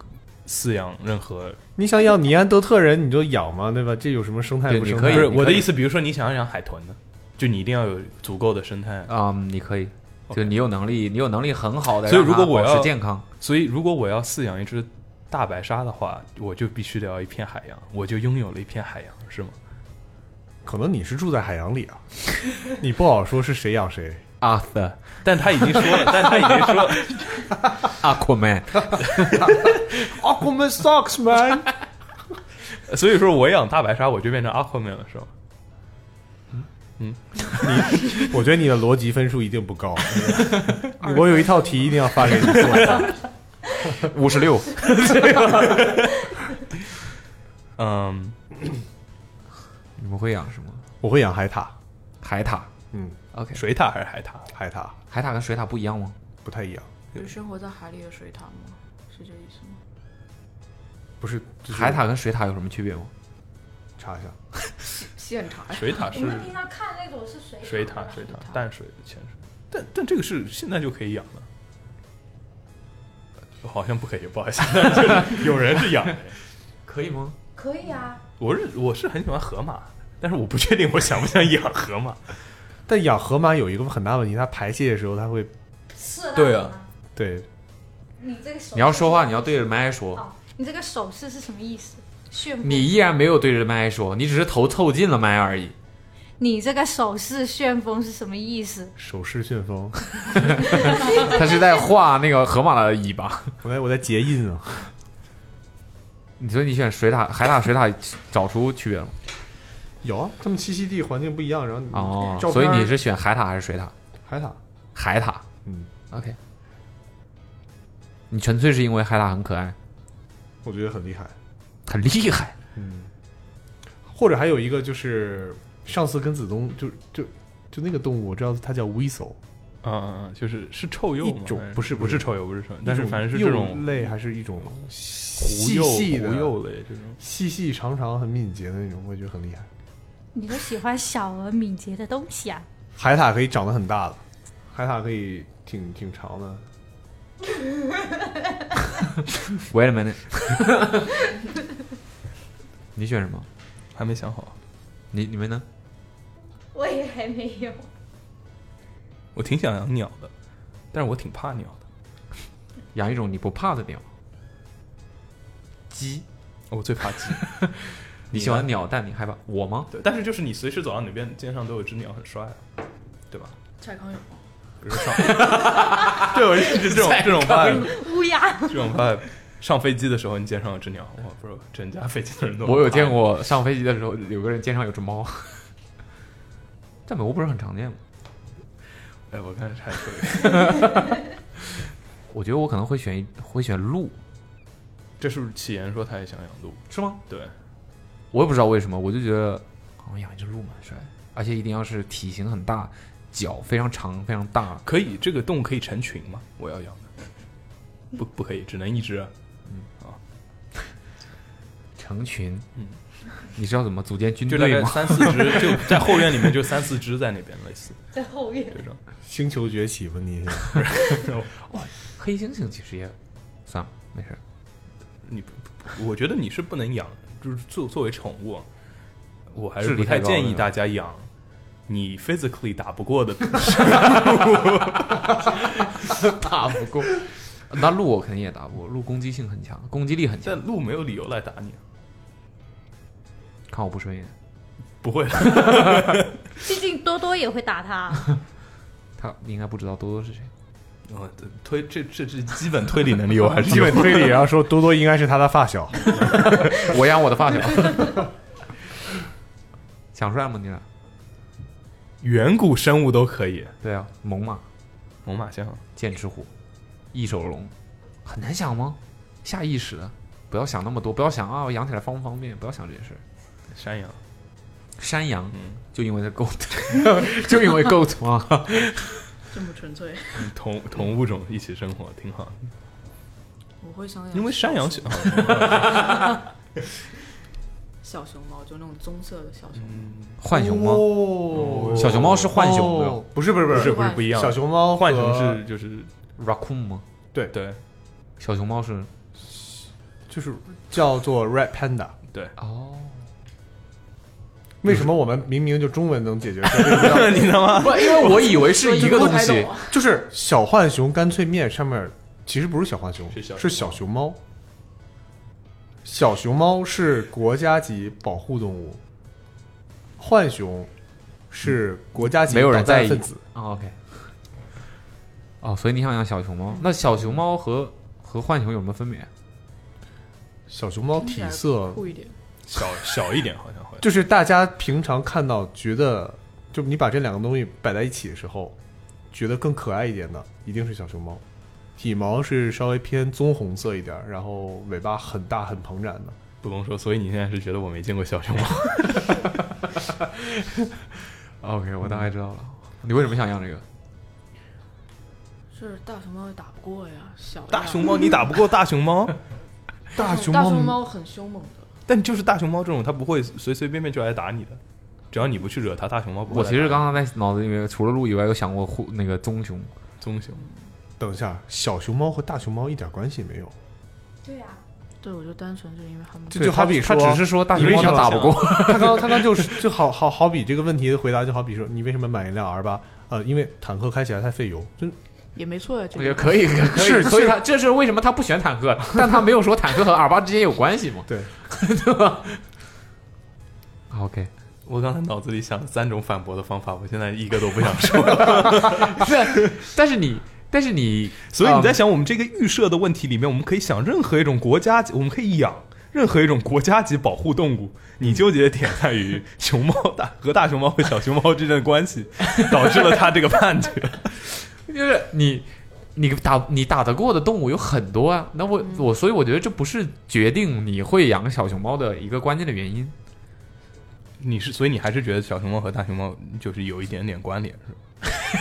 B: 饲养任何。
G: 你想养尼安德特人，你就养嘛，对吧？这有什么生态不生态？
B: 不是我的意思，比如说你想要养海豚的，就你一定要有足够的生态。
E: 嗯，你可以，就你有能力，你有能力很好的，
B: 所以如果我
E: 保
B: 要
E: 持健康，，
B: 所以如果我要饲养一只大白鲨的话，我就必须得要一片海洋，我就拥有了一片海洋，是吗？
G: 可能你是住在海洋里啊， 你不好说是谁养谁。
E: 啊的，
B: 但他已经说了， 但他已经 说了，
E: Aquaman，
G: Aquaman sucks man。
B: 所以说我养大白鲨，我就变成 Aquaman 了，是吗？
G: 我觉得你的逻辑分数一定 不高。我有一套题一定要发给你做。
E: 五 十六。
B: 嗯，
E: 你们会养什么？
G: 我会养海獭，
E: 海獭，
G: 嗯
E: ，OK，
B: 水獭还是海獭？
G: 海獭，
E: 海獭跟水獭不一样吗？
G: 不太一样，
F: 就是生活在海里的水獭吗？是这意思吗？
G: 不是
E: 海獭跟水獭有什么区别吗？
G: 查一下，
F: 现查
B: 水獭是
L: 你们平常看那种是水 獭
B: 水獭，水獭，淡水的潜水，但但这个是现在就可以养的，呃好像不可以，不好意思， 就是有人是养的，
E: 可以吗？
L: 可以啊，
B: 我是我是很喜欢河马，但是我不确定我想不想养河马。
G: 但养河马有一个很大问题，它排泄的时候它会，
L: 是啦
E: 对啊，
G: 对，
L: 你这个手势
E: 你要说话，你要对着麦说。
L: 哦，你这个手势是什么意思？炫步，
E: 你依然没有对着麦说，你只是头凑近了麦而已。
L: 你这个手势旋风是什么意思？
G: 手势旋风，
E: 他是在画那个河马的尾巴。
G: 我在我在结印啊。
E: 你说你选水獭、海獭、水獭，找出区别了吗？
G: 有啊，它们栖息地环境不一样，然后你
E: 哦，
G: 照片
E: 所以你是选海獭还是水獭？
G: 海獭，
E: 海獭。
G: 嗯
E: ，OK。你纯粹是因为海獭很可爱，
G: 我觉得很厉害，
E: 很厉害。
G: 嗯，或者还有一个就是上次跟子东就就就那个动物，我知道它叫 whistle，
B: 嗯嗯嗯，就是是臭鼬
G: 一
B: 吗
G: 种
B: 还是
G: 不是
B: 不是臭鼬不是臭鼬
G: 一
B: 但是
G: 种
B: 反正是
G: 幼
B: 这种
G: 类还是一种细
B: 鼬
G: 细的
B: 狐鼬类这种
G: 细细长长很敏捷的那种，我觉得很厉害。
L: 你都喜欢小而敏捷的东西啊？
G: 海獭可以长得很大的，海獭可以挺挺长的，
E: Wait a minute，你选什么？
B: 还没想好。
E: 你你们呢？
L: 我也还没有。
B: 我挺想养鸟的，但是我挺怕鸟的。
E: 养一种你不怕的鸟，鸡。
B: 我最 怕鸡。
E: 你喜欢鸟，但你害怕我吗？
B: 对，但是就是你随时走到哪边街上都有只鸟，很帅啊，对吧？
F: 蔡康永，
B: 比如上， 对，我是这种
E: 哎
B: 这种 vibe，
L: 乌鸦，
B: 这种 vibe。上飞机的时候，你肩上有只鸟，哇，不是整架飞机的人都。
E: 我有见，过上飞机的时候，有个人肩上有只猫， 在美国不是很常见吗？
B: 哎，我看太 对。
E: 我觉得我可能会选一会选鹿，
B: 这是不是启言说他也想养鹿？
E: 是吗？
B: 对，
E: 我也不知道为什么，我就觉得好像养一只鹿蛮帅，而且一定要是体型很大，脚非常长非常大。
B: 可以，这个动物可以成群吗？我要养的，不不可以，只能一只。嗯啊，
E: 成群，
B: 嗯，
E: 你是要怎么组建军
B: 就大
E: 队
B: 概
E: 吗？
B: 三四只，就在后院里面就三四只在那边，类似
L: 在后院
B: 这种。
G: 星球崛起吧你。
E: 哇，黑猩猩其实 也算了，没事。
B: 你不，不我觉得你是不能养，就是作作为宠物，我还是
E: 智力
B: 不太
E: 太高了
B: 建议
E: 是吧
B: 大家养你 physically 打不过的
E: 打不过。那鹿我肯定也打不过，鹿攻击性很强，攻击力很强。
B: 但鹿没有理由来打你，
E: 看我不顺眼，
B: 不会。
L: 毕竟多多也会 打他。
E: 他应该不知道多多是谁。
B: 我推这这这基本推理能 力我还是 有
G: 基本推理，然后说多多应该是他的 发小，
E: 我养我的发小。想帅吗？你 俩？
B: 远古生物都可以。
E: 对啊，猛犸、
B: 猛犸象、
E: 剑齿虎、异手龙，很难想吗？下意识的，不要想那么多，不要想啊，我养起来方不方便，不要想这些事儿。
B: 山羊，嗯
E: 山羊，就因为它 goat，就 因 为 goat 吗？
F: 这么纯粹，
B: 同同物种一起生活挺好的，
F: 我会想养
B: 因为山羊
F: 小
B: 小
F: 熊 小熊猫，就那种棕色的小熊
B: 嗯
F: 猫。
E: 浣熊吗？
G: 哦
E: 小熊猫是浣熊对吧
G: 哦不是不是不
B: 不
G: 是
B: 是不是不一样。
G: 小熊猫和
B: 浣熊是就是
E: raccoon 吗？
G: 对
B: 对，
E: 小熊猫是
G: 就是叫做 Red Panda。
B: 对
E: 哦，
G: 为什么我们明明就中文能 解决这个问题？
B: 你知道吗
E: 不因为我以为是一个东西，
G: 就是小浣熊干脆面上面其实不是小浣熊，
B: 小熊
G: 是小熊猫。小熊猫是国家级保护动物，浣熊是国家级
E: 没有人
G: 捣蛋
E: 在意
G: 分子。
E: 哦，OK。哦，所以你想养小熊猫？那小熊猫和和浣熊有什么分别？
G: 小熊猫体色
F: 酷一点，
B: 小小一点好像会。
G: 就是大家平常看到觉得，就你把这两个东西摆在一起的时候，觉得更可爱一点的，一定是小熊猫。体毛是稍微偏棕红色一点，然后尾巴很大很蓬展的。
B: 不龙说，所以你现在是觉得我没见过小熊猫？
E: OK，我大概知道了。你为什么想养这个？
F: 是大熊猫也打不过呀，小
B: 大熊哦猫你打不过大熊猫，大
F: 大
B: 熊猫
F: 熊猫很凶猛的，
B: 但就是大熊猫这种，它不会随随便便就来打你的。只要你不去惹它，大熊猫不会
E: 我
B: 来
E: 其实
B: 打
E: 刚刚在脑子里面，除了鹿以外，有想过虎那个棕熊。
B: 棕熊，
G: 等一下，小熊猫和大熊猫一点关系也没有。
F: 对
B: 啊
F: 呀、对，我就单纯是因为他们，
G: 就就好比说，你为什么 他刚他刚就是就好好好比这个问题的回答，就好比说你为什么买一辆 R 八？呃，因为坦克开起来太费油。就
F: 也没错呀、这
E: 我
F: 个
E: 觉得可以，可以可以，
G: 是
E: 所以
G: 是
E: 他这是为什么他不选坦克，但他没有说坦克和耳巴之间有关系嘛？
G: 对，
E: 对吧？OK，
B: 我刚才脑子里想三种反驳的方法，我现在一个都不想 说了。
E: 是，但是你，但是你， 嗯
B: 所以你在想我们这个预设的问题里面，我们可以想任何一种国家级，我们可以养任何一种国家级保护动物。你纠结的点在于熊猫大和大熊猫和小熊猫之间的关系， 导致了他这个判决。
E: 就是你，你打你打得过的动物有很多啊。那我、我所以我觉得这不是决定你会养小熊猫的一个关键的原因。
B: 你是，所以你还是觉得小熊猫和大熊猫就是有一点点关联，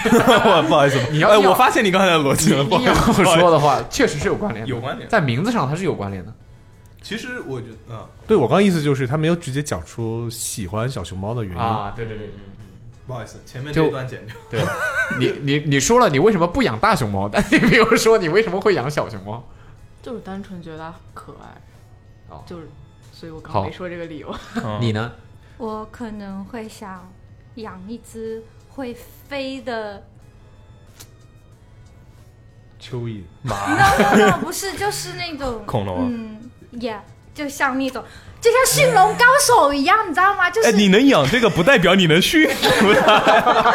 B: 是 吧？我不好意思，
E: 你要
B: 哎，
E: 要
B: 我发现你刚才的逻辑了。
E: 你
B: 不好意
E: 要
B: 思
E: 这么说的话，啊确实是有关联，
B: 有关联。
E: 在名字上它是有关联的。
B: 其实我觉得，啊，
G: 对我刚刚意思就是他没有直接讲出喜欢小熊猫的原因
E: 啊对对对，
B: 不好意思，前面
E: 就
B: 这段剪掉。 哎
E: 对，你你你说了你为什么不养大熊猫， 但你没有说你为什么会养小熊猫。
F: 就是单纯觉得它可爱，
E: 哦、
F: 就是，所以我刚
E: 好
F: 没说这个理由。
E: 你呢？
L: 我可能会想养一只会飞 的，
G: 蚯蚓、
L: no no no，不是，就是那种
B: 恐龙啊
L: 嗯，yeah，就像那种，就像驯龙高手一样，你知道吗？就是
B: 哎，你能养这个，不代表你能驯服它。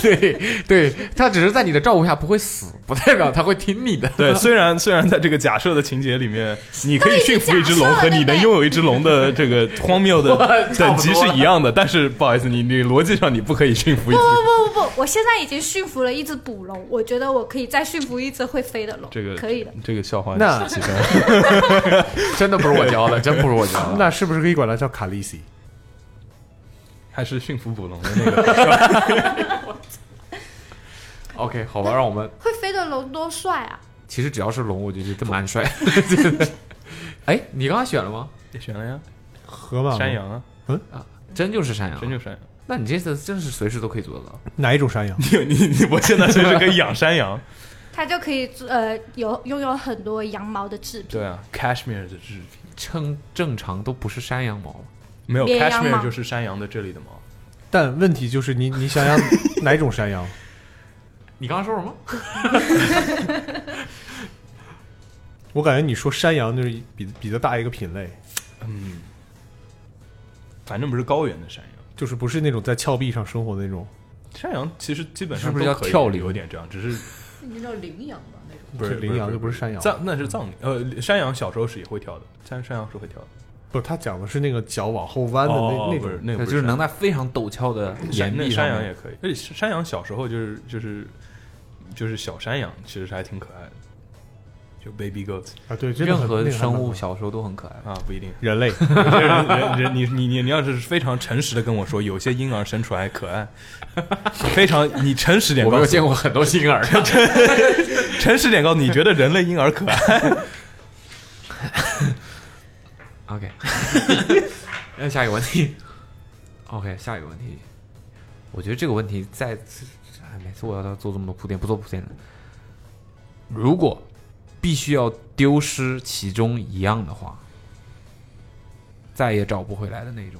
E: 对对，它只是在你的照顾下不会死，不代表它会听你的。
B: 对，虽然虽然在这个假设的情节里面，你可以驯服一只龙
E: 假设
B: 和你能拥有一只龙的这个荒谬的
E: 我差
B: 等
E: 不
B: 级
E: 多
B: 是
E: 了
B: 一样的，但是不好意思，你你逻辑上你不可以驯服
L: 不
B: 一 只。
L: 不不不不，我现在已经驯服了一只捕龙，我觉得我可以再驯服一只会飞的龙，
B: 这个
L: 可以的。
B: 这个笑话
G: 那
B: 起
E: 真的不是我教的，真不是我教的。
G: 那是不是可以管它叫卡利西？
B: 还是驯服捕龙的那个。
E: OK，好吧，让我们
L: 会飞的龙多帅啊！
E: 其实只要是龙，我就觉得蛮帅。 哎，你刚刚选了吗？
B: 选了呀，
G: 河马吗
B: 山羊啊，
G: 嗯
E: 啊，真就是山羊，真就是
B: 山羊。
E: 那你这次真是随时都可以做得到。
G: 哪一种山羊？
B: 你你你，我现在随时可以养山羊。
L: 它就可以呃有拥有很多羊毛的制品。
B: 对 啊，cashmere 的制品，
E: 称正常都不是山羊毛，
B: 没有
L: 绵羊
B: cashmere
L: 毛
B: 就是山羊的这里的毛。
G: 但问题就是你你想养哪种山羊？
E: 你刚刚说 什么？
G: 我感觉你说山羊就是比比较大一个品类，
B: 嗯，反正不是高原的山羊，
G: 就是不是那种在峭壁上生活的那种。
B: 山羊其实基本上
G: 是不是
B: 都
G: 叫
B: 可以
G: 跳羚
B: 有点这样，只是
F: 那叫领养吧，那种。
G: 不是羚羊就不是山羊
B: 藏那是藏羚，呃，山羊小时候是也会跳的，但山羊是会跳的。
G: 不是，他讲的是那个脚往后弯的那、
B: 哦
G: 那
B: 不
G: 种
B: 是，那个不
E: 就是是
B: 山
E: 能在非常陡峭的岩
B: 山那
E: 壁上
B: 山
E: 面
B: 羊也可以，而且山羊小时候就是就是就是小山羊，其实还挺可爱的，就 baby goat
G: 啊对真的
E: 任
G: 很
E: 何
G: 那个还
E: 生
G: 蛮
E: 物
G: 好
E: 小时候都很可爱
B: 啊，不一定
G: 人 类
B: 人人人你你你你要是非常诚实的跟我说，有些婴儿生出来可爱，非常你诚实点
E: 我
B: 告诉，
E: 没有见过很多婴儿
B: 诚诚实点告诉你，觉得人类婴儿可爱？
E: OK，那下一个问题。OK，下一个问题，我觉得这个问题在，哎，每次我要做这么多铺垫，不做铺垫了。如果必须要丢失其中一样的话，再也找不回来的那种，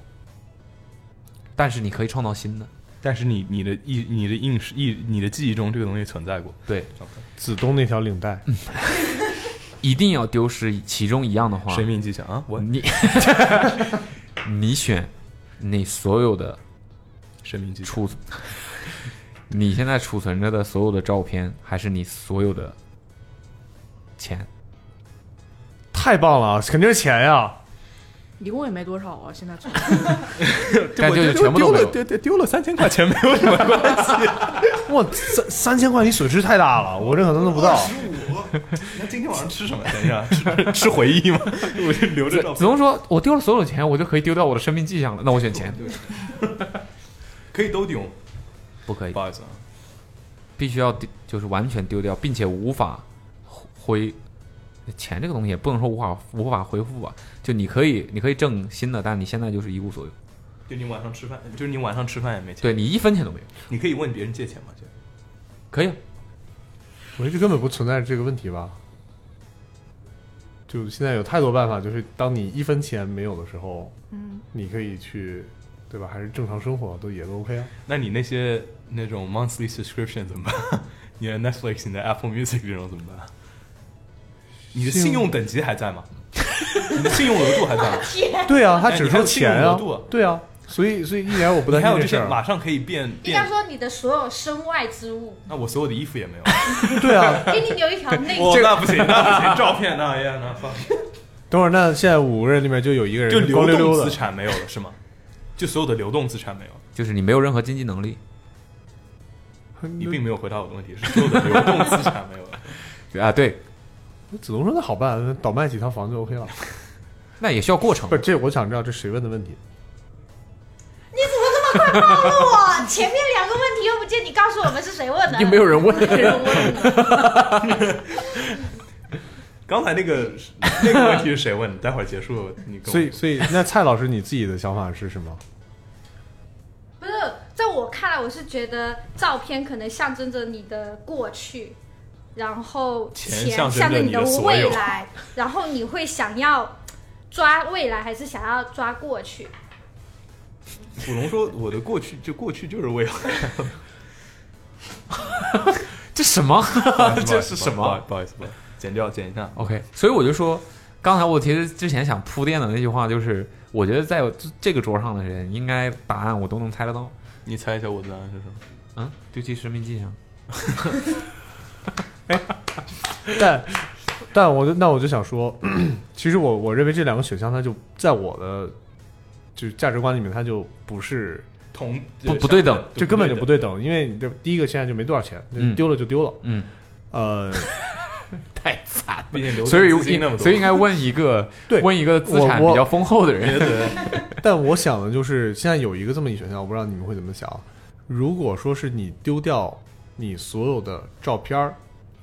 E: 但是你可以创造新的。
B: 但是你你的意你的印意你的记忆中这个东西存在过，
E: 对，嗯
G: 子东那条领带，
E: 一定要丢失其中一样的话，
B: 生命迹象啊！我
E: 你 你选你所有的
B: 生命迹
E: 储，你现在储存着的所有的照片，还是你所有的钱？
G: 太棒了，肯定是钱呀、
F: 一共也没多少啊，现在存
E: 但
G: 我
E: 就
G: 觉
E: 是
G: 得
E: 全部都
G: 丢
E: 没
G: 了
E: 有
G: 丢
B: 丢丢了三千块 钱没有什么关系。
G: 哇，三三千块你损失太大了，我这可能弄不到。
B: 那今天晚上吃什么？等一下，啊吃吃回忆吗？ 我就留着照
E: 子
B: 片。
E: 龙说：“我丢了所有钱，我就可以丢掉我的生命迹象了。那我选 钱，
B: 可以都丢，
E: 不可以，
B: 不好意思啊，
E: 必须要丢，就是完全丢掉，并且无法恢钱这个东西也不能说无法无法恢复吧。就你可以，你可以挣新的，但你现在就是一无所有。
B: 就你晚上吃饭，就是你晚上吃饭也没钱，
E: 对你一分钱都没有，
B: 你可以问别人借钱吗？就
E: 可以。
G: 我觉得根本不存在这个问题吧。就现在有太多办法，就是当你一分钱没有的时候，
F: 嗯，
G: 你可以去，对吧？还是正常生活都也都 OK 啊。
B: 那你那些那种 monthly subscription 怎么办？ 你的 Netflix、你的 Apple Music 这种怎么办？你的信
G: 信用？
B: 用等级还在 吗？你的信用额度还在吗
G: 对啊，他
B: 哎
G: 只
B: 你还
G: 收
B: 有信用
G: 钱啊
B: 额度，
G: 对啊，所以所以一点我不担
B: 你还
G: 心
B: 有这
G: 事
B: 些
G: 儿。啊
B: 马上可以变
L: 应
B: 变
L: 该，说你的所有身外 之物，
B: 那我所有的衣服也没有。
G: 对啊，
L: 给你留一条内
B: 我
L: 裤。
B: 那不行，那不行，照片那也那放，
G: 等会儿，那现在五个人里面就有一个人
B: 就是
G: 光
B: 流
G: 溜
B: 动
G: 溜
B: 资
G: 的，
B: 产没有了是吗？就所有的流动资产没有了，
E: 就是你没有任何经济能力。
G: 嗯
B: 你并没有回答我的问题，是所有的流动资产没有了。
E: 啊，对，
G: 子龙说那好办，倒卖几套房就 OK 了。
E: 那也需要过程。
G: 不是，这我想知道这谁问的 问题。
L: 你怎么这么快暴露我？前面两个问题又不见你告诉我们是谁 问的，
E: 也没有人问
L: 没有人问的。
B: 刚才那个那个问题是谁问的？待会儿结束你跟我
G: 所以所以那蔡老师你自己的想法是什么？
L: 不是，在我看来，我是觉得照片可能象征着你的过去，然后
B: 钱
L: 钱
B: 象
L: 象
B: 征着
L: 征
B: 你的所有
L: 未来，然后你会想要抓未来，还是想要抓过去？
B: 古龙说：“我的过去就过去就是 未来。？
E: 这什么这是什么？
B: 不好意思，不好意思不好意思，剪掉，剪一下。
E: OK，所以我就说，刚才我其实之前想铺垫的那句话就是，我觉得在这个桌上的人，应该答案我都能猜得到。
B: 你猜一下我的答案是什么？
E: 嗯，丢弃生命迹象。
G: 但但我就那我就想说， 其实我我认为这两个选项，它就在我的就是价值观里面，它就不是
B: 同
G: 不
E: 不对等
G: 这根本就不对等，因为你这第一个现在就没多少钱，
E: 嗯
G: 丢了就丢了，
E: 嗯，
G: 呃，
E: 太惨了
B: 毕竟流动
E: 所以
B: 资金那么多
E: 所以应该问一个
G: 对
E: 问一个资产比较丰厚的人。
G: 但我想的就是，现在有一个这么一选项，我不知道你们会怎么想。啊如果说是你丢掉你所有的照片儿，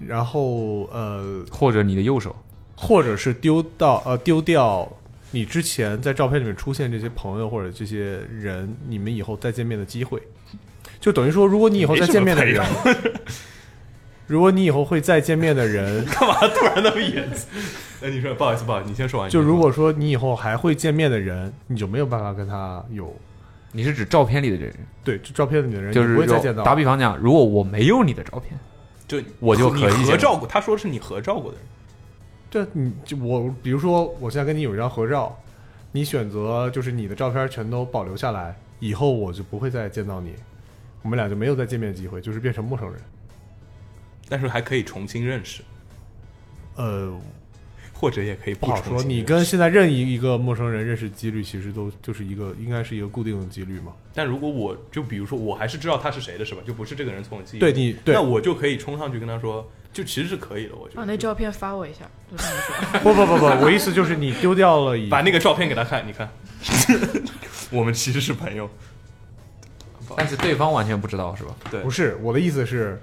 G: 然后呃，
E: 或者你的右手，
G: 或者是丢到呃丢掉你之前在照片里面出现这些朋友或者这些人，你们以后再见面的机会，就等于说，如果你以后再见面的人
B: 没什，
E: 啊
G: 如果你以后会再见面的 人，
B: 干嘛突然那么严？哎，你说不好意思，不好意思，你先说完。
G: 就如果说你以后还会见面的人，你就没有办法跟他有
E: 你是指照片里的人，
G: 对，就照片里的人，
E: 就
G: 你
E: 是
G: 不会再
E: 说
G: 见 到。
E: 打比方讲，如果我没有你的照片，
B: 就
E: 我就
B: 你
E: 可以
B: 合
E: 见
B: 照过，他说是你合照过的人，
G: 这你就我，比如说我现在跟你有一张合照，你选择就是你的照片全都保留下来，以后我就不会再见到你，我们俩就没有再见面的机会，就是变成陌生人。
B: 但是还可以重新认识，
G: 呃，
B: 或者也可以不
G: 不好
B: 重新
G: 说，你
B: 认识
G: 跟现在任意一个陌生人认识几率其实都就是一个应该是一个固定的几率嘛。
B: 但如果我就比如说我还是知道他是谁的是吧？就不是这个人从我记忆里，
G: 对你对
B: 那我就可以冲上去跟他说，就其实是可以的，我觉得。
F: 把啊那照片发我一下。就这么 说
G: 不不不不，我意思就是你丢掉了以
B: 把那个照片给他看，你看，我们其实是朋友，
E: 但是对方完全不知道是吧？
B: 对
G: 不是我的意思是，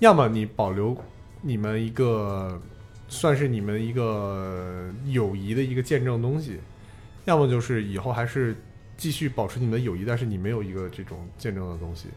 G: 要么你保留你们一个算是你们一个友谊的一个见证东西，要么就是以后还是继续保持你们的友谊，但是你没有一个这种见证的东西。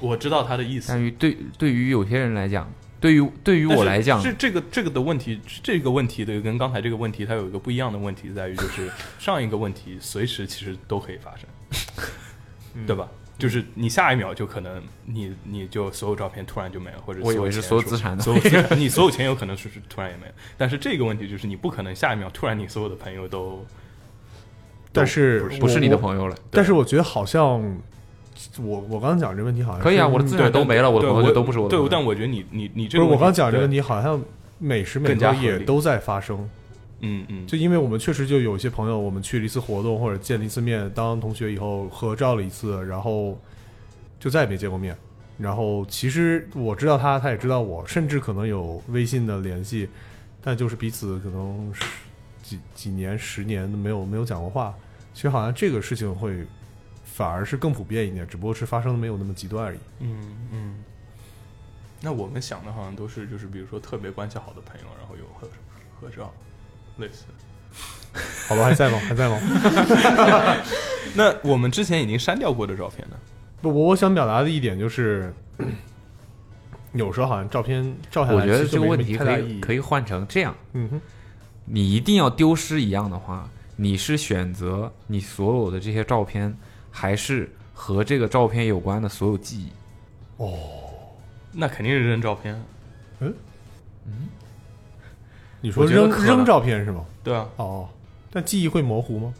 B: 我知道他的意思。
E: 但于对对于有些人来讲，对于对于
B: 但
E: 我
B: 是
E: 来讲，
B: 这这个这个的问题，这个问题的跟刚才这个问题，它有一个不一样的问题在于，就是上一个问题随时其实都可以发 生，对吧？就是你下一秒就可能你你就所有照片突然就没了，或者
E: 我以为是
B: 所
E: 所有资产呢
B: 所有资产你所有钱有可能是是突然也没了。但是这个问题就是你不可能下一秒突然你所有的朋友都
G: 但是
B: 不是
G: 我
B: 不是你的
G: 我
B: 朋友了
G: 但是我觉得好像我我刚刚讲这问题好像
E: 可以啊
G: 是
E: 我的资源
G: 对
E: 都没了我的
B: 对
E: 朋友
B: 我
E: 都不是我的朋
B: 对，
E: 友
B: 但我觉得你你你这
G: 不
B: 个
G: 是
B: 问
G: 我
B: 题
G: 刚讲这
B: 对
G: 个问题，好像每时每
B: 更加
G: 刻
B: 合
G: 也
B: 理
G: 都在发生。
B: 嗯嗯，
G: 就因为我们确实就有些朋友，我们去了一次活动或者见了一次面，当同学以后合照了一次，然后就再也没见过面。然后其实我知道他，他也知道我，甚至可能有微信的联系，但就是彼此可能十几几年、十年都没有没有讲过话。其实好像这个事情会反而是更普遍一点，只不过是发生的没有那么极端而已。
B: 嗯嗯。那我们想的好像都是就是比如说特别关系好的朋友，然后有合合照，类似。
G: 好吧，还在吗？还在吗？
B: 那我们之前已经删掉过的照片呢？
G: 不，我我想表达的一点就是，有时候好像照片照下来，
E: 我觉得
G: 其实
E: 这
G: 就
E: 个
G: 没
E: 问题
G: 太
E: 可
G: 大意
E: 以
G: 义
E: 可以换成这样，
G: 嗯哼，
E: 你一定要丢失一样的话，你是选择你所有的这些照片，还是和这个照片有关的所有记忆？
B: 那肯定是扔照片。
G: 哦
B: 啊
G: 嗯
B: 嗯，
G: 你说扔扔照片是吗？
B: 对啊。
G: 哦，但记忆会模糊吗？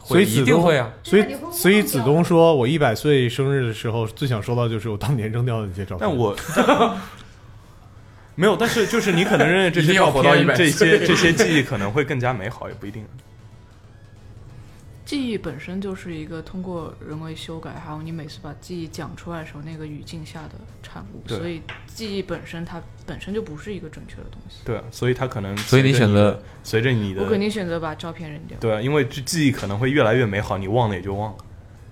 B: 会
G: 所以子
B: 一定
G: 东
B: 会啊
G: 所以
B: 对啊你会
G: 所以子东说，我一百岁生日的时候最想收到就是我当年扔掉的那些照片。
B: 但我 没有，但是就是你可能认为这
G: 一
B: 些
G: 定要
B: 照
G: 活到
B: 片、
G: 100
B: 这
G: 岁
B: 些这些记忆可能会更加美好，也不一定。
F: 记忆本身就是一个通过人为修改，还有你每次把记忆讲出来的时候那个语境下的产物，
B: 对
F: 所以记忆本身它本身就不是一个准确的东西。
B: 对啊，所以他可能
E: 所以你选择
B: 随着你的，
F: 我肯定选择把照片扔掉。
B: 对啊，因为这记忆可能会越来越美好，你忘了也就忘了。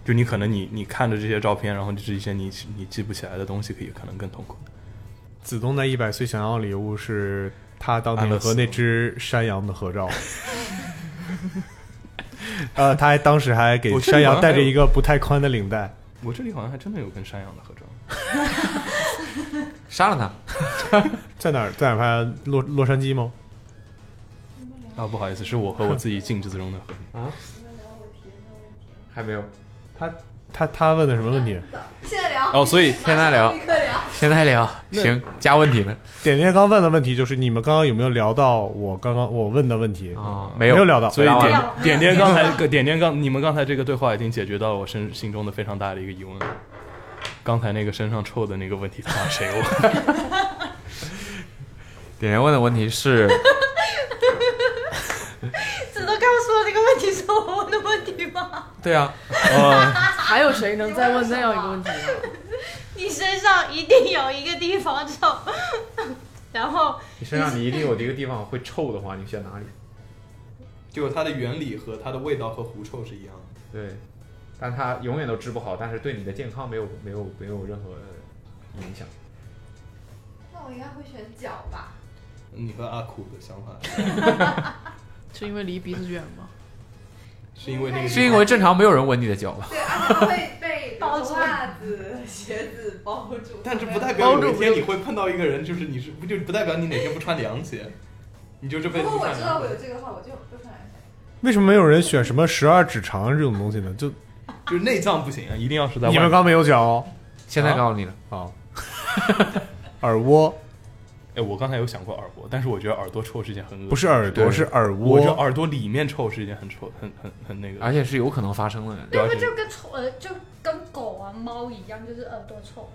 B: 就你可能你你看着这些照片，然后就是一些你你记不起来的东西，可以可能更痛苦。
G: 子东在一百岁想要的礼物是他当
B: 安乐
G: 年
B: 死
G: 和那只山羊的合照。 呃，他还当时还给
B: 我这里
G: 山
B: 好
G: 羊
B: 像
G: 带
B: 还
G: 着
B: 有
G: 一个不太宽的领带。
B: 我这里好像还真的有跟山羊的合照。
E: 杀了
G: 他，在哪儿？在哪儿拍？洛洛杉矶吗？
B: 啊，不好意思，是我和我自己镜子中的合影。
E: 啊，还没有。
G: 他他他问的什么问题？
H: 现在聊
B: 哦，所以
E: 现在聊
H: 立刻聊，
E: 现在聊行，加问题呢？
G: 点点刚问的问题就是你们刚刚有没有聊到我刚刚我问的问题
E: 啊
B: 没
G: 有，聊到，，
B: 所以点点点刚才点点刚你们刚才这个对话已经解决到了我身心中的非常大的一个疑问了。刚才那个身上臭的那个问题，他妈谁问？
E: 点点问的问题是，
H: 子都刚说这个问题是我问的问题吗？
E: 对啊，
F: 还有谁能再问那样一个问题呢？
H: 你身上一定有一个地方臭，然后
E: 你身上你一定有一个地方会臭的话，你选哪里？
B: 就是它的原理和它的味道和狐臭是一样的。
E: 对，但它永远都治不好，但是对你的健康没有没有没有任何影响。
C: 那我应该会选脚吧。
B: 你和阿苦的想法
F: 是因为离鼻子远吗？
B: 是因为那个
E: 是因为正常没有人闻你的脚吧？
H: 会被包住袜子、鞋子包住，
B: 但这不代表有一天你会碰到一个人，就是你是不就不代表你哪天不穿凉鞋，你就这辈子不穿凉鞋。
H: 这个话，我就不穿凉鞋。
G: 为什么没有人选什么十二指肠这种东西呢？就
B: 就是内脏不行啊，一定要是在外
G: 你
B: 面。
G: 们刚没有讲哦，
E: 现在告诉你了。
G: 好，耳蜗
B: 哎，我刚才有想过耳蜗，但是我觉得耳朵臭是一件很恶心
G: 不是耳朵
B: 对
G: 是耳蜗
B: 我觉得耳朵里面臭是一件很臭、很很很那个，
E: 而且是有可能发生的。
B: 对
L: 那
B: 而
L: 不
B: 且
L: 就跟宠呃就跟狗啊猫一样，就是耳朵臭。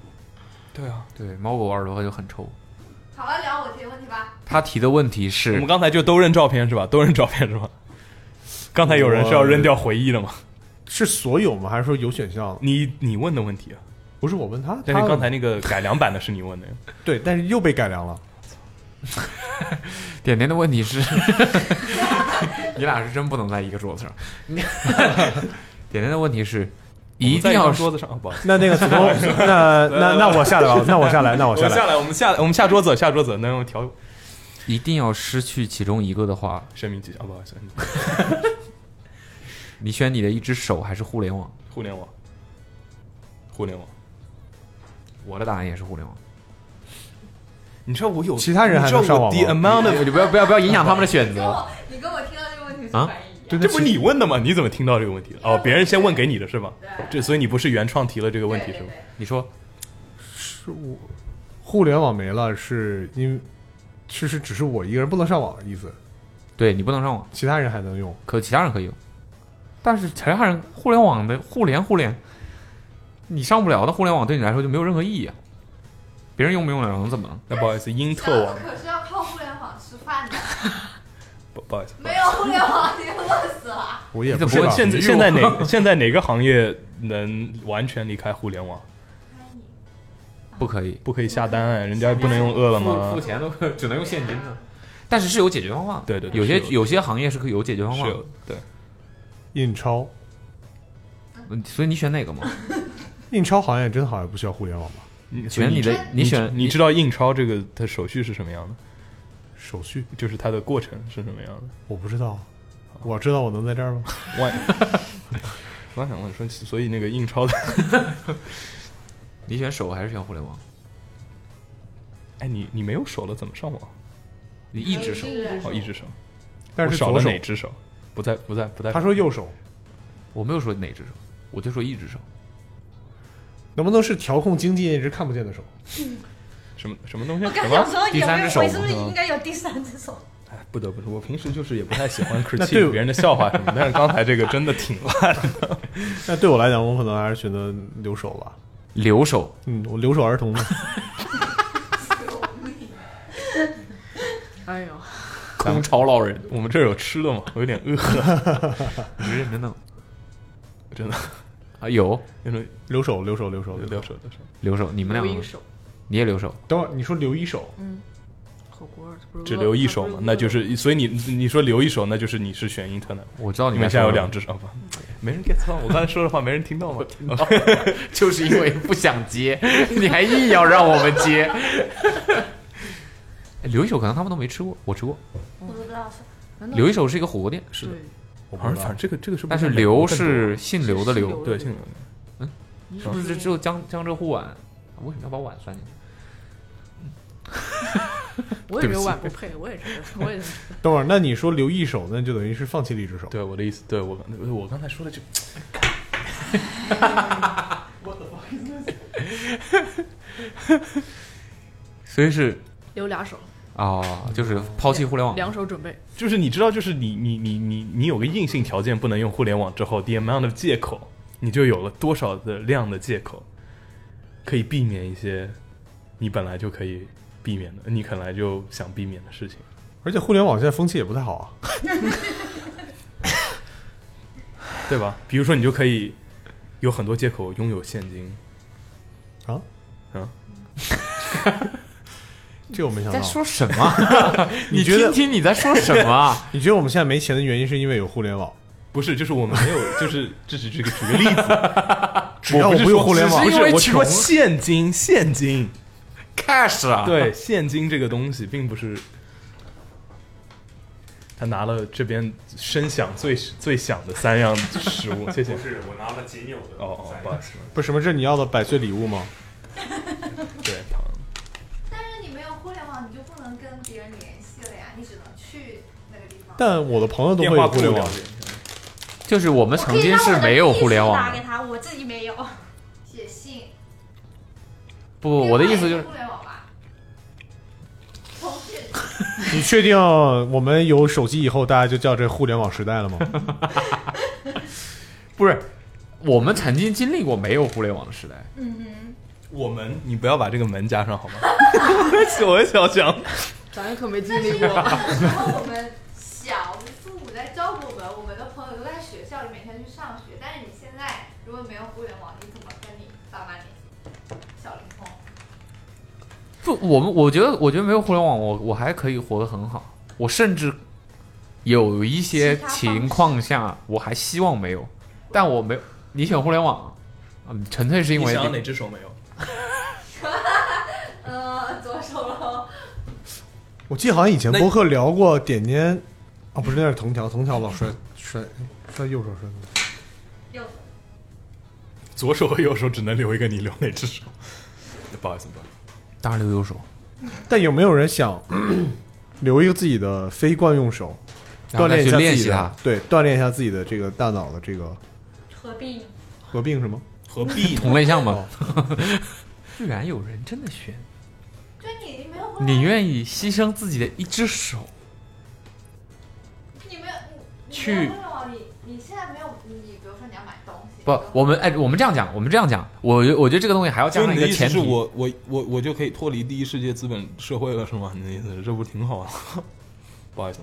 B: 对啊，
E: 对，猫狗耳朵就很臭。
H: 好了，聊我提的问题 吧。
E: 他提的问题
B: 我
E: 是
B: 们刚才就都扔照片是吧？都扔照片是吧？刚才有人是要扔掉回忆的吗？
G: 是所有吗？还是说有选项？
B: 你你问的问题啊？
G: 不是我问他，
B: 但是
G: 他
B: 刚才那 个改良版的是你问的呀？
G: 对，但是又被改良了。
E: 点点的问题是， 你俩是真不能在一个桌子上。 点点的问题是，一定
B: 我
E: 要
B: 们在一张桌子上，哦不好意思
G: 那那个 子枫那那那我下来
E: 啊
G: 吧那我下来那我
B: 我
G: 下来
B: 下来，我们下我们下桌子下桌子，能用调
E: 一定要失去其中一个的话，
B: 生命迹象，不好意思，
E: 你选你的一只手还是互联网？
B: 互联网， 互联网，
E: 我的答案也是互联网。
B: 你知道我有
G: 其他人还能上网吗
B: 你知道我 the amount of-
E: 你不要不要不要影响他们的选择。
H: 你跟我听到这个问题是
B: 啊
H: 反应，，
B: 这不是你问的吗？你怎么听到这个问题的？哦，别人先问给你的是吧？这所以你不是原创提了这个问题是吗？
E: 你说
G: 是我互联网没了，是因为是是只是我一个人不能上网的意思，
E: 对你不能上网，
G: 其他人还能用，
E: 可其他人可以用，但是其他人互联网的互联互联，你上不了的互联网对你来说就没有任何意义啊。别人用不用得了能怎么了？
B: 那不好意思，因特 网
H: 可是要靠互联网吃饭的，
B: 不不好意思，
H: 没有互联网你饿死啊了。
G: 我也
B: 不
G: 不
B: 是
G: 是吧
B: 现在
G: 你
B: 现在
G: 是我
B: 哪现在哪个行业能完全离开互联网？
E: 不可以，
B: 不可以下单哎，人家不能用饿了吗？
E: 付付钱都 可只能用现金呢。但是是有解决方法，
B: 对对对
E: 有些
B: 是有
E: 有些行业是可以有解决方
B: 是
E: 法的
B: 有，对。
G: 印钞，
E: 呃所以你选哪个嘛？
G: 印钞好像也真好像不需要互联网吧？
B: 你
E: 选你的你选
B: 你知道印钞这个它手续是什么样的？
G: 手续
B: 就是它的过程是什么样的？
G: 我不知道，我知道我能在这儿吗？
B: 我我刚想问说，所以那个印钞的，
E: 你选手还是选互联网？
B: 哎，你你没有手了，怎么上网？
E: 你一只手
B: 哦，一只手，
G: 但是
B: 我少
G: 左
B: 了
G: 手
B: 哪只手？不在不在不在。
G: 他说右手，
E: 我没有说哪只手，我就说一只手。
G: 能不能是调控经济那只看不见的手？
B: 什么什么东西？
H: 我
B: 什
H: 刚
B: 么
H: 想说有没有，我是不是 应该有第三只手？
B: 不得不说，我平时就是也不太喜欢
G: 那
B: critique
G: 对
B: 别人的笑话什么， 但是刚才这个真的挺烂的。
G: 那对我来讲，我可能还是选择留守吧。
E: 留守，
G: 嗯，我留守儿童嘛。
F: 哎呦，
E: 空巢老人，
B: 我们这儿有吃的吗？我有点饿。
E: 你是认真的吗？
B: 真的
E: 啊，有
B: 那种
G: 留守留守留守留
B: 守留守。
E: 留守，你们两
F: 留
E: 个
F: 一手，
E: 你也留守，
G: 等会儿你说留一手，
F: 嗯，火锅不是
B: 只
F: 饿
B: 留一
F: 它
B: 手
F: 不是
B: 嘛，那就是所以你你说留一手，那就是你是选英特的。
E: 我知道你
B: 们
E: 们
B: 现在有
E: 说了
B: 两只手吧？没人 get 到我刚才说的话，没人听到 吗？听
E: 到，就是因为不想接，你还硬要让我们 接。哎留一手可能他们都没吃过，我吃过。
H: 我不知道是。难道
E: 留一手是一个火锅店，
B: 是的，
E: 我
B: 好像反正这个这个是不
E: 但是
B: 是美
E: 刘
B: 国更多
E: 是姓刘的
B: 是
E: 刘，
B: 对姓刘的
E: 嗯，是不是只有江江浙沪皖？为什么要把皖算进去？
F: 我也没
G: 对
F: 有
G: 不起
F: 碗不配，我也是， 我也是。
G: 等会儿，那你说留一手，那就等于是放弃了一只手。
B: 对我的意思，对我我刚才说的就，
E: 所以是
F: 留俩手，
E: 哦，就是抛弃互联网，
F: 两手准备。
B: 就是你知道，就是你你你你你有个硬性条件不能用互联网之后，the amount of 借口，你就有了多少的量的借口，可以避免一些你本来就可以避免的，你本来就想避免的事情。
G: 而且互联网现在风气也不太好啊。
B: 对吧？比如说，你就可以有很多借口拥有现金。
G: 啊
B: 啊！
G: 这我没想到。
E: 在说什 么啊你
G: 觉得
E: 听听你在说什么？
G: 你觉得我们现在没钱的原因是因为有互联网？
B: 啊 不是，就是我们没有，就是这只是这个举个 例子。
G: 只要
B: 我
G: 我不
B: 是
G: 用
B: 说
G: 互联网
B: 不
G: 只是因
B: 是
G: 为
B: 我说
G: 穷
B: 现金，现金
E: cash 啊
B: 对，现金这个东西并不是。他拿了这边声响最最响的三样食物，谢谢。
D: 不是我拿了仅有的
B: 哦哦，不好意思，
G: 不是什么？这是你要的百岁礼物吗？
B: 对，
M: 但是你没有互联网，你就不能跟别人联系了呀，你只能去那个地方。
G: 但我的朋友都会有互联网。
E: 就是我们曾经是没有互联网的。
M: 他，我自己没有。写信，
E: 不不，我的意思就是，
M: 互联网吧。
G: 你确定我们有手机以后，大家就叫这互联网时代了 吗？
E: 不是，我们曾经经历过没有互联网的时代。
M: 嗯
B: 我们你不要把这个门加上 好吗？我也想想，
F: 咱可没经
M: 但是
F: 历
M: 因为
F: 过。
M: 那时候我们小，我们父母在照顾我们，我们的朋友都在学校里每天去上学。但是你现在如果没有互联网，你怎么跟你爸妈联系？小灵通，
E: 不，我们我觉得，我觉得没有互联网，我我还可以活得很好。我甚至有一些情况下，我还希望没有，但我没有。你选互联网，嗯，纯粹是因为
B: 你想要哪只手没有？
M: 呃，左手喽。
G: 我记得好像以前博客聊过点点，啊，不是那是藤条，藤条老摔摔摔右手摔左手。
B: 左手和右手只能留一个，你留哪只手？不好意思，不好意思。
E: 当然留右手。
G: 但有没有人想留一个自己的非惯用手，
E: 然
G: 锻
E: 后再
G: 炼一下
E: 去
G: 自己
E: 练习
G: 的
E: 它？
G: 对，锻炼一下自己的这个大脑的这个
M: 合并
G: 合并是吗？哦
B: 合
E: 并同类项嘛 居然有人真的选，
M: 就你没有互联网，
E: 你愿意牺牲自己的一只手
M: 你没有你你没
E: 去
M: 有互联网，你你现在没有你，比如说你要买东西，
E: 不？我们哎，我们这样讲，我们这样讲，我觉得我觉得这个东西还要加
B: 所以
E: 上
B: 你
E: 一
B: 的
E: 个
B: 意
E: 前
B: 思
E: 提。
B: 是 我我我我就可以脱离第一世界资本社会了，是吗？你的意思是这不挺好啊？ 不 好意思，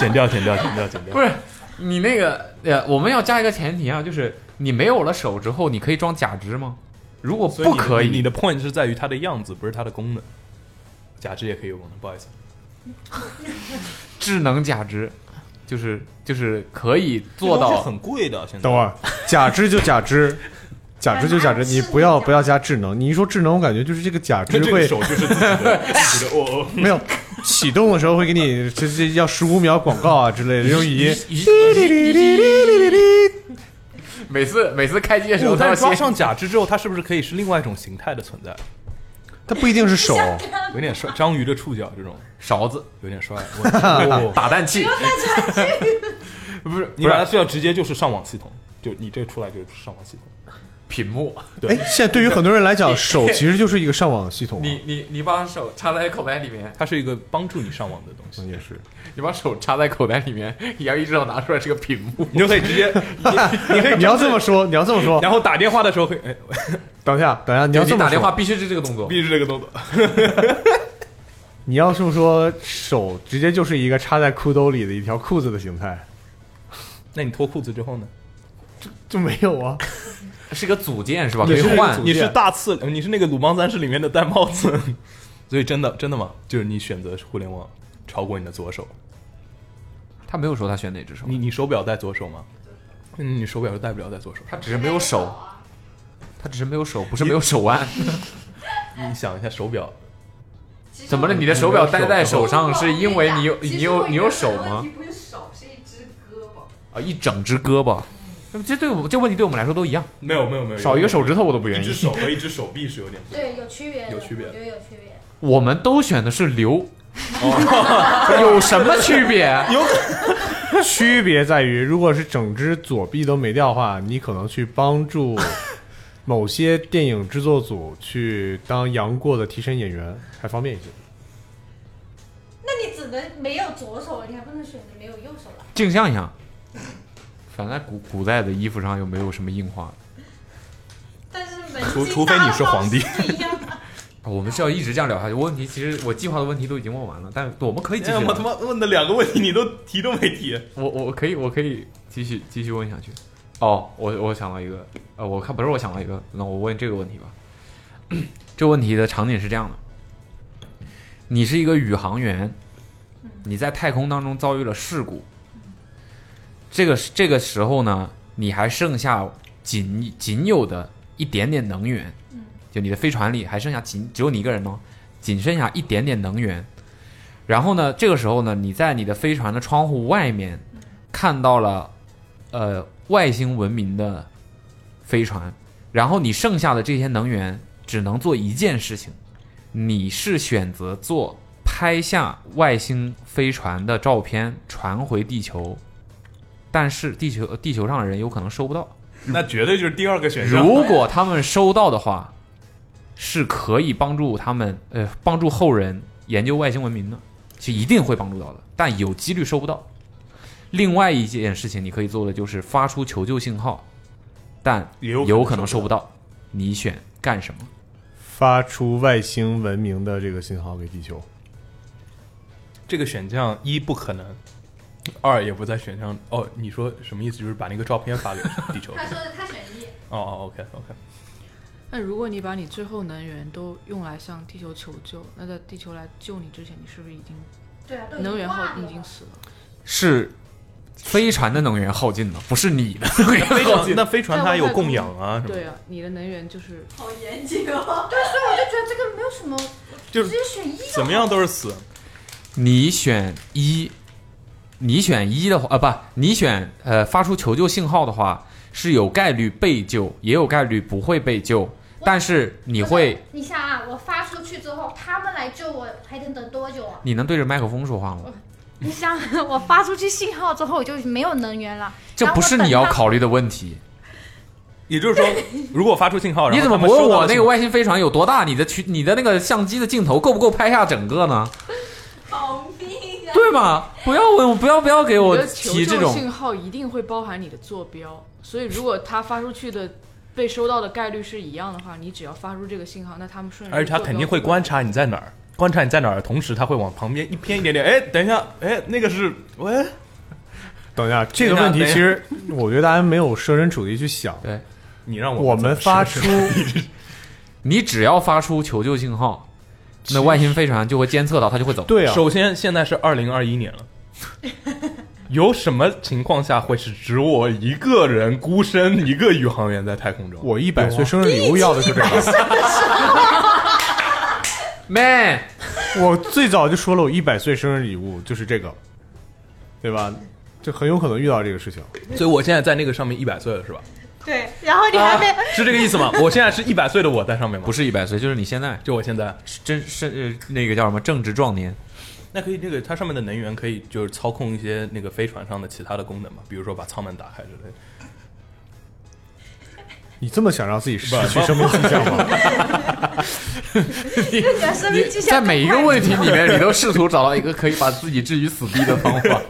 B: 剪掉，剪掉，剪掉，剪掉。
E: 不是你那个呃，我们要加一个前提啊，就是你没有了手之后，你可以装假肢吗？如果
B: 所以
E: 不
B: 你的
E: 可以，
B: 你的 point 是在于它的样子，不是它的功能。假肢也可以有功能，不好意思。
E: 智能假肢，就是就是可以做
B: 这东
E: 到
B: 西很贵的。现在
G: 等会儿，假肢就假肢，假肢就假肢，你不要不要加智能。你一说智能，我感觉就是这个假肢
B: 这个
G: 会
B: 手就是自己的，自己的哦哦。
G: 没有，启动的时候会给你这这要十五秒广告啊之类的，用语音。
E: 每次每次开机的时候，
B: 但
E: 他
B: 是抓
E: 先
B: 上假肢之后，它是不是可以是另外一种形态的存在？
G: 它不一定是手，
B: 有点帅，章鱼的触角这种
E: 勺子，。
B: 有点帅
E: 打蛋器，
B: 不是你把它需要直接就是上网系统，就你这出来就是上网系统，
E: 屏幕。
G: 哎，现在对于很多人 来讲， 手其实就是一个上网系统啊。
E: 你你你把手插在口袋里面，嗯
B: 它是一个帮助你上网的东西。
G: 也是，
E: 你把手插在口袋里面，你要一只手拿出来是个屏 幕，
B: 你就可以直接，你可以
G: 你要这么说，你要这么说，
B: 然后打电话的时候会，哎，
G: 等一下，等一下，你要这么说
E: 打电话必须是这个动作，
B: 必须这个动作。
G: 你要这么说，手直接就是一个插在裤兜里的一条裤子的形态，
B: 那你脱裤子之后呢？
G: 就没有啊？
E: 是个组件是吧？可
B: 你
E: 以
B: 是
E: 换，
B: 你是大次，你是那个《鲁邦三世》里面的戴帽子， 所以真的真的吗？就是你选择互联网超过你的左手，
E: 他没有说他选哪只手，
B: 你你手表戴左手吗？嗯，你手表是戴不了戴左手，
E: 他只是没有手，他只是没有手，不是没有手腕。
B: 你想一下手表，
E: 怎么了？你的手表戴在手上，是因为你有
M: 其实
E: 你有
M: 我
E: 你
M: 原
E: 有
M: 本
E: 手
M: 的问
E: 吗
M: 题？不是手，是一只胳膊。
E: 啊，一整只胳膊，那么这对我这问题对我们来说都一样。
B: 没有没有没有
E: 少一个手指头我都不愿
B: 一
E: 意
B: 只。手和一只手臂是有点不一样
M: 对，有区别，
B: 有区别
M: 我觉得有区别。
E: 我们都选的是刘， 有什么区别？
G: 区别在于，如果是整只左臂都没掉的话，你可能去帮助某些电影制作组去当杨过的替身演员，还方便一些。
M: 那你只能没有左手，你还不能选择没有右手了。
E: 镜像一样。反正古古代的衣服上又没有什么硬化，
M: 但是门
E: 除
M: 禁
E: 除非你是
M: 大
E: 皇帝
M: 道是一样的
E: 我们是要一直这样聊下去。问题其实我计划的问题都已经问完了，但我们可以继续
B: 哎
E: 聊。
B: 呀我他妈问的两个问题你都提都没提。
E: 我我可以我可以继续继续问下去。哦，我我想到一个，呃，我看不是我想到一个，那我问这个问题吧。 这问题的场景是这样的：你是一个宇航员，你在太空当中遭遇了事故。这个这个时候呢，你还剩下仅仅有的一点点能源，
M: 嗯
E: 就你的飞船里还剩下仅只有你一个人哦，仅剩下一点点能源。然后呢，这个时候呢，你在你的飞船的窗户外面看到了呃外星文明的飞船，然后你剩下的这些能源只能做一件事情，你是选择做拍下外星飞船的照片传回地球，但是地球地球上的人有可能收不到。
B: 那绝对就是第二个选项。
E: 如果他们收到的话，是可以帮助他们呃帮助后人研究外星文明的，是一定会帮助到的，但有几率收不到。另外一件事情你可以做的就是发出求救信号，但有可能收不到。你选干什么？
G: 发出外星文明的这个信号给地球，
B: 这个选项一不可能，二也不在选项。哦，你说什么意思？就是把那个照片发给地球。
M: 他说的他选一，
B: 哦哦，OK OK。
F: 那如果你把你最后能源都用来向地球求救，那在地球来救你之前，你是不是已经
M: 对啊都已经
F: 能源
M: 挂
F: 耗
M: 了
F: 已经死了？
E: 是飞船的能源耗尽了，不是你的能源
B: 飞
E: 耗尽
B: 船。那飞船它有供氧啊什么的。
F: 对啊，你的能源就是
M: 好严谨哦。对，所以我就觉得这个没有 什么，
B: 就是
M: 直接选一就好
B: 怎么样都是死。
E: 你选一，你选一的话，啊不，你选呃发出求救信号的话，是有概率被救，也有概率不会被救，但是你会，
L: 你想啊，我发出去之后，他们来救我，还得等多久啊？
E: 你能对着麦克风说话吗？
L: 你想，啊我发出去信号之后，我就没有能源了。
E: 这不是你要考虑的问题。
B: 也就是说，如果发出信号，然
E: 你
B: 后
E: 怎么
B: 他
E: 不
B: 们收
E: 问
B: 到
E: 我
B: 了
E: 那
B: 信
E: 个
B: 号
E: 外星飞船有多大？你的去，你的那个相机的镜头够不够拍下整个呢？
M: 好病啊！
E: 对吗？不要问，不要不要给我
F: 你的求
E: 提这
F: 救
E: 种
F: 信号一定会包含你的坐标，所以如果它发出去的被收到的概率是一样的话，你只要发出这个信号，那他们顺着
B: 而且他肯定会观察你在哪儿，观察你在哪儿，同时他会往旁边一偏一点点。哎，等一下，哎，那个是喂，
G: 等一下，这个问题
B: 等一
G: 其
B: 下
G: 实我觉得大家没有设身处地去想。
E: 对，
B: 你让
G: 我们发出，
E: 你只要发出求救信号，那外星飞船就会监测到，它就会走。
B: 首先，现在是二零二一年了， 有什么情况下会是只我一个人孤身一个宇航员在太空中？
G: 我一百岁生日礼物要的是这个。
E: man，
G: 我最早就说了，我一百岁生日礼物就是这个，对吧？就很有可能遇到这个事情。
B: 所以我现在在那个上面一百岁了，是吧？
H: 对，然后你还
E: 啊
H: 没、
B: 是这个意思吗？我现在是一百岁的我在上面吗？不是一百岁，就是你现在，就我现在，
E: 真是呃那个叫什么正值壮年。
B: 那可以，那个它上面的能源可以就是操控一些那个飞船上的其他的功能嘛，比如说把舱门打开之类的。
G: 你这么想让自己失
B: 不
G: 去生命迹象吗？
H: 你那个生命迹象，
E: 在每一个问题里 面， 你都试图找到一个可以把自己置于死地的方法。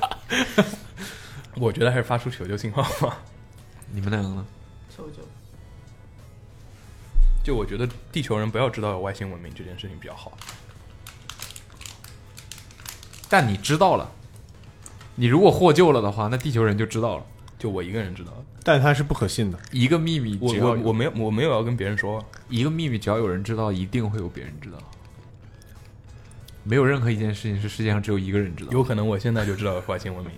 B: 我觉得还是发出求救信号吧。
E: 你们两个呢？
F: 求救。
B: 就我觉得地球人不要知道有外星文明这件事情比较好。
E: 但你知道了，你如果获救了的话，那地球人就知道了。
B: 就我一个人知道了，
G: 但它是不可信的。
E: 一个秘密
B: 我
E: 只要
B: 我我没有我没有要跟别人说，
E: 一个秘密只要有人知道，一定会有别人知道。没有任何一件事情是世界上只有一个人知道。
B: 有可能我现在就知道有 外星文明，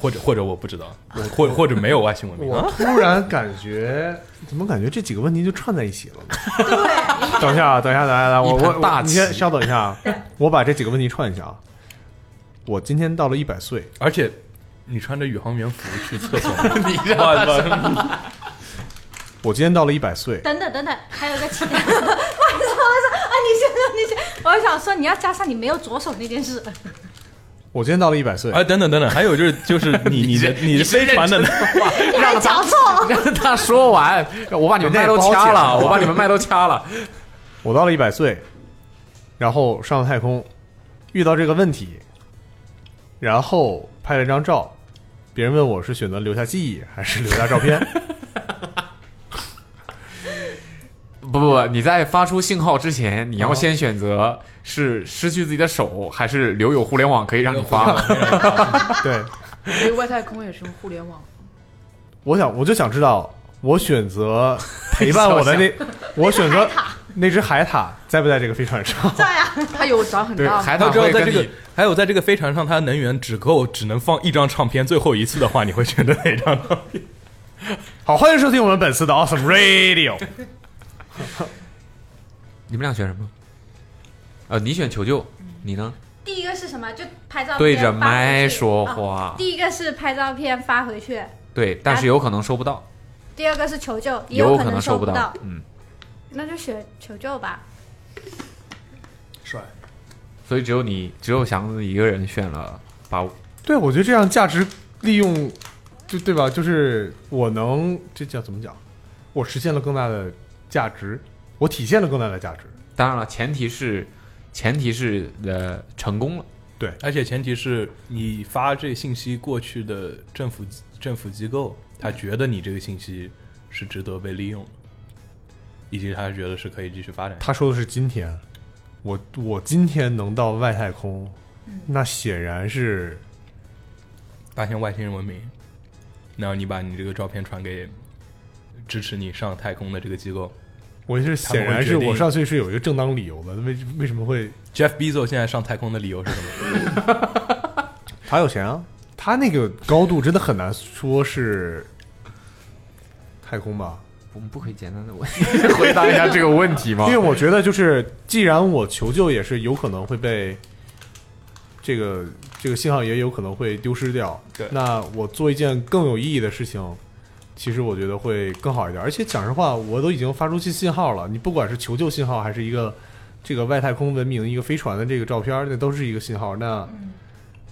B: 或者或者我不知道，我 或或者没有外星文明。
G: 我
B: 啊
G: 突然感觉，怎么感觉这几个问题就串在一起了呢？等一下啊，等一下，等一下，来，我
E: 一
G: 我
E: 盘大
G: 我你先
E: 棋
G: 稍等一下啊，我把这几个问题串一下啊。我今天到了一百岁，
B: 而且你穿着宇航员服去厕所
H: 你
B: 不好意思
G: 我今天到了一百岁，
L: 等等等等，还有个其 他，我操我操啊！你先说，你先，我想说你要加上你没有左手那件事。
G: 我今天到了一百岁。
B: 哎，等等等等，还有就是 就是你你的你的飞船的，
E: 让他 让他说完，我把你们麦都掐了，我把你们麦都掐了。
G: 我到了一百岁，然后上了太空，遇到这个问题，然后拍了张照，别人问我是选择留下记忆还是留下照 片，
E: 不不不，你在发出信号之前，你要先选择是失去自己的手，还是留有互联网可以让你发。
G: 对，
F: 所以外太空也是用互联网。
G: 我想我就想知道，我选择陪伴我的 那
F: 太小了，
G: 我选择那只海獭在不在这个飞船上？
F: 在呀，它有长很大。
B: 还有在这个还有在这个飞船上，它的能源只够只能放一张唱片，最后一次的话，你会选择哪张照片？
G: 好，欢迎收听我们本次的 Awesome Radio。
E: 你们俩选什么？呃，你选求救，你呢？
L: 第一个是什么？就拍照片
E: 对着
L: 发回
E: 麦
L: 去
E: 说
L: 啊
E: 话
L: 第一个是拍照片发回去，
E: 对，但是有可能收不到，
L: 第二个是求救，也
E: 有
L: 可能
E: 收
L: 不
E: 到。嗯，
L: 那就选求救吧。
B: 帅，
E: 所以只有你，只有祥子一个人选了把
G: 对，我觉得这样价值利用，就对吧？就是我能这叫怎么讲？我实现了更大的价值，我体现了更大的价值。
E: 当然了，前提是前提是呃成功了。
G: 对，
B: 而且前提是你发这信息过去的政府政府机构，他觉得你这个信息是值得被利用的，以及他觉得是可以继续发展。
G: 他说的是今天，我我今天能到外太空，那显然是
B: 发现外星人文明，然后你把你这个照片传给支持你上太空的这个机构，
G: 我是
B: 他们会
G: 显然
B: 决
G: 是
B: 定
G: 我上去是有一个正当理由的，为为什么会
B: Jeff Bezos 现在上太空的理由是什 么？
G: 他有钱啊？他那个高度真的很难说是太空吧？
E: 我们不可以简单的问 回答一下这个问题吗？
G: 因为我觉得就是，既然我求救也是有可能会被这个这个信号也有可能会丢失掉，
B: 对，
G: 那我做一件更有意义的事情，其实我觉得会更好一点。而且讲实话，我都已经发出去信号了，你不管是求救信号还是一个这个外太空文明一个飞船的这个照片，那都是一个信号。那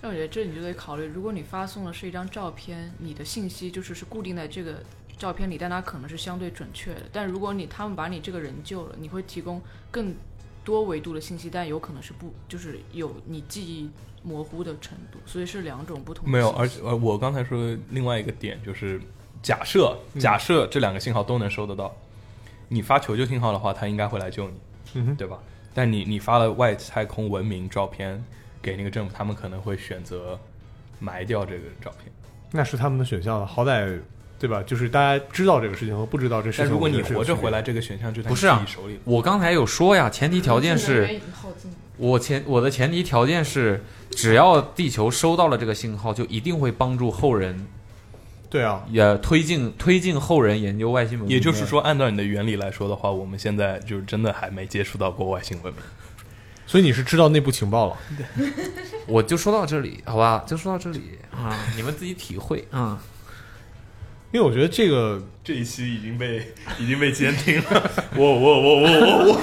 F: 但我觉得这你就得考虑，如果你发送的是一张照片，你的信息就是是固定在这个照片里，但它可能是相对准确的。但如果你他们把你这个人救了，你会提供更多维度的信息，但有可能是不就是有你记忆模糊的程度，所以是两种不同的
B: 没有，
F: 信息
B: 而且呃，我刚才说另外一个点就是，假设
G: 嗯
B: 假设这两个信号都能收得到，你发求救信号的话，他应该会来救你，
G: 嗯哼
B: 对吧？但你你发了外太空文明照片给那个政府，他们可能会选择埋掉这个照片。
G: 那是他们的选项了，好歹对吧？就是大家知道这个事情和不知道这事情。
B: 但如果
G: 我
B: 你
G: 觉得是有
B: 活着
G: 区别
B: 回来，这个选项就在
E: 不
B: 你
E: 是
B: 自己
E: 啊
B: 手里了，
E: 我刚才有说呀，前提 条件是，我前我的前提条件是，只要地球收到了这个信号，就一定会帮助后人，
G: 对啊，
E: 也推进推进后人研究外星文明。
B: 也就是，说，按照你的原理来说的话，我们现在就是真的还没接触到过外星文明。
G: 所以你是知道内部情报了。
E: 我就说到这里，好吧，就说到这里啊， 你们自己体会啊。
G: 因为我觉得这个
B: 这一期已经被 已经被监听了， 我我我我我我，我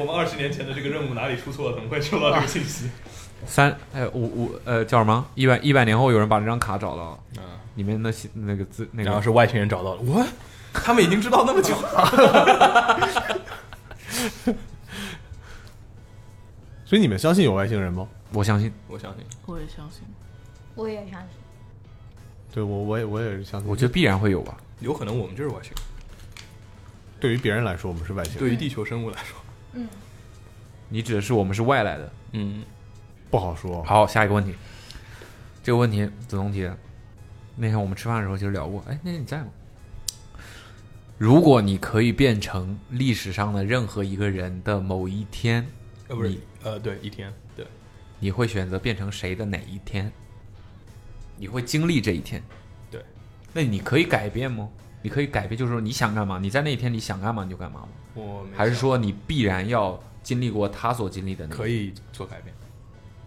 B: 我们二十年前的这个任务哪里出错了？怎么会收到这个信息？
E: 三哎五五呃叫什么？一百一百年后有人把这张卡找到，里面那些那个字那个，
B: 嗯然后是外星人找到了，我他们已经知道那么久了。
G: 所以你们相信有外星人吗？
E: 我相信，
B: 我相信。
F: 我也相信。
L: 我也相信。
G: 对我，我也我也是相信。
E: 我觉得必然会有吧。
B: 有可能我们就是外星人，
G: 对于别人来说，我们是外星人。
B: 对于地球生物来说，
L: 嗯，
E: 你指的是我们是外来的，
B: 嗯，
G: 不好说。
E: 好，下一个问题，这个问题子龙提的，那天我们吃饭的时候其实聊过，哎，那天你在吗？如果你可以变成历史上的任何一个人的某一天，
B: 呃，不是
E: 你，
B: 呃，对，一天，对，
E: 你会选择变成谁的哪一天？你会经历这一天？
B: 对，
E: 那你可以改变吗？你可以改变，就是说你想干嘛，你在那一天你想干嘛你就干嘛吗？
B: 我没
E: 还是说你必然要经历过他所经历的那？
B: 可以做改变，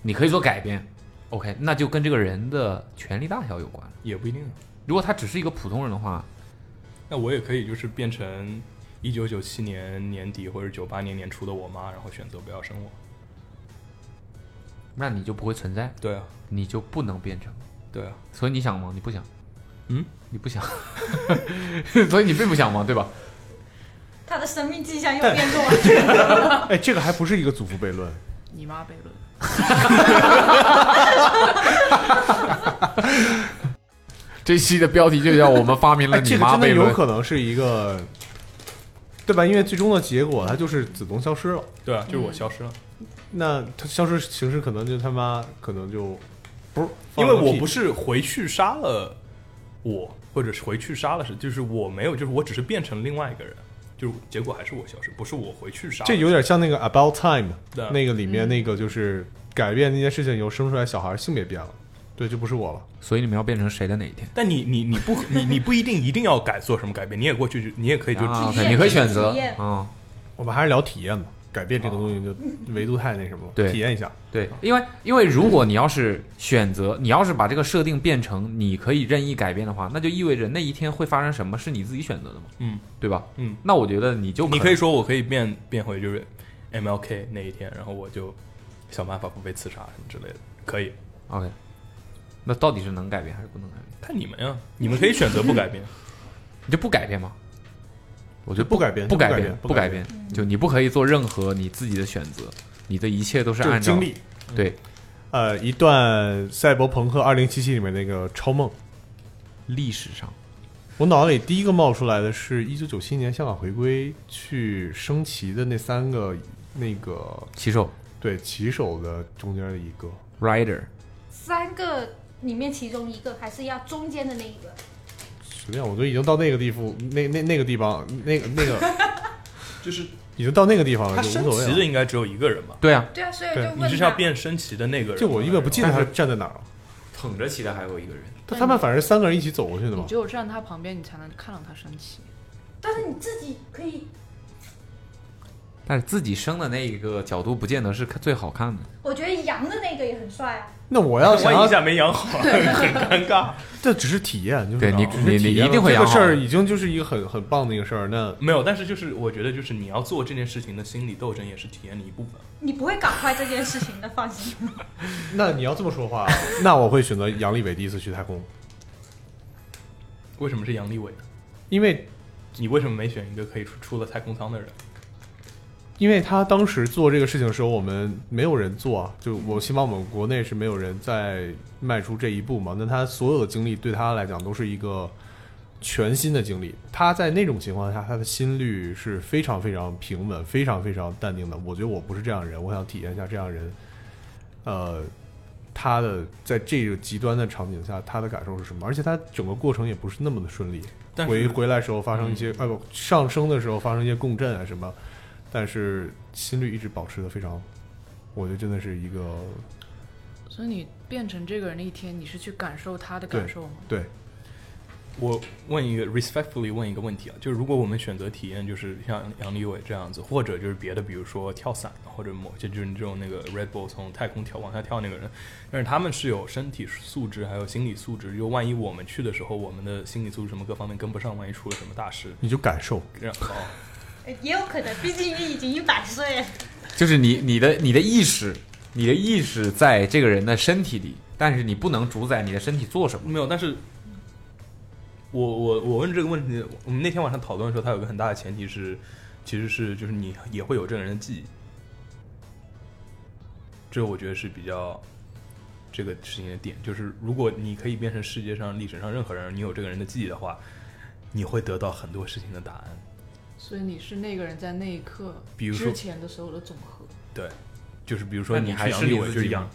E: 你可以做改变。OK，那就跟这个人的权力大小有关，
B: 也不一定。啊
E: 如果他只是一个普通人的话，
B: 那我也可以就是变成一九九七年年底或者九八年年初的我妈，然后选择不要生我。
E: 那你就不会存在。
B: 对啊，
E: 你就不能变成。
B: 对啊，
E: 所以你想吗？你不想。
B: 嗯，
E: 你不想， 所以你并不想嘛，对吧？
H: 他的生命迹象又
G: 但
H: 变弱了。
L: 啊
G: 哎，这个还不是一个祖父悖论，
F: 你妈悖论。
E: 这期的标题就叫“我们发明了
G: 哎，
E: 你
G: 这个
E: 妈
G: 真的
E: 悖
G: 有
E: 论
G: 可能是一个，对吧？因为最终的结果，它就是子龙消失了。
B: 对啊，就是我消失了，
G: 那他消失形式可能就他妈可能就不是，
B: 因为我不是回去杀了我，或者是回去杀了谁，就是我没有，就是我只是变成另外一个人，就是结果还是我消失，不是我回去杀了
G: 这
B: 谁。
G: 有点像那个 About Time
B: 对
G: 那个里面
B: 嗯
G: 那个就是改变那件事情以后生出来小孩性别变了，对，就不是我了。
E: 所以你们要变成谁的哪一天？
B: 但你你你不你你不一定一定要改做什么改变，你也过去就你也可以就
E: 啊，OK，你可以选择嗯体验
B: 啊。
G: 我们还是聊体验吧，改变这个东西就维度太那什么了，
E: 对
G: 体验一下。
E: 对，因为因为如果你要是选择，你要是把这个设定变成你可以任意改变的话，那就意味着那一天会发生什么是你自己选择的嘛，
B: 嗯，
E: 对吧？
B: 嗯，
E: 那我觉得你就
B: 你
E: 能
B: 可以说我可以变变回就是 MLK 那一天，然后我就想办法不被刺杀什么之类的，可以。
E: OK，那到底是能改变还是不能改变？
B: 看你们呀，你们可以选择不改变，
E: 你就不改变吗？我觉得
G: 不改变
E: 不改
G: 不改变
E: 不改变
G: 不改，
E: 就你不可以做任何你自己的选择，你的一切都是按照嗯
G: 就是经历
B: 嗯
E: 对
G: 呃，一段《赛博朋克2077》里面那个超梦，
E: 历史上，
G: 我脑子里第一个冒出来的是1997年香港回归去升旗的那三个那个
E: 骑手，
G: 对骑手的中间的一个
E: rider，
L: 三个里面其中一个，还是要中间的那一个。
G: 随便，我都已经到那个地步，那那那个地方，那个那个
B: 就是
G: 已经到那个地方了，
B: 他
G: 就
B: 升
G: 无所谓
B: 旗的
G: 了。
B: 应该只有一个人吧？
E: 对啊
L: 对啊所以我
G: 就
B: 你
G: 问
B: 就是要
L: 他
B: 变升旗的那个人。
G: 就我因为不记得他站在哪儿了，
E: 捧着骑的还有一个人，
G: 他他们反正三个人一起走过去的嘛
F: 你只。有站他旁边，你才能看到他生气。
L: 但是你自己可以，
E: 但是自己生的那一个角度不见得是最好看的。
L: 我觉得羊的那个也很帅啊。
G: 那我要想
B: 万
G: 要
B: 一一下没养 好，很 尴尬。
G: 这只是体验，就是啊
E: 对你
G: 只是
E: 你
G: 体验
E: 你一定会
G: 这
E: 养
G: 个
E: 好
G: 事儿已经就是一个很很棒的一个事儿。那
B: 没有，但是就是我觉得就是你要做这件事情的心理斗争也是体验的一部分。
H: 你不会搞坏这件事情的，放心。
G: 那你要这么 说话，那我会选择杨利伟第一次去太空，
B: 为什么是杨利伟呢？
G: 因为
B: 你为什么没选一个可以出出了太空舱的人？
G: 因为他当时做这个事情的时候，我们没有人做啊，就我希望我们国内是没有人再迈出这一步嘛。那他所有的经历对他来讲都是一个全新的经历。他在那种情况下，他的心率是非常非常平稳、非常非常淡定的。我觉得我不是这样的人，我想体验一下这样的人，呃，他的在这个极端的场景下，他的感受是什么？而且他整个过程也不是那么的顺利。
B: 但是
G: 回回来时候发生一些，呃、不，上升的时候发生一些共振啊什么，但是心率一直保持的非常，我觉得真的是一个
F: 所以你变成这个人的一天，你是去感受他的感受吗？
G: 对，
B: 我问一个 respectfully 问一个问题啊，就是如果我们选择体验，就是像杨利伟这样子，或者就是别的，比如说跳伞，或者某些就是这种那个 Red Bull 从太空跳往下跳那个人，但是他们是有身体素质还有心理素质，就万一我们去的时候，我们的心理素质什么各方面跟不上，万一出了什么大事，
G: 你就感受，
B: 然后
H: 也有可能，毕竟你已经一百岁了。
E: 就是你你的你的意识，你的意识在这个人的身体里，但是你不能主宰你的身体做什么。
B: 没有，但是我我我问这个问题，我们那天晚上讨论的时候，它有个很大的前提是，其实是就是你也会有这个人的记忆，这我觉得是比较这个事情的点，就是如果你可以变成世界上历史上任何人，你有这个人的记忆的话，你会得到很多事情的答案。
F: 所以你是那个人在那一刻
B: 比如说
F: 之前的所有的总和。
B: 对，就是比如说
D: 那你
B: 去
D: 还
B: 杨
D: 是
B: 利
D: 你
B: 伟
D: 自
B: 就是
D: 己
B: 杨
D: 吗，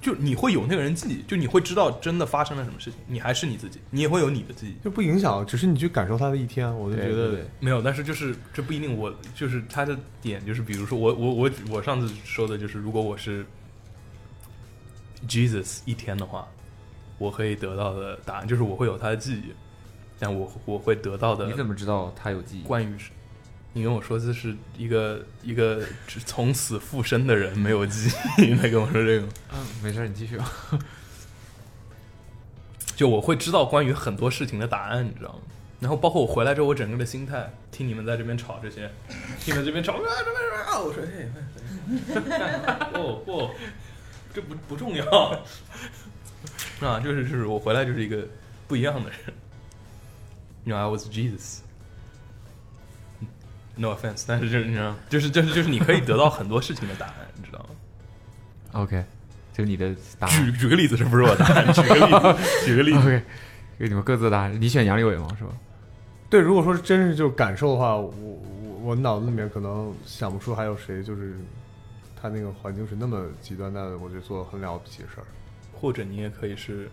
B: 就你会有那个人记忆，就你会知道真的发生了什么事情，你还是你自己，你也会有你的记忆。
G: 就不影响，只是你去感受他的一天，我就觉得
B: 没有，但是就是这不一定我，就是他的点就是，比如说我我我我上次说的就是，如果我是 Jesus 一天的话，我可以得到的答案就是我会有他的记忆，但我我会得到的。
E: 你怎么知道他有记忆？
B: 关于是，你跟我说这是一个一个只从死复生的人没有记忆，你在跟我说这个。
E: 嗯，没事，你继续吧。
B: 就我会知道关于很多事情的答案，你知道吗？然后包括我回来之后，我整个的心态，听你们在这边吵这些，听你们这边吵，我说哎， 哦哦，这不不重要啊， 就是就是我回来就是一个不一样的人。You know, I was Jesus. No offense，但是就是你知道，就是就是就是你可以得到很多事情的答案，你知道吗？
E: OK，就是你的答案。
B: 举举个例子，这不是我答 案，举个例子，举个例子。
E: OK，给你们各自的答案。你选杨利伟吗？是吧？
G: 对，如果说真是就是感受的话，我我我脑子里面可能想不出还有谁就是他那个环境是那么极端的，我觉得做很了不起的事儿。
B: 或者你也可以是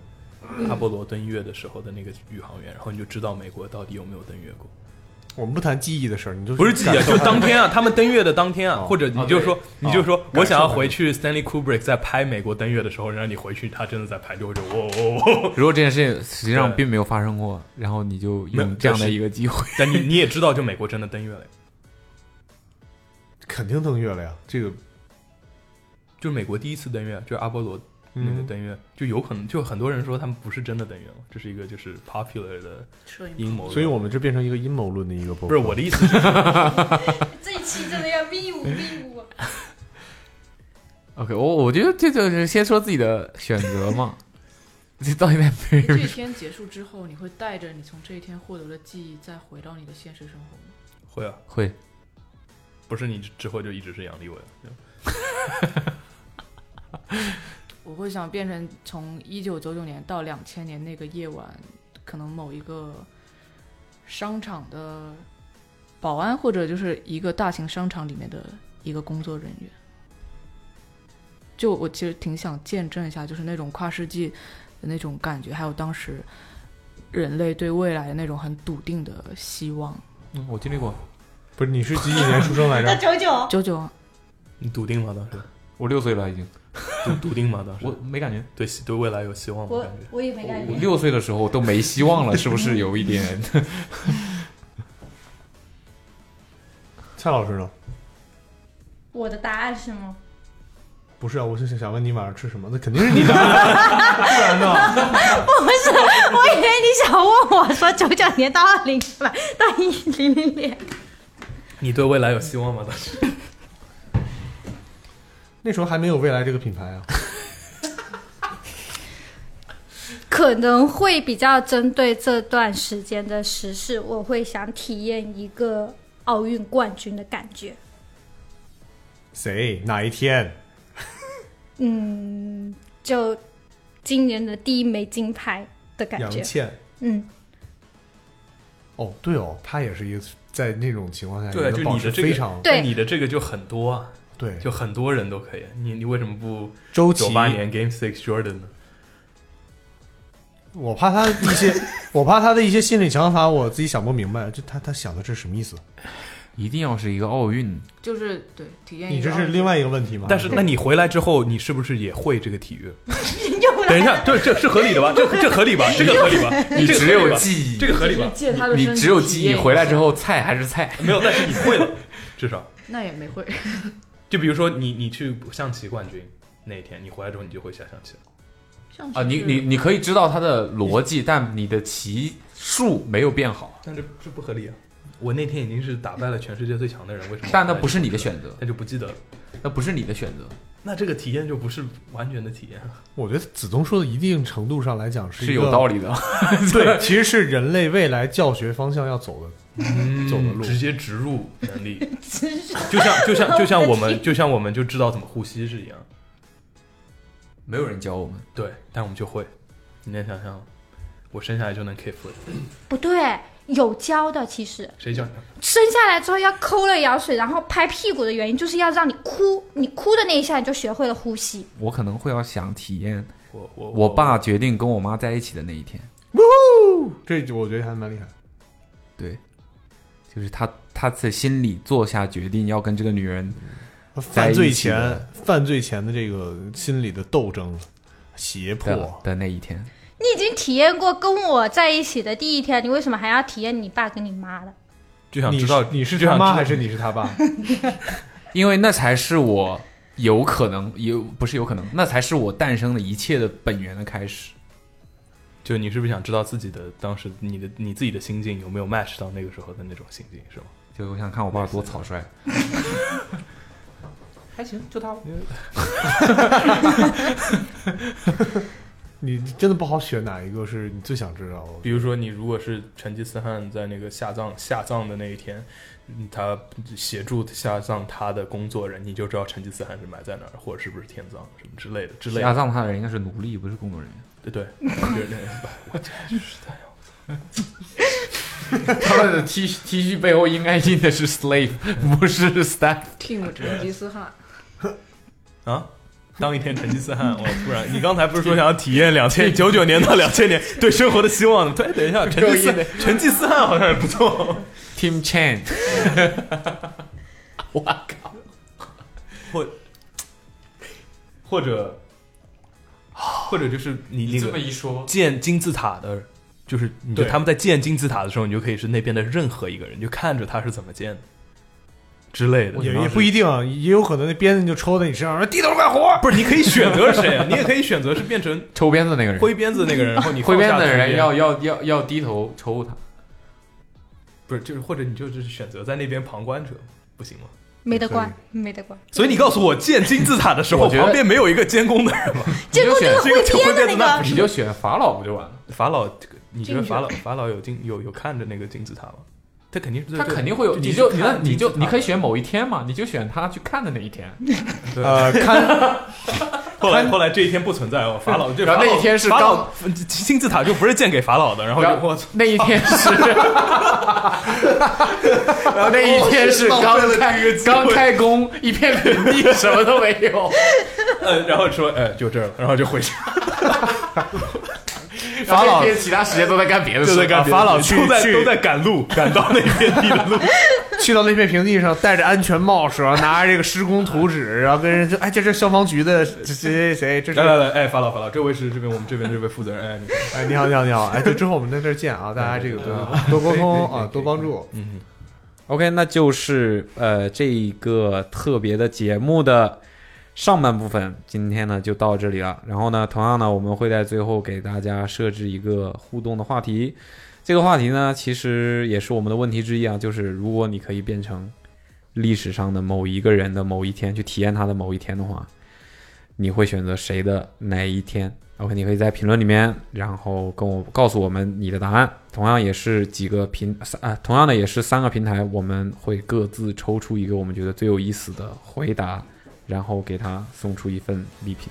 B: 阿波罗登月的时候的那个宇航员，然后你就知道美国到底有没有登月过。
G: 我们不谈记忆的事儿，你就
B: 不是记忆啊，
G: 感受
B: 就
G: 它
B: 是当天 啊，他们登月的当天啊，或者你就说
G: 哦，对
B: 你就说
G: 哦，
B: 我想要
G: 感受
B: 回去 Stanley Kubrick 在拍美国登月的时候，让你回去，他真的在拍，就会觉得哦 哦哦，
E: 如果这件事情实际上并没有发生过，然后你就
B: 没有
E: 用这样的一个机会，
B: 但你你也知道，就美国真的登月了，
G: 肯定登月了呀，这个
B: 就是美国第一次登月，就是阿波罗那个
G: 嗯
B: 登月，就有可能，就很多人说他们不是真的登月了，这是一个就是 popular 的阴谋论，
G: 所以我们这变成一个阴谋论的一个播客。
B: 不是我的意思是
H: 这一期真的要 V 五 V 五，
E: OK，我我觉得这就是先说自己的选择嘛。 这到底在
F: 你这一天结束之后，你会带着你从这一天获得的记忆，再回到你的现实生活吗？
B: 会啊
E: 会，
B: 不是你之后就一直是杨利伟了。
F: 我会想变成从一九九九年到两千年那个夜晚，可能某一个商场的保安，或者就是一个大型商场里面的一个工作人员。就我其实挺想见证一下，就是那种跨世纪的那种感觉，还有当时人类对未来的那种很笃定的希望。
E: 嗯，我经历过。
G: 不是你是几几年 出生来着？
H: 九九
F: 九九，
B: 你笃定吗？当时
E: 我六岁了已经，
B: 笃笃定吗？当时
E: 我没感觉，
B: 对希对未来有希望吗？
H: 我我也没感
E: 我
H: 觉。
E: 六岁的时候都没希望了，是不是有一点？
G: 蔡老师呢？
H: 我的答案是吗？
G: 不是啊，我是想想问你晚上吃什么？那肯定是你的 啊，不然呢？
H: 我 不是，我以为你想问我说九九年到二零不到一零零年，
B: 你对未来有希望 吗？当时
G: 那时候还没有未来这个品牌啊。
L: 可能会比较针对这段时间的时事，我会想体验一个奥运冠军的感觉。
G: 谁哪一天？
L: 嗯，就今年的第一枚金牌的感觉。
G: 杨倩
L: 嗯，
G: 哦，对哦，他也是一个在那种情况 下
B: 对啊，
G: 也
B: 就
G: 能保
B: 你的
G: 持
B: 这
G: 非
B: 个
G: 常，
L: 对
B: 你的这个就很多啊，
G: 对，
B: 就很多人都可以。你你为什么不
G: 周琦
B: 九八年 Game Six Jordan 呢？
G: 我怕他一 些，我怕他的一些心理想法，我自己想不明白，就他他想的这是什么意思？
E: 一定要是一个奥运，
F: 就是对体验一
G: 你
F: 个
G: 这
F: 奥
G: 是
F: 运
G: 另外一个问题吗？
B: 但是那你回来之后，你是不是也会这个体育？
H: 又
B: 等一下，这这是合理的吧？这这合理吧？这个合理吧？
E: 你
B: 这个合理吧
E: 只有记忆，
B: 这个合理吧？
F: 借他的
E: 你
F: 身体
E: 只有
F: 体
E: 记忆，
F: 验一
E: 回来
F: 下
E: 之后菜还是菜，
B: 没有，但是你会了，至少。
F: 那也没会。
B: 就比如说你你去象棋冠军那一天，你回来之后你就会下象棋了。
F: 象棋
E: 啊，你
F: 是
E: 你你可以知道它的逻辑，但你的棋数没有变好，
B: 但这这不合理啊！我那天已经是打败了全世界最强的人，为什么？
E: 哎但那不是你的选择，
B: 那就不记得了，
E: 那不是你的选择，
B: 那这个体验就不是完全的体验。
G: 我觉得子东说的一定程度上来讲是
E: 是
G: 一个
E: 有道 理的
G: 对，其实是人类未来教学方向要走的走的路，
B: 嗯直接植入能力，就
H: 就
B: 像就像就像我们就像我们就知道怎么呼吸是一样，
E: 没有人教我们，
B: 对，但我们就会。你能想象，我生下来就能 keep
L: 不对，有教的其实。
B: 谁教你？
L: 生下来之后要抠了羊水，然后拍屁股的原因就是要让你哭，你哭的那一下你就学会了呼吸。
E: 我可能会要想体验
B: 我
E: 我爸决定跟我妈在一起的那一天，
G: 这我觉得还蛮厉害。
E: 对，就是他他在心里做下决定要跟这个女人
G: 嗯
E: 在
G: 犯
E: 一
G: 罪
E: 起
G: 前
E: 的，
G: 犯罪前的这个心理的斗争、胁
E: 的
G: 迫
E: 的那一天，
L: 你已经体验过跟我在一起的第一天，你为什么还要体验你爸跟你妈的？
B: 就想知道
G: 你是
E: 就
G: 他
E: 想知
G: 妈
E: 道
G: 还是你是他爸？
E: 因为那才是我有可能有不是有可能，那才是我诞生的一切的本源的开始。
B: 就你是不是想知道自己的当时你的你自己的心境有没有 match 到那个时候的那种心境是吗？
E: 就我想看我爸多 草率。 还行，就他吧。
G: 你真的不好选哪一个是你最想知道的。
B: 比如说，你如果是成吉思汗在那个下葬下葬的那一天，嗯他协助下葬他的工作人，你就知道成吉思汗是埋在哪儿，或者是不是天葬什么之类的之类的。
E: 下葬他的人应该是奴隶，不是工作人员。
B: 对对，就是那个哎我天，真是太
E: 他们的 T T 恤背后应该印的是 slave，不是 staff。
F: Team 成吉思汗，
B: 啊！ 当一天成吉思汗，我突然，你刚才不是说想要体验两千九九年到两千年对生活的希望吗？对，等一下，成吉思汗成吉思汗好像也不错。
E: Team Chan，
B: 我靠，或或者或者就是你那个
E: 你这么一说
B: 建金字塔的，就是你就
E: 对
B: 他们在建金字塔的时候，你就可以是那边的任何一个人，你就看着他是怎么建的之类的，
G: 也也 不一定，啊，也有可能那鞭子就抽在你身上，说低头干活。
B: 不是，你可以选择谁啊，你也可以选择是变成
E: 抽鞭子那个人，
B: 挥鞭子那个人，然后你
E: 挥鞭子的
B: 放下
E: 人
B: 去
E: 要要要要低头抽他。
B: 不是就是或者你就就是选择在那边旁观者，不行吗？
L: 没得关，没得关。
B: 所以你告诉我，建金字塔的时候
E: 我觉得
B: 旁边没有一个监工的人吗？
L: 监工就是
B: 这个
L: 挥鞭的那个
B: 那不是
E: 你就选法老不就完了？
B: 法老，这个你觉得
E: 进去
B: 法老法老有金有有看着那个金字塔吗？他肯定是
E: 他肯定会有，你就你那你就你可
B: 以
E: 以选某一天嘛，你就选他去看的那一 天。
B: 呃 看。后来后来这一天不存在哦，法老这
E: 然后
B: 法老
E: 那一天是
B: 法老
E: 刚
B: 金字塔就不是建给法老的，然后就
E: 然后
B: 我
E: 那一天是，然后那一天是
B: 哦
E: 刚
B: 浪费了
E: 开
B: 这个机会
E: 刚开工，一片平地，什么都没有。
B: 呃，然后说呃就这儿了，然后就回 去。
E: 法老其他时间都在干别的事，
B: 就在干别的事
J: 啊
E: 法老
B: 去都在都在赶 路，赶到那片地的路，
G: 去到那片平地上，戴着安全帽，手上拿着这个施工图纸，然后跟人说：“哎，这是消防局的谁谁谁，这是
B: 来来来，哎，法老法老，这位是这边我们这边这位负责人，哎，你
G: 哎，你好，你好，你好！ 哎，对，之后我们在这儿见啊，大
E: 哎
G: 家这个多多沟通啊，多帮助。
B: 嗯，
E: OK，那就是呃这一个特别的节目的上半部分，今天呢就到这里了。然后呢，同样呢，我们会在最后给大家设置一个互动的话题。这个话题呢，其实也是我们的问题之一啊，就是如果你可以变成历史上的某一个人的某一天，去体验他的某一天的话，你会选择谁的哪一天？OK，你可以在评论里面，然后跟我告诉我们你的答案。同样也是几个平三啊，同样的也是三个平台，我们会各自抽出一个我们觉得最有意思的回答，然后给他送出一份礼品。